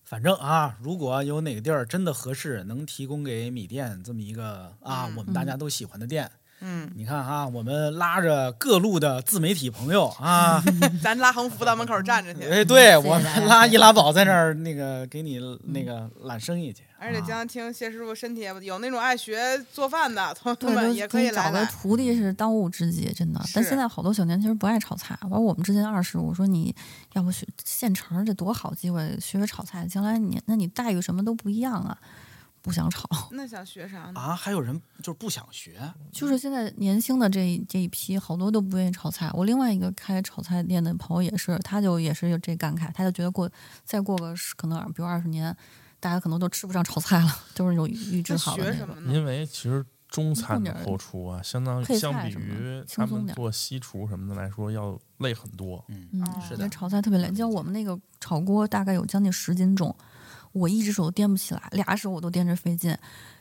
[SPEAKER 5] 反正啊，如果有哪个地儿真的合适，能提供给米店这么一个啊
[SPEAKER 6] 嗯，
[SPEAKER 5] 我们大家都喜欢的店，
[SPEAKER 6] 嗯，
[SPEAKER 5] 你看啊，我们拉着各路的自媒体朋友 啊，
[SPEAKER 6] 咱拉横幅到门口站着去，
[SPEAKER 5] 哎，对
[SPEAKER 7] 谢谢
[SPEAKER 5] 我
[SPEAKER 7] 大家
[SPEAKER 5] 们拉易拉宝在那儿那个给你那个揽生意去，
[SPEAKER 6] 而且经常听谢师傅身体也不有那种爱学做饭的同学
[SPEAKER 7] 对，
[SPEAKER 6] 们
[SPEAKER 7] 就
[SPEAKER 6] 也可
[SPEAKER 7] 可
[SPEAKER 6] 以来
[SPEAKER 7] 找个
[SPEAKER 6] 来。
[SPEAKER 7] 徒弟是当务之急，真的。但
[SPEAKER 6] 是
[SPEAKER 7] 现在好多小年轻人不爱炒菜，完我们之前二十，我说你要不学现成儿，这多好机会，学学炒菜，将来你那你待遇什么都不一样啊。不想炒，
[SPEAKER 6] 那想学啥呢？
[SPEAKER 5] 啊，还有人就是不想学，
[SPEAKER 7] 就是现在年轻的这一这一批，好多都不愿意炒菜。我另外一个开炒菜店的朋友也是，他就也是有这感慨，他就觉得过再过个十可能比如二十年，大家可能都吃不上炒菜了， 都是有预制
[SPEAKER 6] 那
[SPEAKER 7] 好的
[SPEAKER 6] 学
[SPEAKER 7] 那
[SPEAKER 6] 什么
[SPEAKER 7] 种。
[SPEAKER 6] 呢？
[SPEAKER 8] 因为其实中餐的后厨啊，相当
[SPEAKER 7] 配菜
[SPEAKER 8] 相比
[SPEAKER 7] 什么的
[SPEAKER 8] 于
[SPEAKER 7] 轻
[SPEAKER 8] 他
[SPEAKER 7] 松
[SPEAKER 8] 们
[SPEAKER 7] 点儿
[SPEAKER 8] 做西厨什么的来说，要累很多。
[SPEAKER 5] 嗯，
[SPEAKER 7] 嗯
[SPEAKER 6] 哦，
[SPEAKER 5] 是
[SPEAKER 7] 因为
[SPEAKER 5] 的，
[SPEAKER 7] 炒菜特别累。像我们那个炒锅大概有将近十斤重，我一只手都掂不起来，俩手我都掂着费劲。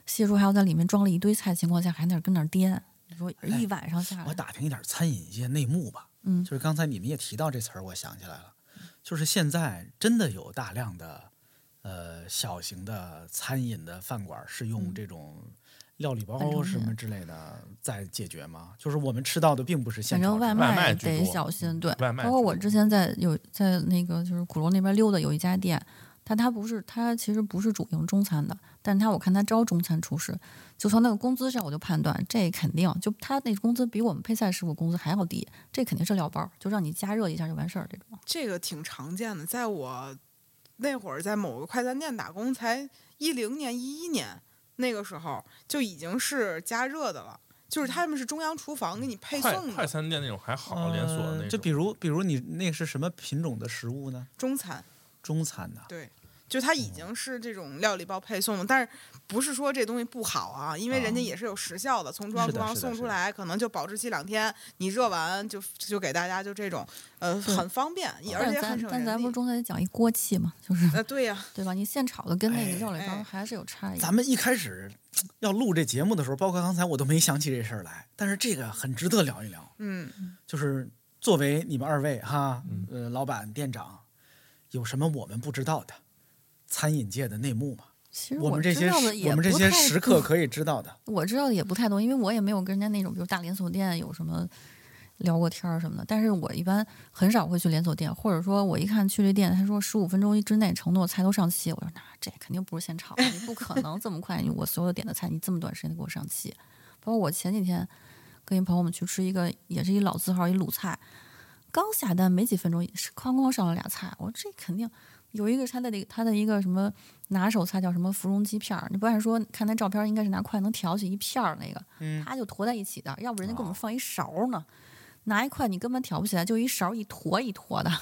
[SPEAKER 7] 谢叔还要在里面装了一堆菜情况下，还在那儿跟那儿掂，你说
[SPEAKER 8] 哎
[SPEAKER 7] 一晚上下来，
[SPEAKER 5] 我打听一点餐饮界内幕吧，
[SPEAKER 7] 啊嗯
[SPEAKER 5] 就是刚才你们也提到这词儿，我想起来了，就是现在真的有大量的呃小型的餐饮的饭馆是用
[SPEAKER 7] 嗯
[SPEAKER 5] 这种。料理
[SPEAKER 7] 反
[SPEAKER 5] 包
[SPEAKER 7] 正
[SPEAKER 5] 什么
[SPEAKER 7] 是
[SPEAKER 5] 之类的在解决吗？就是我们吃到的并不是现
[SPEAKER 7] 反正
[SPEAKER 5] 成
[SPEAKER 7] 外
[SPEAKER 5] 的
[SPEAKER 8] 外卖
[SPEAKER 7] 卖
[SPEAKER 8] 居
[SPEAKER 7] 得
[SPEAKER 8] 多
[SPEAKER 7] 小心。对，
[SPEAKER 8] 外卖
[SPEAKER 7] 包括
[SPEAKER 8] 居
[SPEAKER 7] 我
[SPEAKER 8] 多
[SPEAKER 7] 之前在有在那个就是鼓楼那边溜达，有一家店，但他不是他其实不是主营中餐的，但是他我看他招中餐厨师，就从那个工资上我就判断这肯定就他那工资比我们配菜师傅工资还要低，这肯定是料包，就让你加热一下就完事儿这种。
[SPEAKER 6] 这个挺常见的，在我那会儿在某个快餐店打工，才一零年、一一年那个时候就已经是加热的了。就是
[SPEAKER 5] 嗯
[SPEAKER 6] 他们是中央厨房给你配
[SPEAKER 8] 快
[SPEAKER 6] 送
[SPEAKER 8] 快
[SPEAKER 6] 的
[SPEAKER 8] 餐店那种还好，连锁的那
[SPEAKER 5] 呃就
[SPEAKER 8] 种
[SPEAKER 5] 比如，比如你那是什么品种的食物呢？
[SPEAKER 6] 中餐，
[SPEAKER 5] 中餐呐、
[SPEAKER 6] 对。就它
[SPEAKER 5] 哦
[SPEAKER 6] 已经是这种料理包配送的，但是不是说这东西不好啊？因为人家也是有时效的，从中
[SPEAKER 5] 哦
[SPEAKER 6] 央
[SPEAKER 5] 是
[SPEAKER 6] 厨
[SPEAKER 5] 的
[SPEAKER 6] 房
[SPEAKER 5] 是的
[SPEAKER 6] 送
[SPEAKER 5] 是
[SPEAKER 6] 出
[SPEAKER 5] 的
[SPEAKER 6] 来，可能就保质期两天，你热完就就给大家就这种，呃，很方便，
[SPEAKER 5] 哦
[SPEAKER 6] 也而
[SPEAKER 7] 但
[SPEAKER 6] 且
[SPEAKER 7] 是
[SPEAKER 6] 很
[SPEAKER 7] 咱
[SPEAKER 6] 省
[SPEAKER 7] 但咱
[SPEAKER 6] 人
[SPEAKER 7] 不
[SPEAKER 6] 力
[SPEAKER 7] 是。中间得讲一锅气嘛， 就是
[SPEAKER 6] 呃，对呀，
[SPEAKER 7] 对吧？你现炒的跟那个肉里
[SPEAKER 6] 哎
[SPEAKER 7] 边还是有差异。
[SPEAKER 5] 咱们一开始要录这节目的时候，包括刚才我都没想起这事儿来，但是这个很值得聊一聊。
[SPEAKER 6] 嗯，
[SPEAKER 5] 就是作为你们二位哈
[SPEAKER 8] 嗯，
[SPEAKER 5] 呃，老板、店长，有什么我们不知道的餐饮界的内幕吗？
[SPEAKER 7] 其实
[SPEAKER 5] 我们这
[SPEAKER 7] 知
[SPEAKER 5] 些
[SPEAKER 7] 道的
[SPEAKER 5] 食
[SPEAKER 7] 也
[SPEAKER 5] 我们这
[SPEAKER 7] 不
[SPEAKER 5] 些
[SPEAKER 7] 太
[SPEAKER 5] 食客
[SPEAKER 7] 多
[SPEAKER 5] 可以知道的，
[SPEAKER 7] 我知道的也不太多，因为我也没有跟人家那种，比如大连锁店有什么聊过天儿什么的。但是我一般很少会去连锁店，或者说我一看去这店，他说十五分钟之内承诺菜都上齐，我说那这肯定不是现炒的，你不可能这么快，你我所有点的菜你这么短时间就给我上齐。包括我前几天跟一朋友们去吃一个，也是一老字号一鲁菜，刚下单没几分钟，是哐哐上了俩菜，我说这肯定有一个是他的那个他的一个什么拿手菜叫什么芙蓉鸡片儿，你不按说看那照片儿应该是拿筷能挑起一片儿那个，他就坨在一起的，要不人家给我们放一勺儿呢，拿一筷你根本挑不起来，就一勺儿一坨一坨的。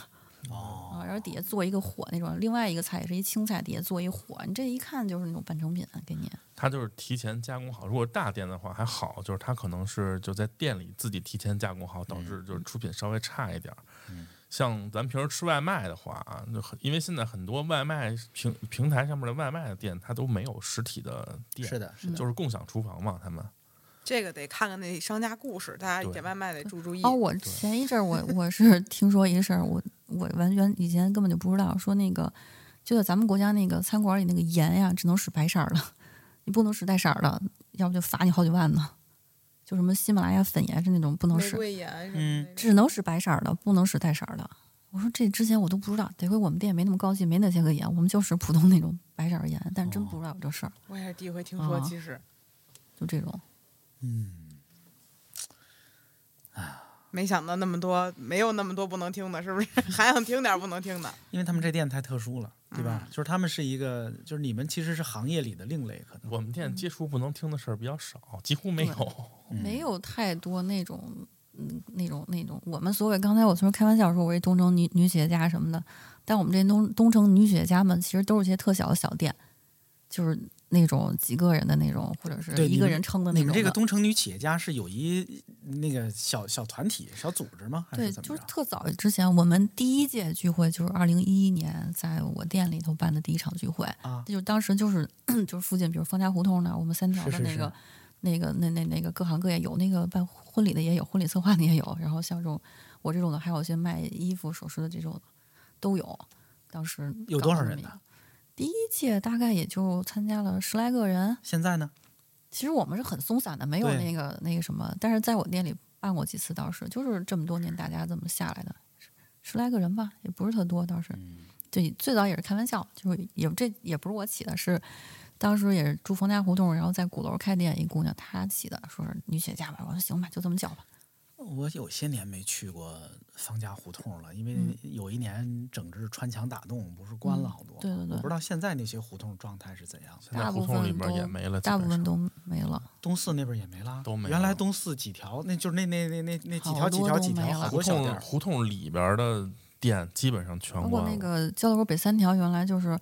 [SPEAKER 7] 哦，然后底下做一个火那种，另外一个菜也是一青菜，底下做一火，你这一看就是那种半成品啊给你。
[SPEAKER 8] 它就是提前加工好。如果大店的话还好，就是它可能是就在店里自己提前加工好，导致
[SPEAKER 5] 嗯
[SPEAKER 8] 就是出品稍微差一点儿。像咱平时吃外卖的话啊，就很因为现在很多外卖平平台上面的外卖的店，它都没有实体的店，
[SPEAKER 5] 是的，是的。
[SPEAKER 8] 就是共享厨房嘛，他们
[SPEAKER 6] 这个得看看那商家故事，大家
[SPEAKER 8] 对
[SPEAKER 6] 点外卖得注注意。
[SPEAKER 7] 哦，我前一阵儿我 我是听说一个事儿，我我完全以前根本就不知道，说那个就在咱们国家那个餐馆里那个盐呀，只能使白色儿的，你不能使带色儿的，要不就罚你好几万呢。就什么喜马拉雅粉盐是那种不能
[SPEAKER 6] 玫
[SPEAKER 7] 使，
[SPEAKER 6] 瑰盐什么的那种，
[SPEAKER 7] 只能使白色儿的，不能使带色儿的。我说这之前我都不知道，得亏我们店没那么高级，没那些个盐，我们就使普通那种白色儿盐，但真
[SPEAKER 6] 哦
[SPEAKER 7] 不知道有这事儿，
[SPEAKER 6] 我也是第一回听说，
[SPEAKER 7] 啊
[SPEAKER 6] 其实
[SPEAKER 7] 就这种。
[SPEAKER 6] 没想到那么多，没有那么多不能听的，是不是？ 还想听点不能听的？
[SPEAKER 5] 因为他们这店太特殊了，
[SPEAKER 7] 嗯
[SPEAKER 5] 对吧？就是他们是一个，就是你们其实是行业里的另类，可能
[SPEAKER 8] 我们
[SPEAKER 7] 嗯
[SPEAKER 8] 店接触不能听的事儿比较少，几乎没有。
[SPEAKER 5] 嗯
[SPEAKER 7] 没有太多那种，嗯，那种那种。我们所谓刚才我说开玩笑说，我是东城女女企业家什么的，但我们这些东东城女企业家们其实都是些特小的小店，就是那种几个人的那种，或者是
[SPEAKER 5] 对
[SPEAKER 7] 一
[SPEAKER 5] 你
[SPEAKER 7] 个
[SPEAKER 5] 们
[SPEAKER 7] 人撑的那
[SPEAKER 5] 你
[SPEAKER 7] 种
[SPEAKER 5] 们
[SPEAKER 7] 的。
[SPEAKER 5] 这个东城女企业家是有一那个小小团体、小组织吗？还
[SPEAKER 7] 对，
[SPEAKER 5] 是怎
[SPEAKER 7] 就
[SPEAKER 5] 么
[SPEAKER 7] 是
[SPEAKER 5] 着？
[SPEAKER 7] 特早之前，我们第一届聚会就是二零一一年在我店里头办的第一场聚会，
[SPEAKER 5] 啊
[SPEAKER 7] 就当时就是 就是附近，比如方家胡同呢，我们三条
[SPEAKER 5] 是
[SPEAKER 7] 的
[SPEAKER 5] 是
[SPEAKER 7] 那
[SPEAKER 5] 是
[SPEAKER 7] 个那个那那那个各行各业有那个办婚礼的也有，婚礼策划的也有，然后像这种我这种的，还有一些卖衣服首饰的这种都有。当时
[SPEAKER 5] 有
[SPEAKER 7] 搞
[SPEAKER 5] 多
[SPEAKER 7] 了
[SPEAKER 5] 少
[SPEAKER 7] 这么
[SPEAKER 5] 人
[SPEAKER 7] 一
[SPEAKER 5] 呢
[SPEAKER 7] 个？第一届大概也就参加了十来个人，
[SPEAKER 5] 现在呢？
[SPEAKER 7] 其实我们是很松散的，没有
[SPEAKER 5] 对
[SPEAKER 7] 那个那个什么，但是在我店里办过几次，倒是就是这么多年大家这么下来的，十十来个人吧，也不是特多，倒是。
[SPEAKER 8] 嗯
[SPEAKER 7] 对，最早也是开玩笑，就是也这也不是我起的，是当时也是住冯家胡同，然后在鼓楼开店一姑娘她起的，说是女企业家吧，我说行吧，就这么叫吧。
[SPEAKER 5] 我有些年没去过方家胡同了，因为
[SPEAKER 7] 嗯
[SPEAKER 5] 有一年整治穿墙打洞，不是关了好多吗、
[SPEAKER 7] 对对对
[SPEAKER 5] 我不知道现在那些胡同状态是怎样的。
[SPEAKER 8] 现在
[SPEAKER 7] 大
[SPEAKER 8] 胡
[SPEAKER 7] 部
[SPEAKER 8] 同里
[SPEAKER 7] 分
[SPEAKER 8] 边也
[SPEAKER 7] 都
[SPEAKER 8] 没了，
[SPEAKER 7] 大部分
[SPEAKER 8] 基本上
[SPEAKER 7] 都没了，
[SPEAKER 5] 东四那边也没了，
[SPEAKER 8] 都没
[SPEAKER 5] 原来
[SPEAKER 8] 了
[SPEAKER 5] 东四几条，那就是那那那那那几条
[SPEAKER 7] 好
[SPEAKER 5] 几
[SPEAKER 7] 多
[SPEAKER 5] 条
[SPEAKER 7] 都
[SPEAKER 5] 几条
[SPEAKER 7] 没
[SPEAKER 5] 好
[SPEAKER 7] 了
[SPEAKER 5] 多
[SPEAKER 8] 胡
[SPEAKER 5] 小店
[SPEAKER 8] 同
[SPEAKER 5] 儿。
[SPEAKER 8] 胡同里边的店基本上全
[SPEAKER 7] 包
[SPEAKER 8] 关
[SPEAKER 7] 括
[SPEAKER 8] 了。
[SPEAKER 7] 那个交道口北三条，原来就是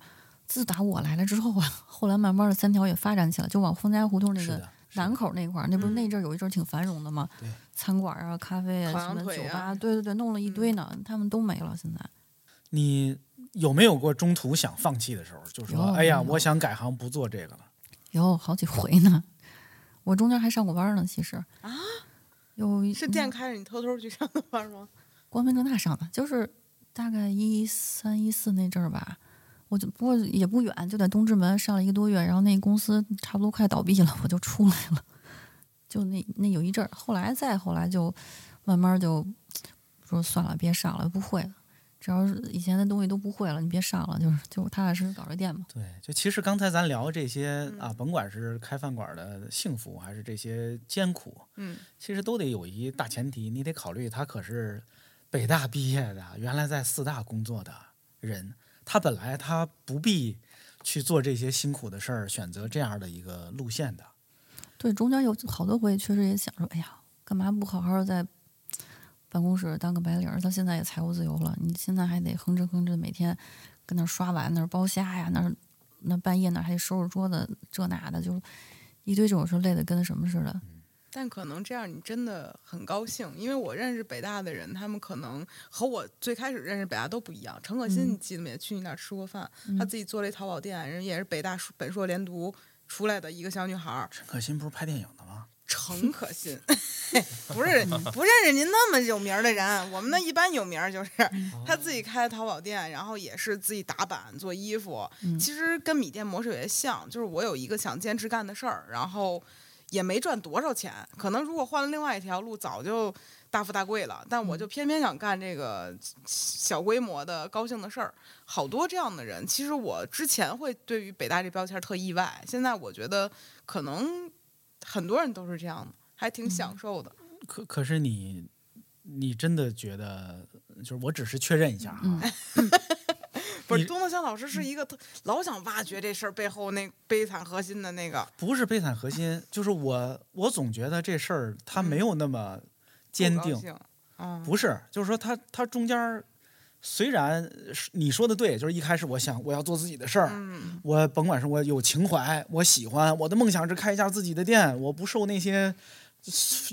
[SPEAKER 7] 自打我来了之后啊，后来慢慢的三条也发展起来，就往冯家胡同那
[SPEAKER 5] 是
[SPEAKER 7] 个
[SPEAKER 5] 的，是
[SPEAKER 7] 南
[SPEAKER 5] 的
[SPEAKER 7] 口那块儿，那不是
[SPEAKER 6] 嗯
[SPEAKER 7] 那阵儿有一阵儿挺繁荣的嘛，
[SPEAKER 5] 对
[SPEAKER 7] 餐馆啊、咖啡啊、
[SPEAKER 6] 烤
[SPEAKER 7] 什
[SPEAKER 6] 羊
[SPEAKER 7] 么
[SPEAKER 6] 腿
[SPEAKER 7] 酒吧，
[SPEAKER 6] 啊
[SPEAKER 7] 对对对，弄了一堆呢，他们都没了。现在
[SPEAKER 5] 你有没有过中途想放弃的时候？就说，
[SPEAKER 7] 有
[SPEAKER 5] 哎呀，
[SPEAKER 7] 有
[SPEAKER 5] 我想改行不做这个了。
[SPEAKER 7] 有好几回呢，我中间还上过班儿呢，其实啊，有一
[SPEAKER 6] 是店开着你偷偷去上的班吗？
[SPEAKER 7] 光明正大上的，就是大概一三一四那阵儿吧。我就不过也不远，就在东直门上了一个多月，然后那公司差不多快倒闭了，我就出来了。就那那有一阵儿，后来再后来就慢慢就说算了，别上了，不会了。只要是以前的东西都不会了，你别上了，就是就踏踏实实搞这店吧。
[SPEAKER 5] 对，就其实刚才咱聊这些啊，甭管是开饭馆的幸福，还是这些艰苦，
[SPEAKER 6] 嗯，
[SPEAKER 5] 其实都得有一大前提，你得考虑他可是北大毕业的，原来在四大工作的人，他本来他不必去做这些辛苦的事儿，选择这样的一个路线的。
[SPEAKER 7] 对，中间有好多回确实也想说，哎呀，干嘛不好好在办公室当个白领儿？到现在也财务自由了，你现在还得哼哧哼哧每天跟那儿刷碗、那儿剥虾呀、那儿那半夜那儿还得收拾桌子，这那的，就是一堆这种事儿，累得跟什么似的。
[SPEAKER 6] 但可能这样你真的很高兴，因为我认识北大的人，他们可能和我最开始认识北大都不一样。陈可辛，
[SPEAKER 7] 嗯
[SPEAKER 6] 你记得没？去你那儿吃过饭，他自己做了一淘宝店，人也是北大硕本硕连读出来的一个小女孩儿。
[SPEAKER 5] 陈可辛不是拍电影的吗？
[SPEAKER 6] 陈可辛， 不是不认识您那么有名儿的人，我们那一般有名儿就是他自己开淘宝店，然后也是自己打版做衣服，其实跟米店魔术也像，就是我有一个想坚持干的事儿，然后也没赚多少钱，可能如果换了另外一条路，早就大富大贵了，但我就偏偏想干这个小规模的高兴的事儿，好多这样的人，其实我之前会对于北大这标签儿特意外，现在我觉得可能。很多人都是这样的，还挺
[SPEAKER 5] 嗯
[SPEAKER 6] 享受的。
[SPEAKER 5] 可可是你，你真的觉得，就是我只是确认一下啊，
[SPEAKER 7] 嗯
[SPEAKER 6] 哎不是
[SPEAKER 5] 你嗯
[SPEAKER 6] 东东香老师是一个特老想挖掘这事儿背后那悲惨核心的那个，
[SPEAKER 5] 不是悲惨核心，就是我，我总觉得这事儿它没有那么坚定，
[SPEAKER 6] 嗯，
[SPEAKER 5] 不是，就是说它它中间儿虽然是你说的对，就是一开始我想我要做自己的事儿，
[SPEAKER 6] 嗯，
[SPEAKER 5] 我甭管是我有情怀，我喜欢，我的梦想是开一家自己的店，我不受那些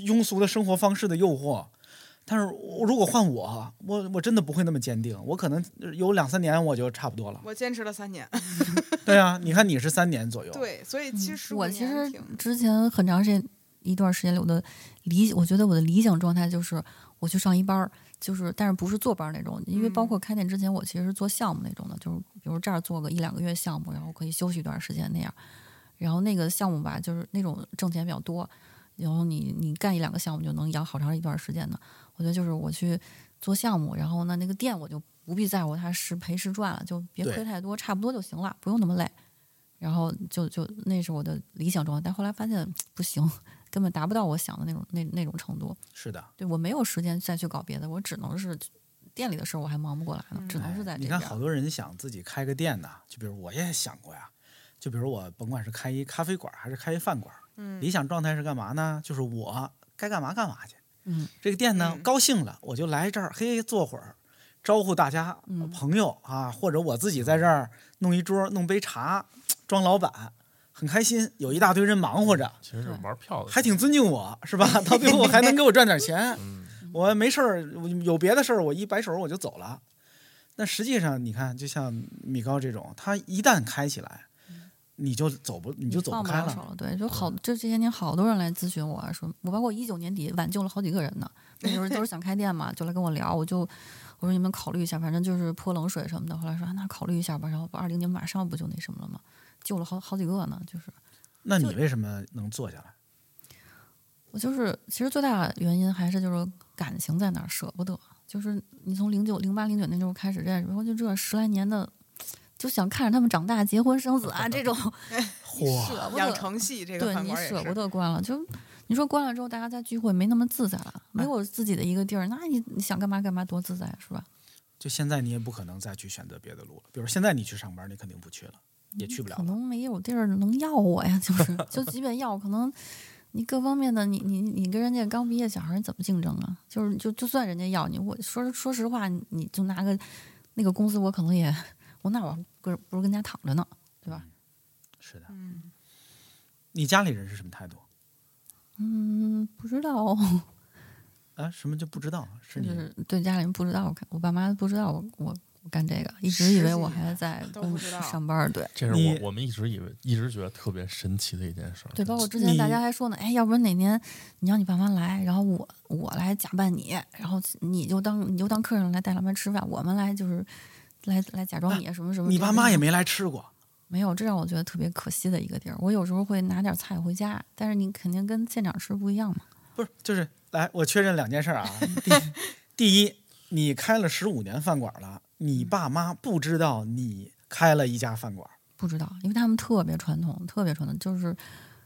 [SPEAKER 5] 庸俗的生活方式的诱惑。但是我如果换我，我我真的不会那么坚定，我可能有两三年我就差不 多了。
[SPEAKER 6] 我坚持了三年，
[SPEAKER 5] 对啊，你看你是三年左右，
[SPEAKER 6] 对，所以其实
[SPEAKER 7] 嗯我
[SPEAKER 6] 15
[SPEAKER 7] 其
[SPEAKER 6] 年
[SPEAKER 7] 实
[SPEAKER 6] 挺
[SPEAKER 7] 之前很长时间一段时间里，我的理我觉得我的理想状态就是我去上一班儿，就是但是不是坐班儿那种，因为包括开店之前，我其实是做项目那种的，就是比如这儿做个一两个月项目，然后可以休息一段时间那样。然后那个项目吧，就是那种挣钱比较多，然后你你干一两个项目就能养好长一段时间的。我觉得就是我去做项目，然后呢那个店我就不必在乎它是赔是赚了，就别亏
[SPEAKER 5] 对
[SPEAKER 7] 太多，差不多就行了，不用那么累。然后就就那是我的理想状态，但后来发现不行，根本达不到我想的那种那那种程度。
[SPEAKER 5] 是的。
[SPEAKER 7] 对我没有时间再去搞别的，我只能是店里的事儿我还忙不过来呢，只能是在
[SPEAKER 5] 哎
[SPEAKER 7] 这
[SPEAKER 5] 你
[SPEAKER 7] 边
[SPEAKER 5] 看，。好多人想自己开个店呢，就比如我也想过呀，就比如我甭管是开一咖啡馆还是开一饭馆，
[SPEAKER 6] 嗯
[SPEAKER 7] 嗯
[SPEAKER 5] 理想状态是干嘛呢？就是我该干嘛干嘛去。
[SPEAKER 7] 嗯，
[SPEAKER 5] 这个店呢，
[SPEAKER 6] 嗯
[SPEAKER 5] 高兴了我就来这儿，嘿，坐会儿，招呼大家、
[SPEAKER 7] 嗯
[SPEAKER 5] 朋友啊，或者我自己在这儿弄一桌，弄杯茶，装老板，很开心。有一大堆人忙活着，
[SPEAKER 8] 其实是
[SPEAKER 7] 对
[SPEAKER 8] 玩票的，
[SPEAKER 5] 还挺尊敬我是吧？到最后还能给我赚点钱，
[SPEAKER 8] 嗯
[SPEAKER 5] 我没事儿，我有别的事儿，我一摆手我就走了。那实际上，你看，就像米高这种，他一旦开起来，你就走不，你
[SPEAKER 7] 你
[SPEAKER 5] 就走
[SPEAKER 7] 放
[SPEAKER 5] 不
[SPEAKER 7] 不
[SPEAKER 5] 开
[SPEAKER 7] 了手
[SPEAKER 5] 了。嗯
[SPEAKER 7] 了，对，就好，这这些年好多人来咨询我说，我包括一九年底挽救了好几个人呢，那时候都是想开店嘛，就来跟我聊，我就我说你们考虑一下，反正就是泼冷水什么的。后来说、啊那考虑一下吧，然后二零年马上不就那什么了吗？救了好好几个呢，就是
[SPEAKER 5] 那你为什么能坐下来？
[SPEAKER 7] 我就是，其实最大的原因还是就是感情在哪儿舍不得，就是你从零九、零八、零九那时候开始认识，然后就这十来年的，就想看着他们长大、结婚、生子啊，这种
[SPEAKER 5] 嚯，
[SPEAKER 7] 舍不
[SPEAKER 6] 养
[SPEAKER 7] 得，
[SPEAKER 6] 成系 这个
[SPEAKER 7] 对
[SPEAKER 6] 饭
[SPEAKER 7] 你
[SPEAKER 6] 馆也
[SPEAKER 7] 舍不
[SPEAKER 6] 是，
[SPEAKER 7] 得关了。就你说关了之后，大家在聚会没那么自在了，
[SPEAKER 6] 嗯
[SPEAKER 7] 没有自己的一个地儿，那你你想干嘛干嘛多自在是吧？
[SPEAKER 5] 就现在你也不可能再去选择别的路了。比如现在你去上班，你肯定不去了，也去不了
[SPEAKER 7] 嗯可
[SPEAKER 5] 了。
[SPEAKER 7] 能没有地儿能要我呀，就是就即便要，可能你各方面的，你你你跟人家刚毕业小孩儿怎么竞争啊？就是就就算人家要你，我说说实话，你就拿个那个工资，我可能也我那我不不如跟家躺着呢，对吧？
[SPEAKER 5] 是的，
[SPEAKER 6] 嗯，
[SPEAKER 5] 你家里人是什么态度
[SPEAKER 7] 嗯，不知道，
[SPEAKER 5] 啊？什么就不知道？是
[SPEAKER 7] 就
[SPEAKER 5] 你
[SPEAKER 7] 是对家里人不知道，我看我爸妈不知道我我我干这个，一直以为我还在
[SPEAKER 6] 都
[SPEAKER 7] 公
[SPEAKER 6] 不
[SPEAKER 7] 司
[SPEAKER 6] 知道
[SPEAKER 7] 上班儿，对。
[SPEAKER 8] 这是
[SPEAKER 5] 你
[SPEAKER 8] 我我们一直以为一直觉得特别神奇的一件事儿。
[SPEAKER 7] 对，包括之前大
[SPEAKER 5] 你
[SPEAKER 7] 家还说呢，哎，要不然哪年你让你爸妈来，然后我我来假扮你，然后你就当你就当客人来带他们吃饭，我们来就是来来假装你什么什么。
[SPEAKER 5] 啊你爸妈也没来吃过，
[SPEAKER 7] 没有，这让我觉得特别可惜的一个地儿。我有时候会拿点菜回家，但是你肯定跟现场吃不一样嘛。
[SPEAKER 5] 不是？就是来，我确认两件事 儿啊。第第一，你开了十五年饭馆了，你爸妈不知道你开了一家饭馆。
[SPEAKER 7] 不知道，因为他们特别传统，特别传统，就是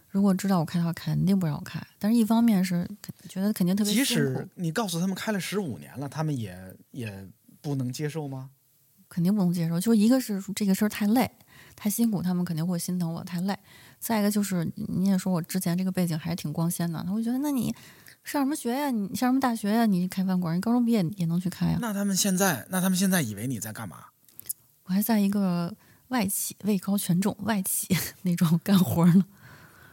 [SPEAKER 7] 如果知道我开的话，肯定不让我开。但是一方面是觉得肯定特别
[SPEAKER 5] 即
[SPEAKER 7] 辛苦
[SPEAKER 5] 使，你告诉他们开了十五年了，他们也也不能接受吗？
[SPEAKER 7] 肯定不能接受。就一个是这个事儿太累，太辛苦，他们肯定会心疼我太累；再一个就是你也说我之前这个背景还是挺光鲜的，他会觉得那你上什么学呀？你上什么大学呀？你开饭馆，你高中毕业也能去开呀？
[SPEAKER 5] 那他们现在，那他们现在以为你在干嘛？
[SPEAKER 7] 我还在一个外企，位高权重外企 那种干活呢。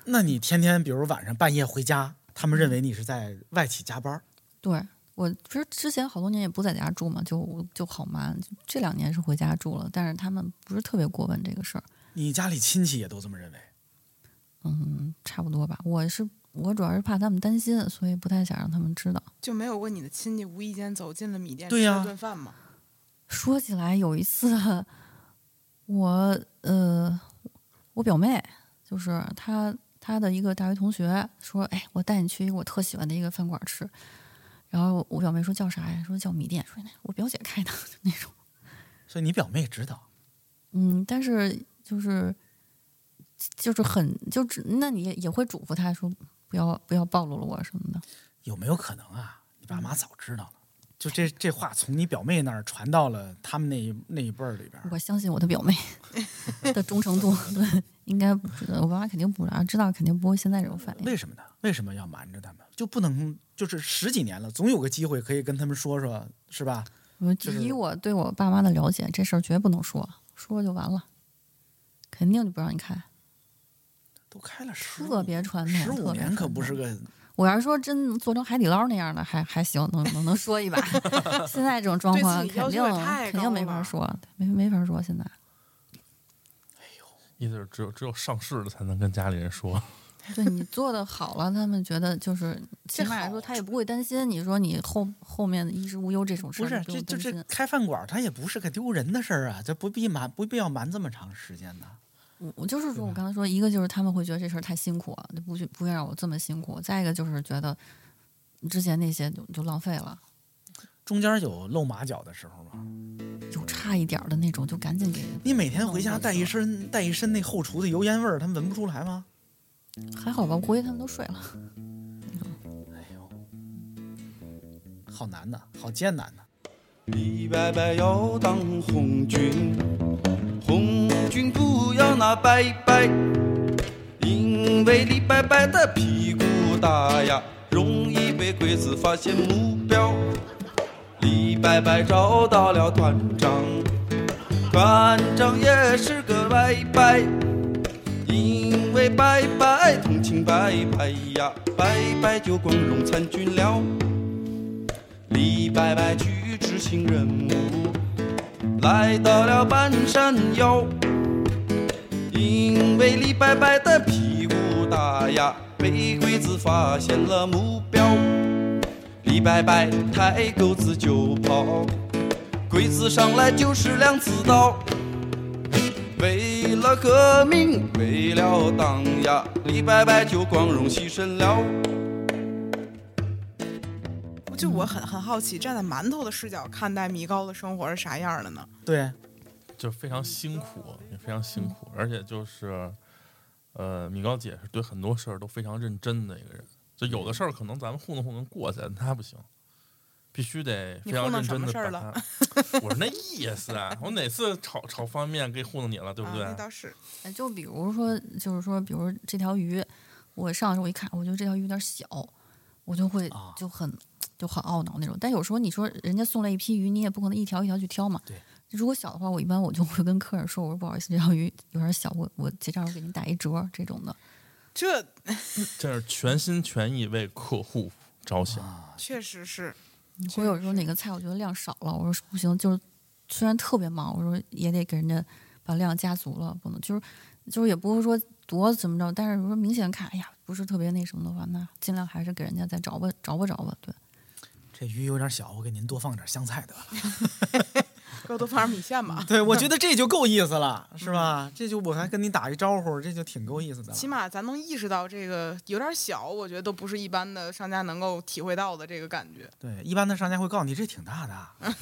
[SPEAKER 5] 那你天天比如晚上半夜回家，他们认为你是在外企加班儿。
[SPEAKER 7] 对我不是之前好多年也不在家住嘛，就就好忙。这两年是回家住了，但是他们不是特别过问这个事儿。
[SPEAKER 5] 你家里亲戚也都这么认为。
[SPEAKER 7] 嗯，差不多吧。我是我主要是怕他们担心，所以不太想让他们知道。
[SPEAKER 6] 就没有过你的亲戚无意间走进了米店
[SPEAKER 5] 对
[SPEAKER 6] 吃
[SPEAKER 5] 呀
[SPEAKER 6] 了顿饭吗？
[SPEAKER 7] 说起来，有一次，我呃，我表妹就是她她的一个大学同学说，哎，我带你去一个我特喜欢的一个饭馆吃。然后我表妹说叫啥呀？说叫米店。说那我表姐开的就那种。
[SPEAKER 5] 所以你表妹知道，
[SPEAKER 7] 嗯，但是就是就是很就只那你也也会嘱咐她说不要不要暴露了我什么的。
[SPEAKER 5] 有没有可能啊？你爸
[SPEAKER 7] 嗯
[SPEAKER 5] 妈早知道了，就这这话从你表妹那儿传到了他们那一那一辈儿里边儿。
[SPEAKER 7] 我相信我的表妹的忠诚度，对，应该不知道，我爸妈肯定不知道，知道肯定不会现在这种反应。
[SPEAKER 5] 为什么呢？为什么要瞒着他们？就不能就是十几年了，总有个机会可以跟他们说说，是吧？
[SPEAKER 7] 我
[SPEAKER 5] 就是
[SPEAKER 7] 以我对我爸妈的了解，这事儿绝不能说，说就完了，肯定就不让你开。
[SPEAKER 5] 都开了十
[SPEAKER 7] 特别传统
[SPEAKER 5] 十
[SPEAKER 7] 特
[SPEAKER 5] 五
[SPEAKER 7] 别
[SPEAKER 5] 年，可
[SPEAKER 7] 传
[SPEAKER 5] 不
[SPEAKER 7] 统
[SPEAKER 5] 是个
[SPEAKER 7] 我要是说真做成海底捞那样的，还还行，能能能说一把。 现在这种状
[SPEAKER 6] 对自
[SPEAKER 7] 况，
[SPEAKER 6] 己要
[SPEAKER 7] 肯定
[SPEAKER 6] 求也太
[SPEAKER 7] 肯
[SPEAKER 6] 高
[SPEAKER 7] 定没法
[SPEAKER 6] 了
[SPEAKER 7] 说，没没法说。现在
[SPEAKER 8] 意思是只有只有上市了才能跟家里人说。
[SPEAKER 7] 对你做的好了，他们觉得就是起
[SPEAKER 5] 这
[SPEAKER 7] 码来
[SPEAKER 5] 好
[SPEAKER 7] 说，他也不会担心你说你后后面的衣食无忧这种事
[SPEAKER 5] 不
[SPEAKER 7] 儿，
[SPEAKER 5] 是
[SPEAKER 7] 你
[SPEAKER 5] 这
[SPEAKER 7] 用
[SPEAKER 5] 就
[SPEAKER 7] 担
[SPEAKER 5] 这
[SPEAKER 7] 心。
[SPEAKER 5] 开饭馆儿，它也不是个丢人的事儿啊，这不必瞒不必要瞒这么长时间呢。
[SPEAKER 7] 我我就是说，我刚才说，一个就是他们会觉得这事儿太辛苦，就不去不愿让我这么辛苦；再一个就是觉得之前那些就就浪费了，
[SPEAKER 5] 中间有露马脚的时候吗？
[SPEAKER 7] 嗯有差一点儿的那种就赶紧给。
[SPEAKER 5] 你每天回家带一身带一身那后厨的油烟味儿，他们闻不出来吗？
[SPEAKER 7] 还好吧，我估计他们都睡了。
[SPEAKER 5] 哎呦，好难呐，好艰难呐！
[SPEAKER 2] 李白白要当红军，红军不要那白白，因为李白白的屁股大呀，容易被鬼子发现目标。李白白找到了团长，团长也是个白白，因为白白同情白白呀，白白就光荣参军了。李白白去执行任务，来到了半山腰，因为李白白的屁股大呀，被鬼子发现了目标。李白白抬钩子就跑，鬼子上来就是两刺刀。为了革命，为了党呀，李白白就光荣牺牲了。
[SPEAKER 6] 我就我
[SPEAKER 5] 嗯
[SPEAKER 6] 很很好奇，站在馒头的视角看待米糕的生活是啥样儿的呢？
[SPEAKER 5] 对，
[SPEAKER 8] 就非常辛苦，也非常辛苦，而且就是，呃，米高姐是对很多事儿都非常认真的一个人。就有的事儿可能咱们糊弄糊弄过去，但她不行，必须得非
[SPEAKER 6] 你糊
[SPEAKER 8] 常认真
[SPEAKER 6] 弄什么
[SPEAKER 8] 的
[SPEAKER 6] 事儿
[SPEAKER 8] 把
[SPEAKER 6] 了
[SPEAKER 8] 它。我是那意思啊，我哪次炒炒方便面给糊弄你了，对不对？
[SPEAKER 6] 啊，那倒是。
[SPEAKER 7] 哎就比如说，就是说，比如这条鱼，我上的时候我一看，我觉得这条鱼有点小，我就会
[SPEAKER 5] 啊
[SPEAKER 7] 就很就很懊恼那种。但有时候你说人家送来一批鱼，你也不可能一条一条去挑嘛。
[SPEAKER 5] 对。
[SPEAKER 7] 如果小的话，我一般我就会跟客人说，我说不好意思，这条鱼有点小，我我结账我给您打一折这种的。
[SPEAKER 6] 这
[SPEAKER 8] 这是全心全意为客户着想。
[SPEAKER 6] 确实是，
[SPEAKER 7] 你会有时候哪个菜我觉得量少了，我说不行，就是虽然特别忙，我说也得给人家把量加足了，不能就是就是也不会说多怎么着，但是如果明显看，哎呀，不是特别那什么的话，那尽量还是给人家再找吧找吧找吧，对，
[SPEAKER 5] 这鱼有点小，我给您多放点香菜得了。。
[SPEAKER 6] 给我多放点米线吧
[SPEAKER 5] 对，我觉得这就够意思了，是吧？这就我还跟你打一招呼，这就挺够意思的了。
[SPEAKER 6] 起码咱能意识到这个有点小，我觉得都不是一般的商家能够体会到的这个感觉。
[SPEAKER 5] 对，一般的商家会告诉你这挺大 的，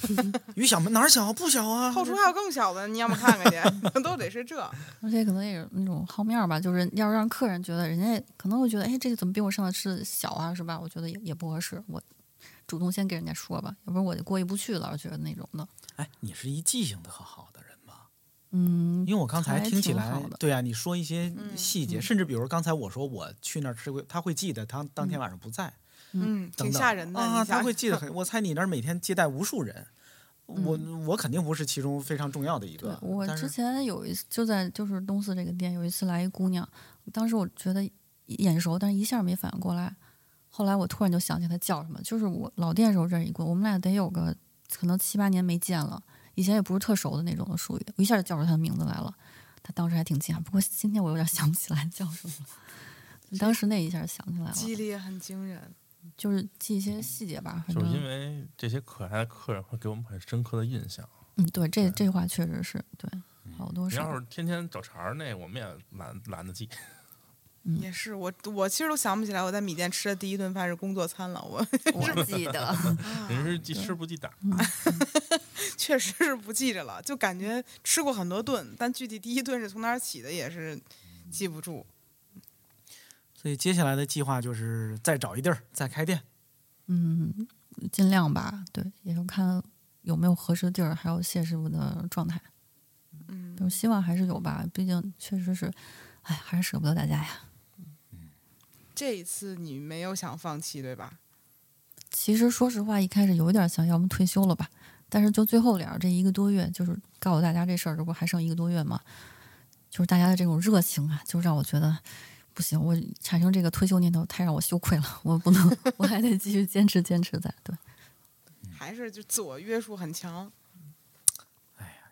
[SPEAKER 5] 鱼小吗？哪儿小？不小啊。
[SPEAKER 6] 后厨还有更小的，你要么看看 去，都得是这。
[SPEAKER 7] 而且可能也有那种好面儿吧，就是要让客人觉得人家可能会觉得，哎，这个怎么比我上次吃的小啊，是吧？我觉得也也不合适，我主动先给人家说吧，要不然我就过意不去了，我觉得那种的。
[SPEAKER 5] 哎，你是一记性特好的人吗？
[SPEAKER 7] 嗯，
[SPEAKER 5] 因为我刚才
[SPEAKER 7] 还
[SPEAKER 5] 听起
[SPEAKER 7] 挺
[SPEAKER 5] 来
[SPEAKER 7] 好的，
[SPEAKER 5] 对啊，你说一些
[SPEAKER 6] 嗯
[SPEAKER 5] 细节，甚至比如刚才我说我去那儿吃过，他会记得他当天晚上不在，
[SPEAKER 6] 嗯，
[SPEAKER 5] 等等
[SPEAKER 6] 挺吓人的。
[SPEAKER 5] 啊，
[SPEAKER 6] 你
[SPEAKER 5] 他
[SPEAKER 6] 想嗯
[SPEAKER 5] 会记得很。我猜你那儿每天接待无数人，我我肯定不是其中非常重要的一
[SPEAKER 7] 对
[SPEAKER 5] 个。
[SPEAKER 7] 我
[SPEAKER 5] 但
[SPEAKER 7] 之
[SPEAKER 5] 是
[SPEAKER 7] 前有一次就在就是东四这个店，有一次来一姑娘，当时我觉得眼熟，但是一下没反应过来。后来我突然就想起她叫什么，就是我老店时候认识一个，我们俩得有个可能七八年没见了，以前也不是特熟的那种的，属于我一下就叫出她的名字来了。她当时还挺惊讶，不过今天我有点想不起来叫什么了。当时那一下想起来
[SPEAKER 6] 记忆
[SPEAKER 7] 了，
[SPEAKER 6] 力很惊人，
[SPEAKER 7] 就是记一些细节吧，反
[SPEAKER 6] 嗯
[SPEAKER 8] 就是因
[SPEAKER 7] 正
[SPEAKER 8] 为这些可爱的客人会给我们很深刻的印象。
[SPEAKER 7] 嗯，对，这这话确实是对，好多
[SPEAKER 8] 嗯你
[SPEAKER 7] 事
[SPEAKER 8] 要
[SPEAKER 7] 儿，
[SPEAKER 8] 是天天找茬儿，那我们也懒懒得记。
[SPEAKER 7] 嗯
[SPEAKER 6] 也是我，我其实都想不起来我在米店吃的第一顿饭是工作餐了。我
[SPEAKER 7] 我记 得。
[SPEAKER 8] 人是记吃不记打，
[SPEAKER 6] 确实是不记着了，就感觉吃过很多顿，但具体第一顿是从哪儿起的也是记不住。
[SPEAKER 5] 所以接下来的计划就是再找一地儿再开店。
[SPEAKER 7] 嗯，尽量吧。对，也要看有没有合适的地儿，还有谢师傅的状态。
[SPEAKER 6] 嗯，
[SPEAKER 7] 就希望还是有吧，毕竟确实是，哎，还是舍不得大家呀。
[SPEAKER 6] 这一次你没有想放弃对吧？
[SPEAKER 7] 其实说实话，一开始有点想要么退休了吧，但是就最后点儿这一个多月，就是告诉大家这事儿，这不还剩一个多月吗？就是大家的这种热情啊，就让我觉得不行，我产生这个退休念头太让我羞愧了，我不能， 我还得继续坚持坚持在。对，
[SPEAKER 5] 嗯
[SPEAKER 6] 还是就自我约束很强？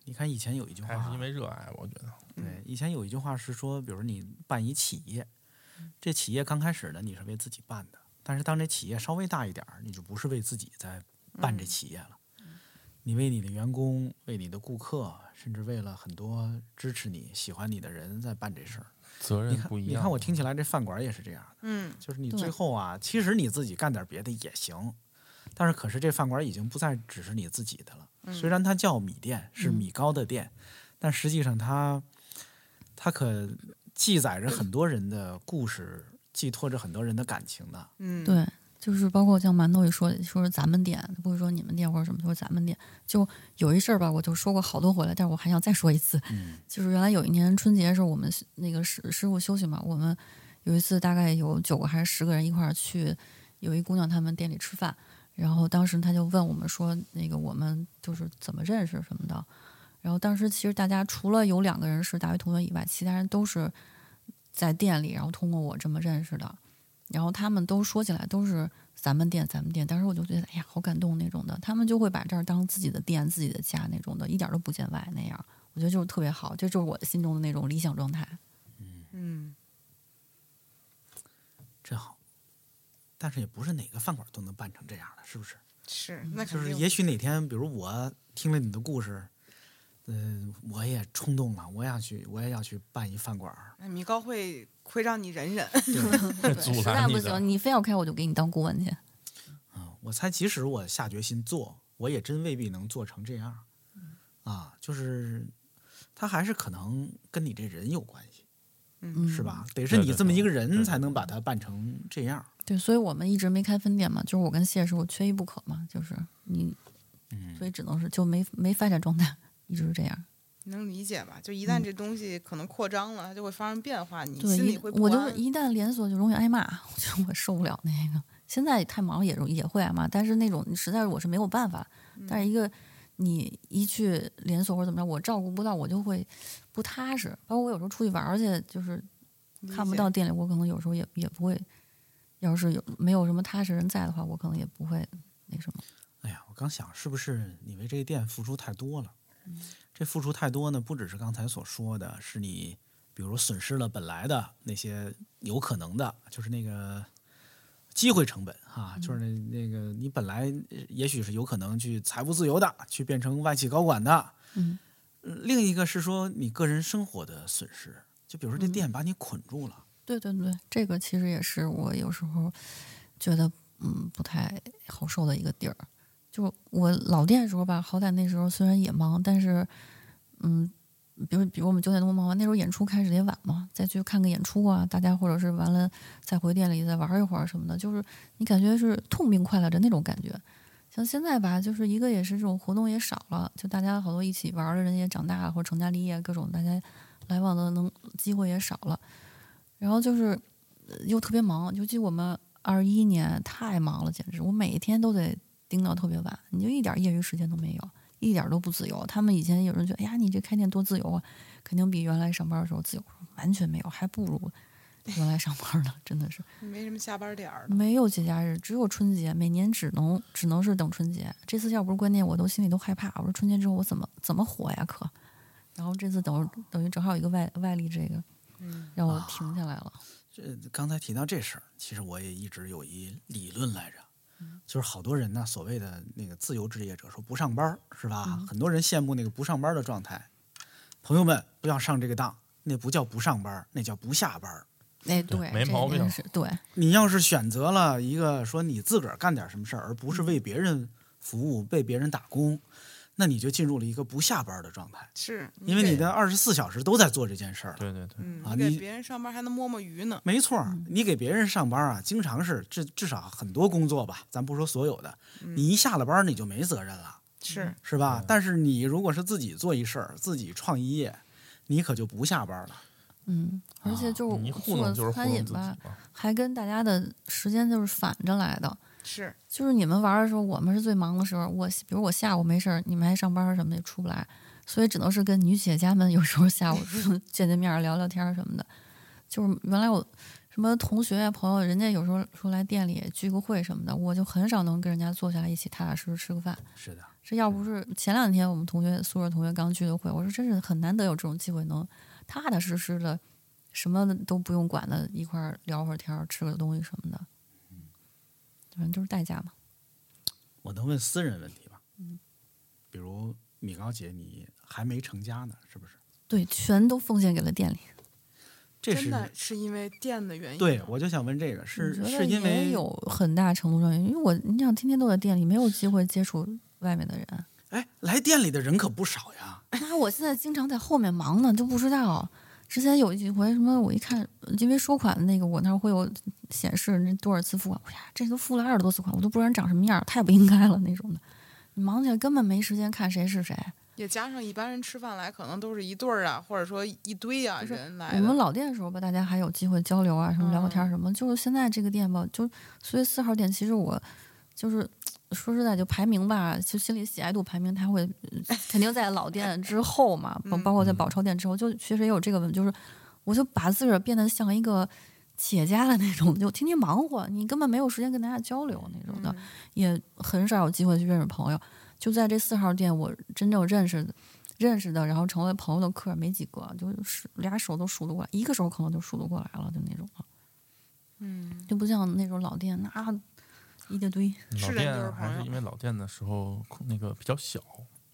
[SPEAKER 5] 你看以前有一句话，啊
[SPEAKER 8] 还是因为嗯热爱，我觉得。
[SPEAKER 5] 对，以前有一句话是说，比如你办一企业，这企业刚开始呢，你是为自己办的，但是当这企业稍微大一点儿，你就不是为自己在办
[SPEAKER 8] 嗯
[SPEAKER 5] 这企业了，你为你的员工、为你的顾客，甚至为了很多支持你、喜欢你的人在办这事儿。
[SPEAKER 8] 责
[SPEAKER 5] 你
[SPEAKER 8] 任
[SPEAKER 5] 看
[SPEAKER 8] 不，一
[SPEAKER 5] 你
[SPEAKER 8] 样。
[SPEAKER 5] 看我 听起来这饭馆也是这样的，
[SPEAKER 6] 嗯，
[SPEAKER 5] 就是你
[SPEAKER 7] 对
[SPEAKER 5] 最后啊，其实你自己干点别的也行。但是，可是这饭馆已经不再只是你自己的
[SPEAKER 6] 嗯
[SPEAKER 5] 了。虽然它叫米店，是米糕的店，但实际上它它可记载着很多人的故事，寄托着很多人的感情的。
[SPEAKER 6] 嗯，，
[SPEAKER 7] 对，就是包括像馒头也说，说是咱们店，不是说你们店或者什么，说咱们店。就有一事儿吧，我就说过好多回了，但是我还想再说一次。 就是原来有一年春节的时候，我们是那个师师傅休息嘛，我们有一次大概有九个还是十个人一块儿去，有一姑娘他们店里吃饭，然后当时她就问我们说，那个我们就是怎么认识什么的。然后当时其实大家除了有两个人是大学同学以外，其他人都是在店里，然后通过我这么认识的。然后他们都说起来都是咱们店，咱们店。当时我就觉得，哎呀，好感动那种的。他们就会把这儿当自己的店、自己的家那种的，一点都不见外那样。我觉得就是特别好，这就是我心中的那种理想状态。
[SPEAKER 6] 嗯，
[SPEAKER 5] 真好，但是也不是哪个饭馆都能办成这样的，是不是？
[SPEAKER 6] 是，
[SPEAKER 7] 嗯
[SPEAKER 6] 那
[SPEAKER 5] 就
[SPEAKER 6] 肯
[SPEAKER 5] 是
[SPEAKER 6] 定。
[SPEAKER 5] 也许哪天，比如我听了你的故事，嗯、我也冲动了，我想去，我也要去办一饭馆儿。
[SPEAKER 6] 那米糕会会让你忍 忍，
[SPEAKER 8] 阻
[SPEAKER 7] 实
[SPEAKER 8] 拦
[SPEAKER 7] 在
[SPEAKER 8] 你
[SPEAKER 7] 不
[SPEAKER 8] 的
[SPEAKER 7] 行，你非要开，我就给你当顾问去。
[SPEAKER 5] 嗯我猜，即使我下决心做，我也真未必能做成这样。
[SPEAKER 6] 嗯
[SPEAKER 5] 啊，就是他还是可能跟你这人有关系，
[SPEAKER 7] 嗯，
[SPEAKER 5] 是？吧？得是
[SPEAKER 8] 对对
[SPEAKER 5] 你这么一个
[SPEAKER 8] 对
[SPEAKER 5] 人
[SPEAKER 8] 对
[SPEAKER 5] 才能把它办成这样。
[SPEAKER 7] 对，所以我们一直没开分店嘛，就是我跟谢师傅缺一不可嘛，就是你，所以只能是就没没发展状态，一直是这样。
[SPEAKER 6] 能理解吧？就一旦这东西可能扩张了，它就会发生变化，你
[SPEAKER 7] 嗯对，
[SPEAKER 6] 心
[SPEAKER 7] 一
[SPEAKER 6] 里会不
[SPEAKER 7] 我就
[SPEAKER 6] 安。
[SPEAKER 7] 一旦连锁就容易挨骂，我觉得我受不了那个。现在太忙也容也会挨骂，但是那种实在是我是没有办法。
[SPEAKER 6] 嗯
[SPEAKER 7] 但是一个你一去连锁或者怎么着，我照顾不到，我就会不踏实。包括我有时候出去玩儿去，就是
[SPEAKER 6] 理
[SPEAKER 7] 看不
[SPEAKER 6] 解
[SPEAKER 7] 到店里，我可能有时候也也不会。要是有没有什么踏实人在的话，我可能也不会那什么。
[SPEAKER 5] 哎呀，我刚想，是不是你为这个店付出太多了？这付出太多呢，不只是刚才所说的，是你比如损失了本来的那些有可能的，就是那个机会成本哈、就是那那个你本来呃也许是有可能去财务自由的，去变成外企高管的，
[SPEAKER 7] 嗯
[SPEAKER 5] 呃，另一个是说你个人生活的损失，就比如说这店把你捆住了，
[SPEAKER 7] 对对对，这个其实也是我有时候觉得嗯不太好受的一个地儿。就我老店的时候吧，好歹那时候虽然也忙，但是嗯，比如比如我们九点多忙完，那时候演出开始也晚嘛，再去看个演出啊，大家或者是完了再回店里再玩一会儿什么的，就是你感觉是痛并快乐着那种感觉。像现在吧，就是一个也是这种活动也少了，就大家好多一起玩儿的人也长大了，或者成家立业，各种大家来往的能机会也少了。然后就是呃又特别忙，尤其我们二一年太忙了，简直我每天都得盯到特别晚，你就一点业余时间都没有，一点都不自由。他们以前有人觉得，哎呀，你这开店多自由啊，肯定比原来上班的时候自由，完全没有，还不如原来上班呢，真的是。
[SPEAKER 6] 没什么下班点儿呢。
[SPEAKER 7] 没有节假日，只有春节，每年只能只能是等春节。这次要不是关键，我都心里都害怕。我说春节之后我怎么怎么活呀？可，然后这次等等于正好有一个外外力，这个让我停下来了。
[SPEAKER 5] 这刚才提到这事儿，其实我也一直有一理论来着，就是好多人呢，所谓的那个自由职业者说不上班儿是吧？很多人羡慕那个不上班儿的状态。朋友们，不要上这个当，那不叫不上班儿，那叫不下班儿。
[SPEAKER 7] 哎，
[SPEAKER 8] 对
[SPEAKER 7] 对，
[SPEAKER 8] 没
[SPEAKER 7] 这
[SPEAKER 8] 毛
[SPEAKER 7] 真
[SPEAKER 8] 病
[SPEAKER 7] 是对，
[SPEAKER 5] 你要是选择了一个说你自个儿干点什么事儿，而不是为别人服务、为别人打工，那你就进入了一个不下班儿的状态，
[SPEAKER 6] 是
[SPEAKER 5] 因为
[SPEAKER 6] 给
[SPEAKER 5] 你的二十四小时都在做这件事儿了。
[SPEAKER 8] 对对对，
[SPEAKER 6] 嗯，
[SPEAKER 5] 啊
[SPEAKER 6] 你
[SPEAKER 5] 你
[SPEAKER 6] 给别人上班还能摸摸鱼呢。
[SPEAKER 5] 没错儿，你给别人上班啊，经常是至至少很多工作吧，咱不说所有的，你一下了班你就没责任了，
[SPEAKER 7] 嗯
[SPEAKER 6] 是，
[SPEAKER 5] 是吧？但是你如果是自己做一事儿，自己创一业，你可就不下班了。
[SPEAKER 7] 嗯，而且就
[SPEAKER 8] 啊你
[SPEAKER 7] 是
[SPEAKER 8] 糊弄就
[SPEAKER 7] 做
[SPEAKER 8] 是糊
[SPEAKER 7] 餐
[SPEAKER 8] 弄
[SPEAKER 7] 饮
[SPEAKER 8] 自己
[SPEAKER 7] 吧
[SPEAKER 8] 嘛，。
[SPEAKER 7] 还跟大家的时间就是反着来的。
[SPEAKER 6] 是，
[SPEAKER 7] 就是你们玩儿的时候，我们是最忙的时候。我比如我下午没事儿，你们还上班儿什么的也出不来，所以只能是跟女企业家们有 时候下午见见面儿聊聊天儿什么的。就是原来我什么同学呀、朋友，人家有时候说来店里聚个会什么的，我就很少能跟人家坐下来一起踏踏实实吃个饭。
[SPEAKER 5] 是的，
[SPEAKER 7] 这要不是前两天我们同学宿舍同学刚聚的会，我说真是很难得有这种机会能踏踏实实的，什么都不用管的，一块儿聊会儿天儿，吃个东西什么的。反正就是代价嘛。
[SPEAKER 5] 我能问私人问题吗？比如米高姐，你还没成家呢，是不是？
[SPEAKER 7] 对，全都奉献给了店里。
[SPEAKER 5] 这
[SPEAKER 6] 真
[SPEAKER 5] 是
[SPEAKER 6] 的是因为店的原因。
[SPEAKER 5] 对，我就想问这个，是
[SPEAKER 7] 我觉
[SPEAKER 5] 是
[SPEAKER 7] 得
[SPEAKER 5] 因
[SPEAKER 7] 也
[SPEAKER 5] 为
[SPEAKER 7] 有很大程度上原因，因为我你想天天都在店里，没有机会接触外面的人。
[SPEAKER 5] 哎，来店里的人可不少呀，
[SPEAKER 7] 那我现在经常在后面忙呢，都不知道。之前有一回什么，我一看，因为收款的那个我那儿会有显示那多少次付款，我说哎呀，这都付了二十多次款，我都不知道人长什么样，太不应该了那种的。你忙起来根本没时间看谁是谁。
[SPEAKER 6] 也加上一般人吃饭来，可能都是一对儿啊，或者说一堆啊
[SPEAKER 7] 是
[SPEAKER 6] 人来
[SPEAKER 7] 我们
[SPEAKER 6] 的。嗯
[SPEAKER 7] 老店的时候吧，大家还有机会交流啊，什么聊个天儿什么。就是现在这个店吧，就所以四号店，其实我就是说实在，就排名吧，就心里喜爱度排名，它 会呃肯定在老店之后嘛，
[SPEAKER 6] 嗯
[SPEAKER 7] 包包括在宝钞店之后，就确实也有这个问题，就是我就把自个儿变得像一个。企业家的那种，就天天忙活，你根本没有时间跟大家交流那
[SPEAKER 6] 嗯
[SPEAKER 7] 种的，也很少有机会去认识朋友。就在这四号店，我真正认识认识的，然后成为朋友的客人没几个，就是俩手都数得过来，一个手可能就数得过来了，就那种了。嗯，就不像那种老店，那一大堆。
[SPEAKER 8] 老
[SPEAKER 6] 是人就是
[SPEAKER 8] 店
[SPEAKER 6] 朋友
[SPEAKER 8] 啊还是因为老店的时候空那个比较小，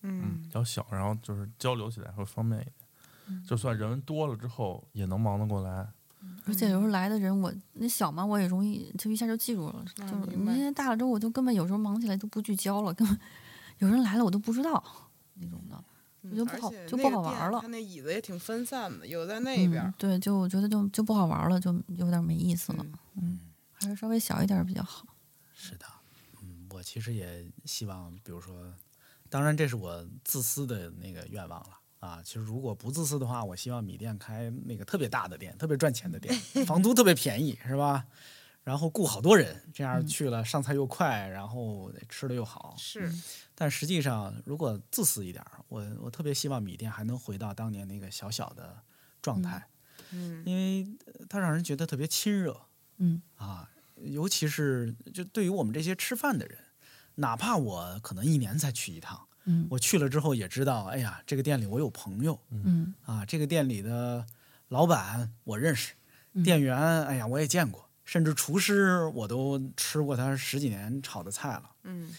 [SPEAKER 8] 嗯，比
[SPEAKER 6] 嗯，
[SPEAKER 8] 较小，然后就是交流起来会方便一点。就算人多了之后，也能忙得过来。
[SPEAKER 7] 而且有
[SPEAKER 6] 嗯
[SPEAKER 7] 时候来的人，我那小嘛，我也容易就一下就记住了。
[SPEAKER 6] 啊
[SPEAKER 7] 就是
[SPEAKER 6] 明白
[SPEAKER 7] 你现在大了之后，我就根本有时候忙起来就不聚焦了，根本有人来了我都不知道那种的。
[SPEAKER 6] 嗯
[SPEAKER 7] 就不
[SPEAKER 6] 而
[SPEAKER 7] 好
[SPEAKER 6] 且
[SPEAKER 7] 就
[SPEAKER 6] 那
[SPEAKER 7] 不
[SPEAKER 6] 个
[SPEAKER 7] 好玩
[SPEAKER 6] 店
[SPEAKER 7] 了
[SPEAKER 6] 他那椅子也挺分散的，有在那边
[SPEAKER 7] 嗯
[SPEAKER 6] 儿，，
[SPEAKER 7] 对，就我觉得就就不好玩了，就有点没意思了。
[SPEAKER 6] 嗯
[SPEAKER 7] 还是稍微小一点比较好。
[SPEAKER 5] 是的，嗯，我其实也希望，比如说，当然这是我自私的那个愿望了啊。其实如果不自私的话，我希望米店开那个特别大的店，特别赚钱的店，房租特别便宜，是吧？然后雇好多人，这样去了上菜又快，然后吃的又好。
[SPEAKER 6] 是
[SPEAKER 5] 但实际上，如果自私一点儿，我我特别希望米店还能回到当年那个小小的状态，
[SPEAKER 6] 嗯
[SPEAKER 5] 因为呃它让人觉得特别亲热。
[SPEAKER 7] 嗯
[SPEAKER 5] 啊，尤其是就对于我们这些吃饭的人，哪怕我可能一年才去一趟，
[SPEAKER 7] 嗯
[SPEAKER 5] 我去了之后也知道，哎呀，这个店里我有朋友
[SPEAKER 7] 嗯
[SPEAKER 5] 啊，这个店里的老板我认识，
[SPEAKER 7] 嗯
[SPEAKER 5] 店员哎呀我也见过，甚至厨师我都吃过他十几年炒的菜了。
[SPEAKER 6] 嗯，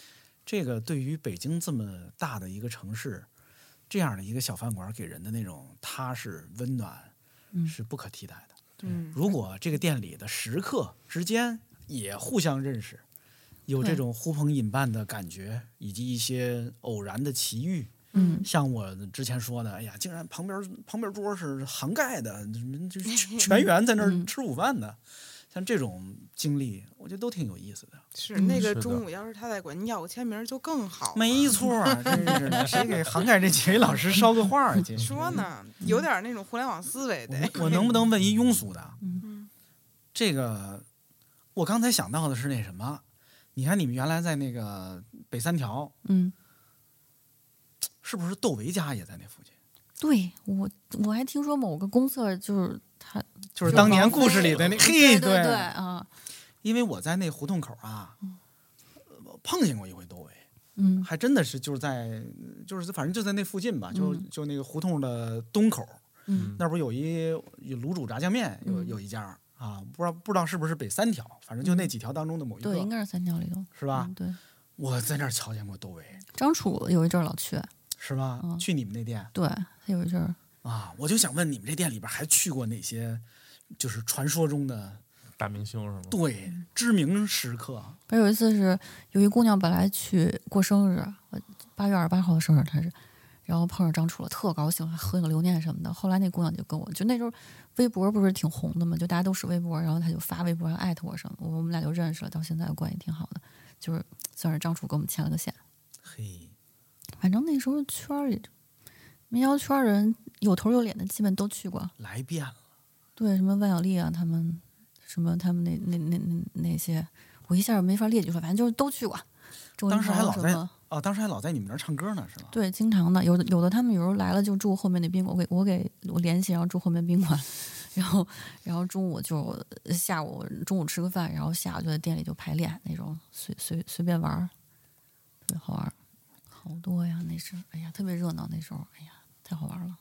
[SPEAKER 5] 这个对于北京这么大的一个城市，这样的一个小饭馆给人的那种踏实温暖，
[SPEAKER 7] 嗯
[SPEAKER 5] 是不可替代的。
[SPEAKER 6] 嗯
[SPEAKER 5] 如果这个店里的食客之间也互相认识，有这
[SPEAKER 7] 对
[SPEAKER 5] 种呼朋引伴的感觉，以及一些偶然的奇遇，
[SPEAKER 7] 嗯，
[SPEAKER 5] 像我之前说的，哎呀，竟然旁边旁边桌是涵
[SPEAKER 6] 嗯
[SPEAKER 5] 盖的，就就全员在那儿吃午饭呢。像这种经历，我觉得都挺有意思的。
[SPEAKER 6] 是那
[SPEAKER 8] 是
[SPEAKER 6] 个
[SPEAKER 8] 的
[SPEAKER 6] 中午，要是他再管你要个签名儿就更好。
[SPEAKER 5] 没错儿， 真是的，谁给涵盖这几位老师捎个话儿去？
[SPEAKER 6] 说呢，有点那种互联网思维得。
[SPEAKER 5] 我我能不能问一庸俗的？啊
[SPEAKER 6] 嗯
[SPEAKER 5] 这个我刚才想到的是那什么？你看你们原来在那个北三条，
[SPEAKER 7] 嗯，
[SPEAKER 5] 是不是窦唯家也在那附近？
[SPEAKER 7] 对我我还听说某个公厕就是他，
[SPEAKER 5] 就是
[SPEAKER 7] 就
[SPEAKER 5] 当
[SPEAKER 7] 王
[SPEAKER 5] 年故
[SPEAKER 7] 菲
[SPEAKER 5] 事里的那
[SPEAKER 7] 对
[SPEAKER 5] 嘿，
[SPEAKER 7] 对啊，
[SPEAKER 5] 因为我在那胡同口啊，呃碰见过一回窦唯，
[SPEAKER 7] 嗯
[SPEAKER 5] 还真的是就是在就是反正就在那附近吧，就
[SPEAKER 7] 嗯
[SPEAKER 5] 就那个胡同的东口，
[SPEAKER 7] 嗯
[SPEAKER 5] 那不是有一有卤煮炸酱面有
[SPEAKER 7] 嗯
[SPEAKER 5] 有一家啊，不知道不知道是不是北三条，反正就那几条当中的某一
[SPEAKER 7] 嗯对，应
[SPEAKER 5] 个，
[SPEAKER 7] 该是三条里头
[SPEAKER 5] 是吧
[SPEAKER 7] 嗯？对，
[SPEAKER 5] 我在那儿瞧见过窦唯，
[SPEAKER 7] 张楚有一阵儿老去，
[SPEAKER 5] 是吧？
[SPEAKER 7] 嗯
[SPEAKER 5] 去你们那店
[SPEAKER 7] 对他有一阵儿
[SPEAKER 5] 啊，我就想问你们这店里边还去过哪些就是传说中的
[SPEAKER 8] 大明星是吗？
[SPEAKER 5] 对知名啊时刻？
[SPEAKER 7] 不是有一次是有一姑娘本来去过生日，呃八月二十八号的生日她是，然后碰上张楚了，特高兴，还喝个留念什么的。后来那姑娘就跟我，就那时候微博不是挺红的嘛，就大家都使微博，然后她就发微博艾特我什么，我们俩就认识了，到现在关系挺好的，就是算是张楚给我们牵了个线。
[SPEAKER 5] 嘿，
[SPEAKER 7] 反正那时候圈儿里民谣圈儿人有头有脸的，基本都去过。
[SPEAKER 5] 来遍了，
[SPEAKER 7] 对，什么万晓利啊，他们什么他们那那那那那些，我一下没法列举出来，反正就是都去过。周云
[SPEAKER 5] 当时还
[SPEAKER 7] 鹏
[SPEAKER 5] 老
[SPEAKER 7] 什
[SPEAKER 5] 在
[SPEAKER 7] 么
[SPEAKER 5] 哦，当时还老在你们那儿唱歌呢，是吗？
[SPEAKER 7] 对，经常的，有的有的他们有时候来了就住后面那宾馆，我给我给我联系，然后住后面宾馆， 然后然后中午就下午中午吃个饭，然后下午就在店里就排练那种，随随随便玩儿，特别好玩儿，好多呀那时候，哎呀特别热闹那时候，哎呀太好玩了。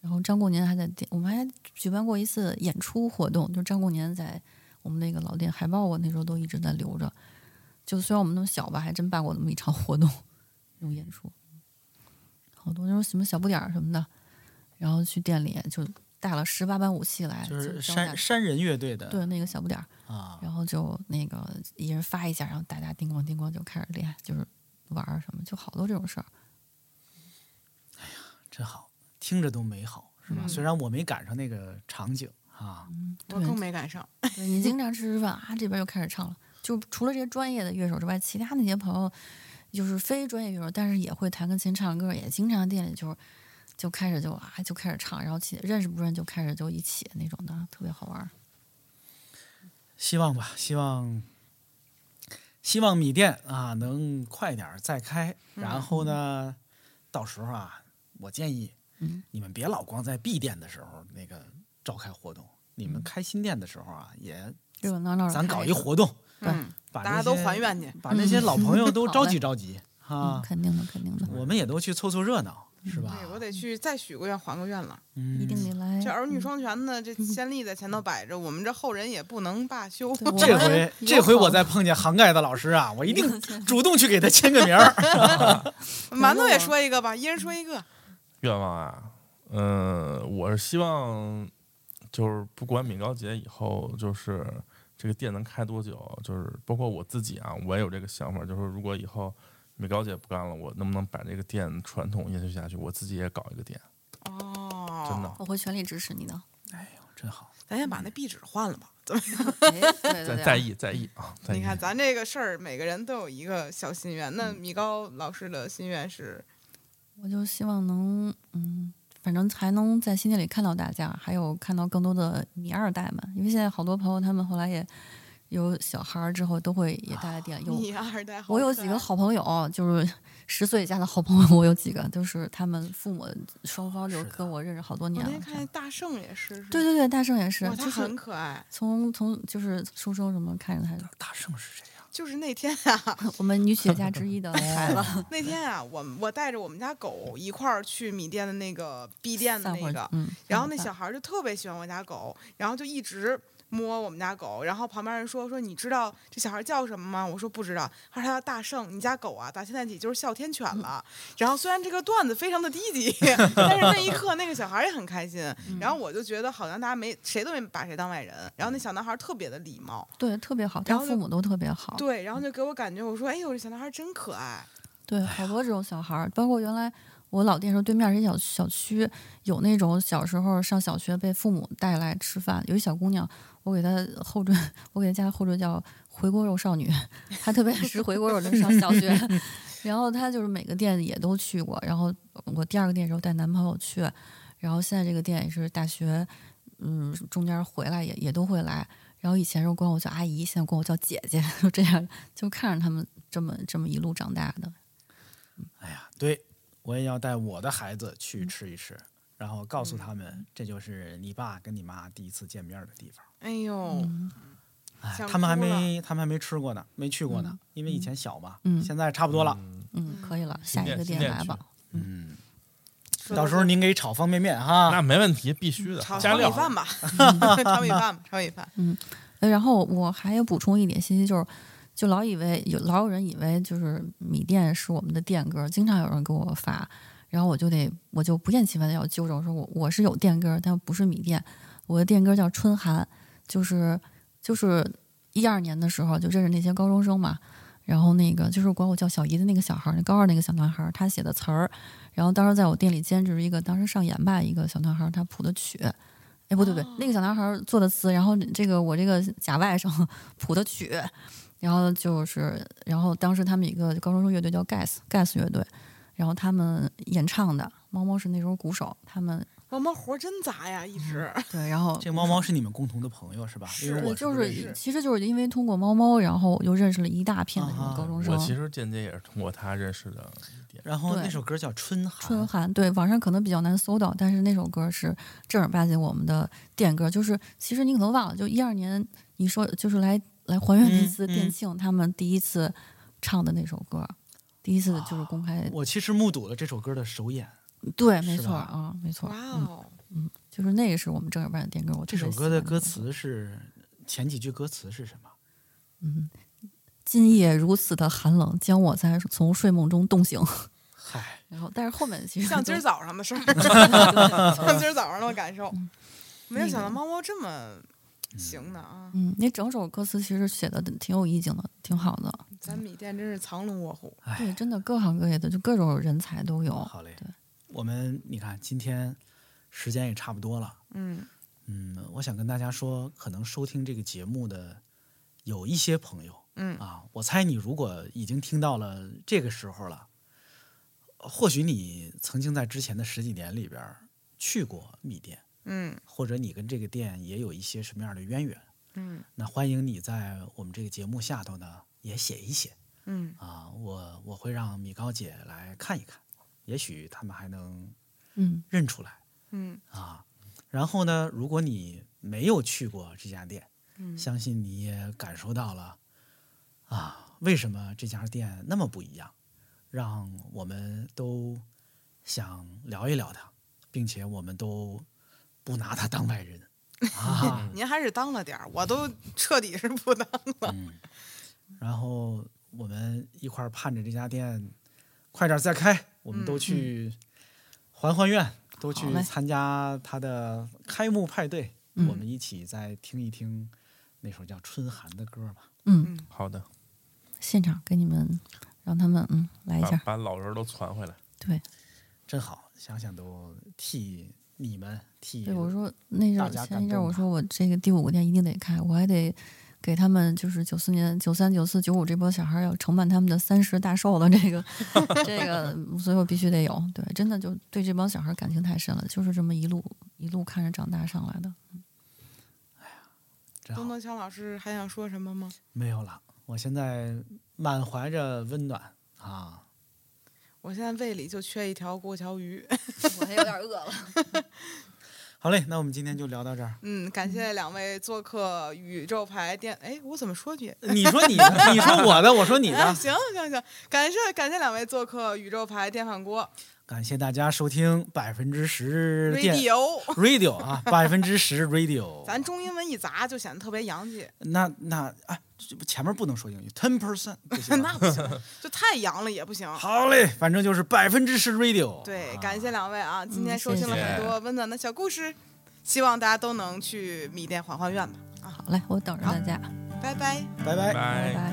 [SPEAKER 7] 然后张过年还在店，我们还举办过一次演出活动，就张过年在我们那个老店海报，啊我那时候都一直在留着。就虽然我们那么小吧，还真办过那么一场活动， 那种演出。好多那种什么小不点儿什么的，然后去店里就带了十八般武器来，
[SPEAKER 5] 就是
[SPEAKER 7] 招
[SPEAKER 5] 山
[SPEAKER 7] 待
[SPEAKER 5] 山人乐队的
[SPEAKER 7] 对那个小不点儿，
[SPEAKER 5] 啊，
[SPEAKER 7] 然后就那个一人发一下，然后大家叮咣叮咣就开始练，就是玩儿什么，就好多这种事儿。
[SPEAKER 5] 真好，听着都美好，是吧？
[SPEAKER 6] 嗯
[SPEAKER 5] 虽然我没赶上那个场景啊，
[SPEAKER 6] 我更没赶上。
[SPEAKER 7] 对你经常吃吃饭啊，这边又开始唱了。就除了这些专业的乐手之外，其他那些朋友就是非专业乐手，但是也会弹个琴、唱歌，也经常店里就是就开始就啊就开始唱，然后起认识不认识就开始就一起那种的，特别好玩儿。
[SPEAKER 5] 希望吧，希望希望米店啊能快点儿再开，然后呢，到时候啊，我建议
[SPEAKER 7] 嗯
[SPEAKER 5] 你们别老光在闭店的时候那个召开活动，你们开新店的时候啊，也
[SPEAKER 7] 热热闹闹的，
[SPEAKER 5] 咱搞一活动，
[SPEAKER 6] 嗯，
[SPEAKER 5] 把
[SPEAKER 6] 大家
[SPEAKER 5] 那
[SPEAKER 6] 都
[SPEAKER 5] 些
[SPEAKER 6] 还愿去。
[SPEAKER 5] 把那些老朋友都
[SPEAKER 7] 好
[SPEAKER 5] 召
[SPEAKER 7] 嘞
[SPEAKER 5] 集召集
[SPEAKER 7] 嗯，
[SPEAKER 5] 啊，
[SPEAKER 7] 肯定的，肯定的，
[SPEAKER 5] 我们也都去凑凑热闹，是吧？
[SPEAKER 6] 对，我得去再许个愿，还个愿了。
[SPEAKER 7] 一定得来。
[SPEAKER 6] 这儿女
[SPEAKER 7] 嗯
[SPEAKER 6] 双全呢，这先例在前头摆着，我们这后人也不能罢休。
[SPEAKER 7] 对我
[SPEAKER 5] 这
[SPEAKER 7] 们
[SPEAKER 5] 回
[SPEAKER 7] 有
[SPEAKER 5] 这回
[SPEAKER 7] 好
[SPEAKER 5] 我再碰见涵盖的老师啊，我一定主动去给他签个名儿。
[SPEAKER 6] 馒头也说一个吧，一人说一个。
[SPEAKER 8] 愿望啊，嗯，我是希望就是不管米高节以后，就是这个店能开多久，就是包括我自己啊，我也有这个想法，就是如果以后米高姐不干了，我能不能把这个店传统延续下去，我自己也搞一个店，
[SPEAKER 6] 哦，
[SPEAKER 8] 真的，
[SPEAKER 7] 我会全力支持你的。
[SPEAKER 5] 真好，
[SPEAKER 6] 咱先把那壁纸换了吧。怎么？
[SPEAKER 7] 哎，对
[SPEAKER 8] 在
[SPEAKER 7] 对
[SPEAKER 8] 在
[SPEAKER 7] 对，
[SPEAKER 8] 意在意啊，在意。
[SPEAKER 6] 你看咱这个事儿，每个人都有一个小心愿。那米高老师的心愿是，
[SPEAKER 7] 我就希望能，嗯，反正还能在新店里看到大家，还有看到更多的米二代们，因为现在好多朋友他们后来也有小孩儿之后，都会也带来店里有。
[SPEAKER 6] 啊你二代好
[SPEAKER 7] 我有
[SPEAKER 6] 可
[SPEAKER 7] 几个
[SPEAKER 6] 爱
[SPEAKER 7] 好朋友，就是十岁以下的好朋友，我有几个，就是他们父母双方就是
[SPEAKER 5] 的
[SPEAKER 7] 跟我认识好多
[SPEAKER 6] 我
[SPEAKER 7] 年
[SPEAKER 6] 哦那
[SPEAKER 7] 了
[SPEAKER 6] 天。看见大圣也是，是
[SPEAKER 7] 对对对，大圣也是
[SPEAKER 6] 哇，，他
[SPEAKER 7] 就是
[SPEAKER 6] 很可爱。
[SPEAKER 7] 从从就是出生什么看着他，
[SPEAKER 5] 大圣是谁呀？
[SPEAKER 6] 就是那天啊，
[SPEAKER 7] 我们女企业家 之一的孩子，
[SPEAKER 6] 那天啊，我我带着我们家狗一块儿去米店的那个 B 店的
[SPEAKER 7] 散伙
[SPEAKER 6] 那个，
[SPEAKER 7] 嗯，
[SPEAKER 6] 然后那小孩儿就特别喜欢我家狗，然后就一直摸我们家狗。然后旁边人说说你知道这小孩儿叫什么吗？我说不知道。他说他叫大圣，你家狗啊，打现在起就是哮天
[SPEAKER 7] 嗯
[SPEAKER 6] 犬了。然后虽然这个段子非常的低 级，但是那一刻那个小孩儿也很开心。
[SPEAKER 7] 嗯
[SPEAKER 6] 然后我就觉得好像大家没谁都没把谁当外人。然后那小男孩儿特别的礼貌，
[SPEAKER 7] 对，特别好，
[SPEAKER 6] 然
[SPEAKER 7] 他
[SPEAKER 6] 后就
[SPEAKER 7] 父母都特别好。
[SPEAKER 6] 对，然后就给我感觉我说哎呦这小男孩儿真可爱。
[SPEAKER 7] 对，好多这种小孩儿，包括原来我老店时候对面儿是一小小区，有那种小时候上小学被父母带来吃饭，有一小姑娘，我给它后缀，我给它加的后缀叫“回锅肉少女”，她特别爱吃回锅肉，那上小学。然后她就是每个店也都去过，然后我第二个店的时候带男朋友去，然后现在这个店也是大学，嗯，中间回来也也都会来。然后以前时候管我叫阿姨，现在管我叫姐姐， 就这样，就看着他们这么这么一路长大的。
[SPEAKER 5] 哎呀，对我也要带我的孩子
[SPEAKER 7] 嗯
[SPEAKER 5] 去吃一吃，然后告诉他们，这就是你爸跟你妈第一次见面的地方。
[SPEAKER 6] 哎呦，
[SPEAKER 5] 哎，
[SPEAKER 6] 想
[SPEAKER 5] 他们还
[SPEAKER 6] 哭了
[SPEAKER 5] 没，他们还没吃过呢，没去过呢，因为以前小嘛，
[SPEAKER 7] 嗯
[SPEAKER 5] 现在差不多了。
[SPEAKER 7] 嗯，可以了，下一
[SPEAKER 8] 店
[SPEAKER 7] 个
[SPEAKER 8] 新
[SPEAKER 7] 店
[SPEAKER 8] 店
[SPEAKER 7] 来
[SPEAKER 8] 去
[SPEAKER 7] 吧。
[SPEAKER 5] 嗯，
[SPEAKER 6] 说
[SPEAKER 5] 到时候您给炒方便面哈。
[SPEAKER 8] 那没问题，必须的
[SPEAKER 7] 嗯
[SPEAKER 6] 炒，
[SPEAKER 8] 加
[SPEAKER 6] 炒米
[SPEAKER 8] 料。
[SPEAKER 6] 饭 吧，炒米饭吧，炒米饭。
[SPEAKER 7] 呃然后我还要补充一点信息，就是就老以为有老有人以为就是米店是我们的店歌，经常有人给我发，然后我就得我就不厌其烦的要纠正，我说我我是有店歌，但不是米店，我的店歌叫春寒，就是就是一二年的时候就认识那些高中生嘛。然后那个就是管我叫小姨的那个小孩儿，那高二那个小男孩儿，他写的词儿，然后当时在我店里兼职一个，当时上研吧一个小男孩儿，他谱的曲，哎，不对不
[SPEAKER 5] 哦
[SPEAKER 7] 对，那个小男孩儿做的词，然后这个我这个假外甥 谱的曲，然后就是，然后当时他们有一个高中生乐队叫 Gas Gas 乐队，然后他们演唱的，猫猫是那时候鼓手，他们
[SPEAKER 6] 猫猫活真杂呀，一直。
[SPEAKER 7] 对，然后
[SPEAKER 5] 这个猫猫是你们共同的朋友是吧？因为
[SPEAKER 7] 对，
[SPEAKER 5] 我
[SPEAKER 7] 就
[SPEAKER 5] 不认识
[SPEAKER 7] 是其实就是因为通过猫猫，然后我就认识了一大片的这
[SPEAKER 5] 啊
[SPEAKER 7] 种高中生。
[SPEAKER 8] 我其实间接也是通过他认识的一点。
[SPEAKER 5] 然后
[SPEAKER 7] 对
[SPEAKER 5] 那首歌叫《春寒》，
[SPEAKER 7] 春寒，对，网上可能比较难搜到，但是那首歌是正儿八经我们的电歌，就是其实你可能忘了，就一二年你说就是来来还原那次
[SPEAKER 5] 嗯嗯
[SPEAKER 7] 店庆、他们第一次唱的那首歌，第一次就是公开，
[SPEAKER 5] 我其实目睹了这首歌的首演。
[SPEAKER 7] 对，没
[SPEAKER 5] 哦是
[SPEAKER 7] 错
[SPEAKER 5] 吧
[SPEAKER 7] 啊，没错，
[SPEAKER 6] 哇
[SPEAKER 7] 嗯，
[SPEAKER 6] 哦，
[SPEAKER 7] 就是那个是我们正儿八经电歌，我特
[SPEAKER 5] 这首
[SPEAKER 7] 别
[SPEAKER 5] 歌
[SPEAKER 7] 喜
[SPEAKER 5] 的
[SPEAKER 7] 欢
[SPEAKER 5] 歌
[SPEAKER 7] 那首
[SPEAKER 5] 词是前几句歌词是什么？
[SPEAKER 7] 嗯，今夜如此的寒冷，将我才从睡梦中冻醒，
[SPEAKER 5] 嗨，
[SPEAKER 7] 然后但是后面其实
[SPEAKER 6] 像今
[SPEAKER 7] 都
[SPEAKER 6] 儿早上的 事儿，像今儿早上的感受，没有想到猫猫这么行的啊！
[SPEAKER 7] 嗯，那整首歌词其实写的挺有意境的，挺好的。
[SPEAKER 6] 咱米店真是藏龙卧虎，
[SPEAKER 7] 对，哎真的各行各业的，就各种人才都有。
[SPEAKER 5] 好嘞
[SPEAKER 7] 对，
[SPEAKER 5] 我们你看今天时间也差不 多了，
[SPEAKER 6] 嗯，
[SPEAKER 5] 嗯，我想跟大家说，可能收听这个节目的有一些朋友，
[SPEAKER 6] 嗯
[SPEAKER 5] 啊，我猜你如果已经听到了这个时候了，呃或许你曾经在之前的十几年里边儿去过米店，
[SPEAKER 6] 嗯
[SPEAKER 5] 或者你跟这个店也有一些什么样的渊源，
[SPEAKER 6] 嗯
[SPEAKER 5] 那欢迎你在我们这个节目下头呢也写一写。
[SPEAKER 6] 嗯，
[SPEAKER 5] 啊，我我会让米高姐来看一看，也许他们还能
[SPEAKER 7] 嗯
[SPEAKER 5] 认出来
[SPEAKER 6] 嗯
[SPEAKER 5] 啊。然后呢，如果你没有去过这家店，
[SPEAKER 6] 嗯
[SPEAKER 5] 相信你也感受到了啊，为什么这家店那么不一样，让我们都想聊一聊它，并且我们都不拿它当外 人啊。
[SPEAKER 6] 您还是当了点儿，我都彻底是不当了。
[SPEAKER 5] 嗯，然后我们一块儿盼着这家店快点儿再开，我们都去还还愿，都去
[SPEAKER 7] 嗯好嘞
[SPEAKER 5] 参加它的开幕派对，
[SPEAKER 7] 嗯
[SPEAKER 5] 我们一起再听一听那首叫《春寒》的歌吧。
[SPEAKER 7] 嗯，
[SPEAKER 8] 好的，
[SPEAKER 7] 现场给你们，让他们嗯来一
[SPEAKER 8] 把
[SPEAKER 7] 下。
[SPEAKER 8] 把老人都传回来。
[SPEAKER 7] 对，
[SPEAKER 5] 真好，想想都替你们替
[SPEAKER 7] 对我说那阵
[SPEAKER 5] 大
[SPEAKER 7] 儿
[SPEAKER 5] 家
[SPEAKER 7] 前
[SPEAKER 5] 感
[SPEAKER 7] 一阵儿
[SPEAKER 5] 动
[SPEAKER 7] 我
[SPEAKER 5] 吧
[SPEAKER 7] 说我这个第五个店一定得开，我还得给他们就是九四年、九三、九四、九五这波小孩儿要承办他们的三十大寿的这 个这个，所以我必须得有。对，真的就对这帮小孩儿感情太深了，就是这么一路一路看着长大上来的。
[SPEAKER 5] 真
[SPEAKER 6] 东
[SPEAKER 5] 好
[SPEAKER 6] 东强老师还想说什么吗？
[SPEAKER 5] 没有了，我现在满怀着温暖啊。
[SPEAKER 6] 我现在胃里就缺一条过桥鱼。
[SPEAKER 7] 我还有点饿了。
[SPEAKER 5] 好嘞，那我们今天就聊到这儿。
[SPEAKER 6] 嗯，感谢两位做客宇宙牌店。哎，我怎么说去？
[SPEAKER 5] 你说你 的，你说我的，我说你
[SPEAKER 6] 哎，
[SPEAKER 5] 的。
[SPEAKER 6] 行行行，感谢感谢两位做客宇宙牌电饭锅
[SPEAKER 5] 感谢大家收听百分之十电
[SPEAKER 6] Radio。
[SPEAKER 5] radio 啊，百分之十 radio。
[SPEAKER 6] 咱中英文一砸就显得特别洋气，
[SPEAKER 5] 那那啊，这前面不能说英语，ten percent 不行
[SPEAKER 6] 那不行，就太洋了也不行。
[SPEAKER 5] 好嘞，反正就是百分之十 radio。
[SPEAKER 6] 对，
[SPEAKER 5] 啊
[SPEAKER 6] 感谢两位啊，今天
[SPEAKER 7] 嗯
[SPEAKER 6] 收听了
[SPEAKER 8] 谢谢
[SPEAKER 6] 很多温暖的小故事，希望大家都能去米店还还愿吧。
[SPEAKER 7] 好嘞，我等着大家，
[SPEAKER 6] 拜拜。
[SPEAKER 5] 拜拜。
[SPEAKER 7] 拜拜。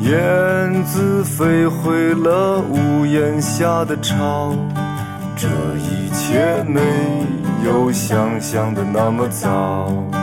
[SPEAKER 9] 燕子飞回了屋檐下的巢。这一切没有想象的那么早。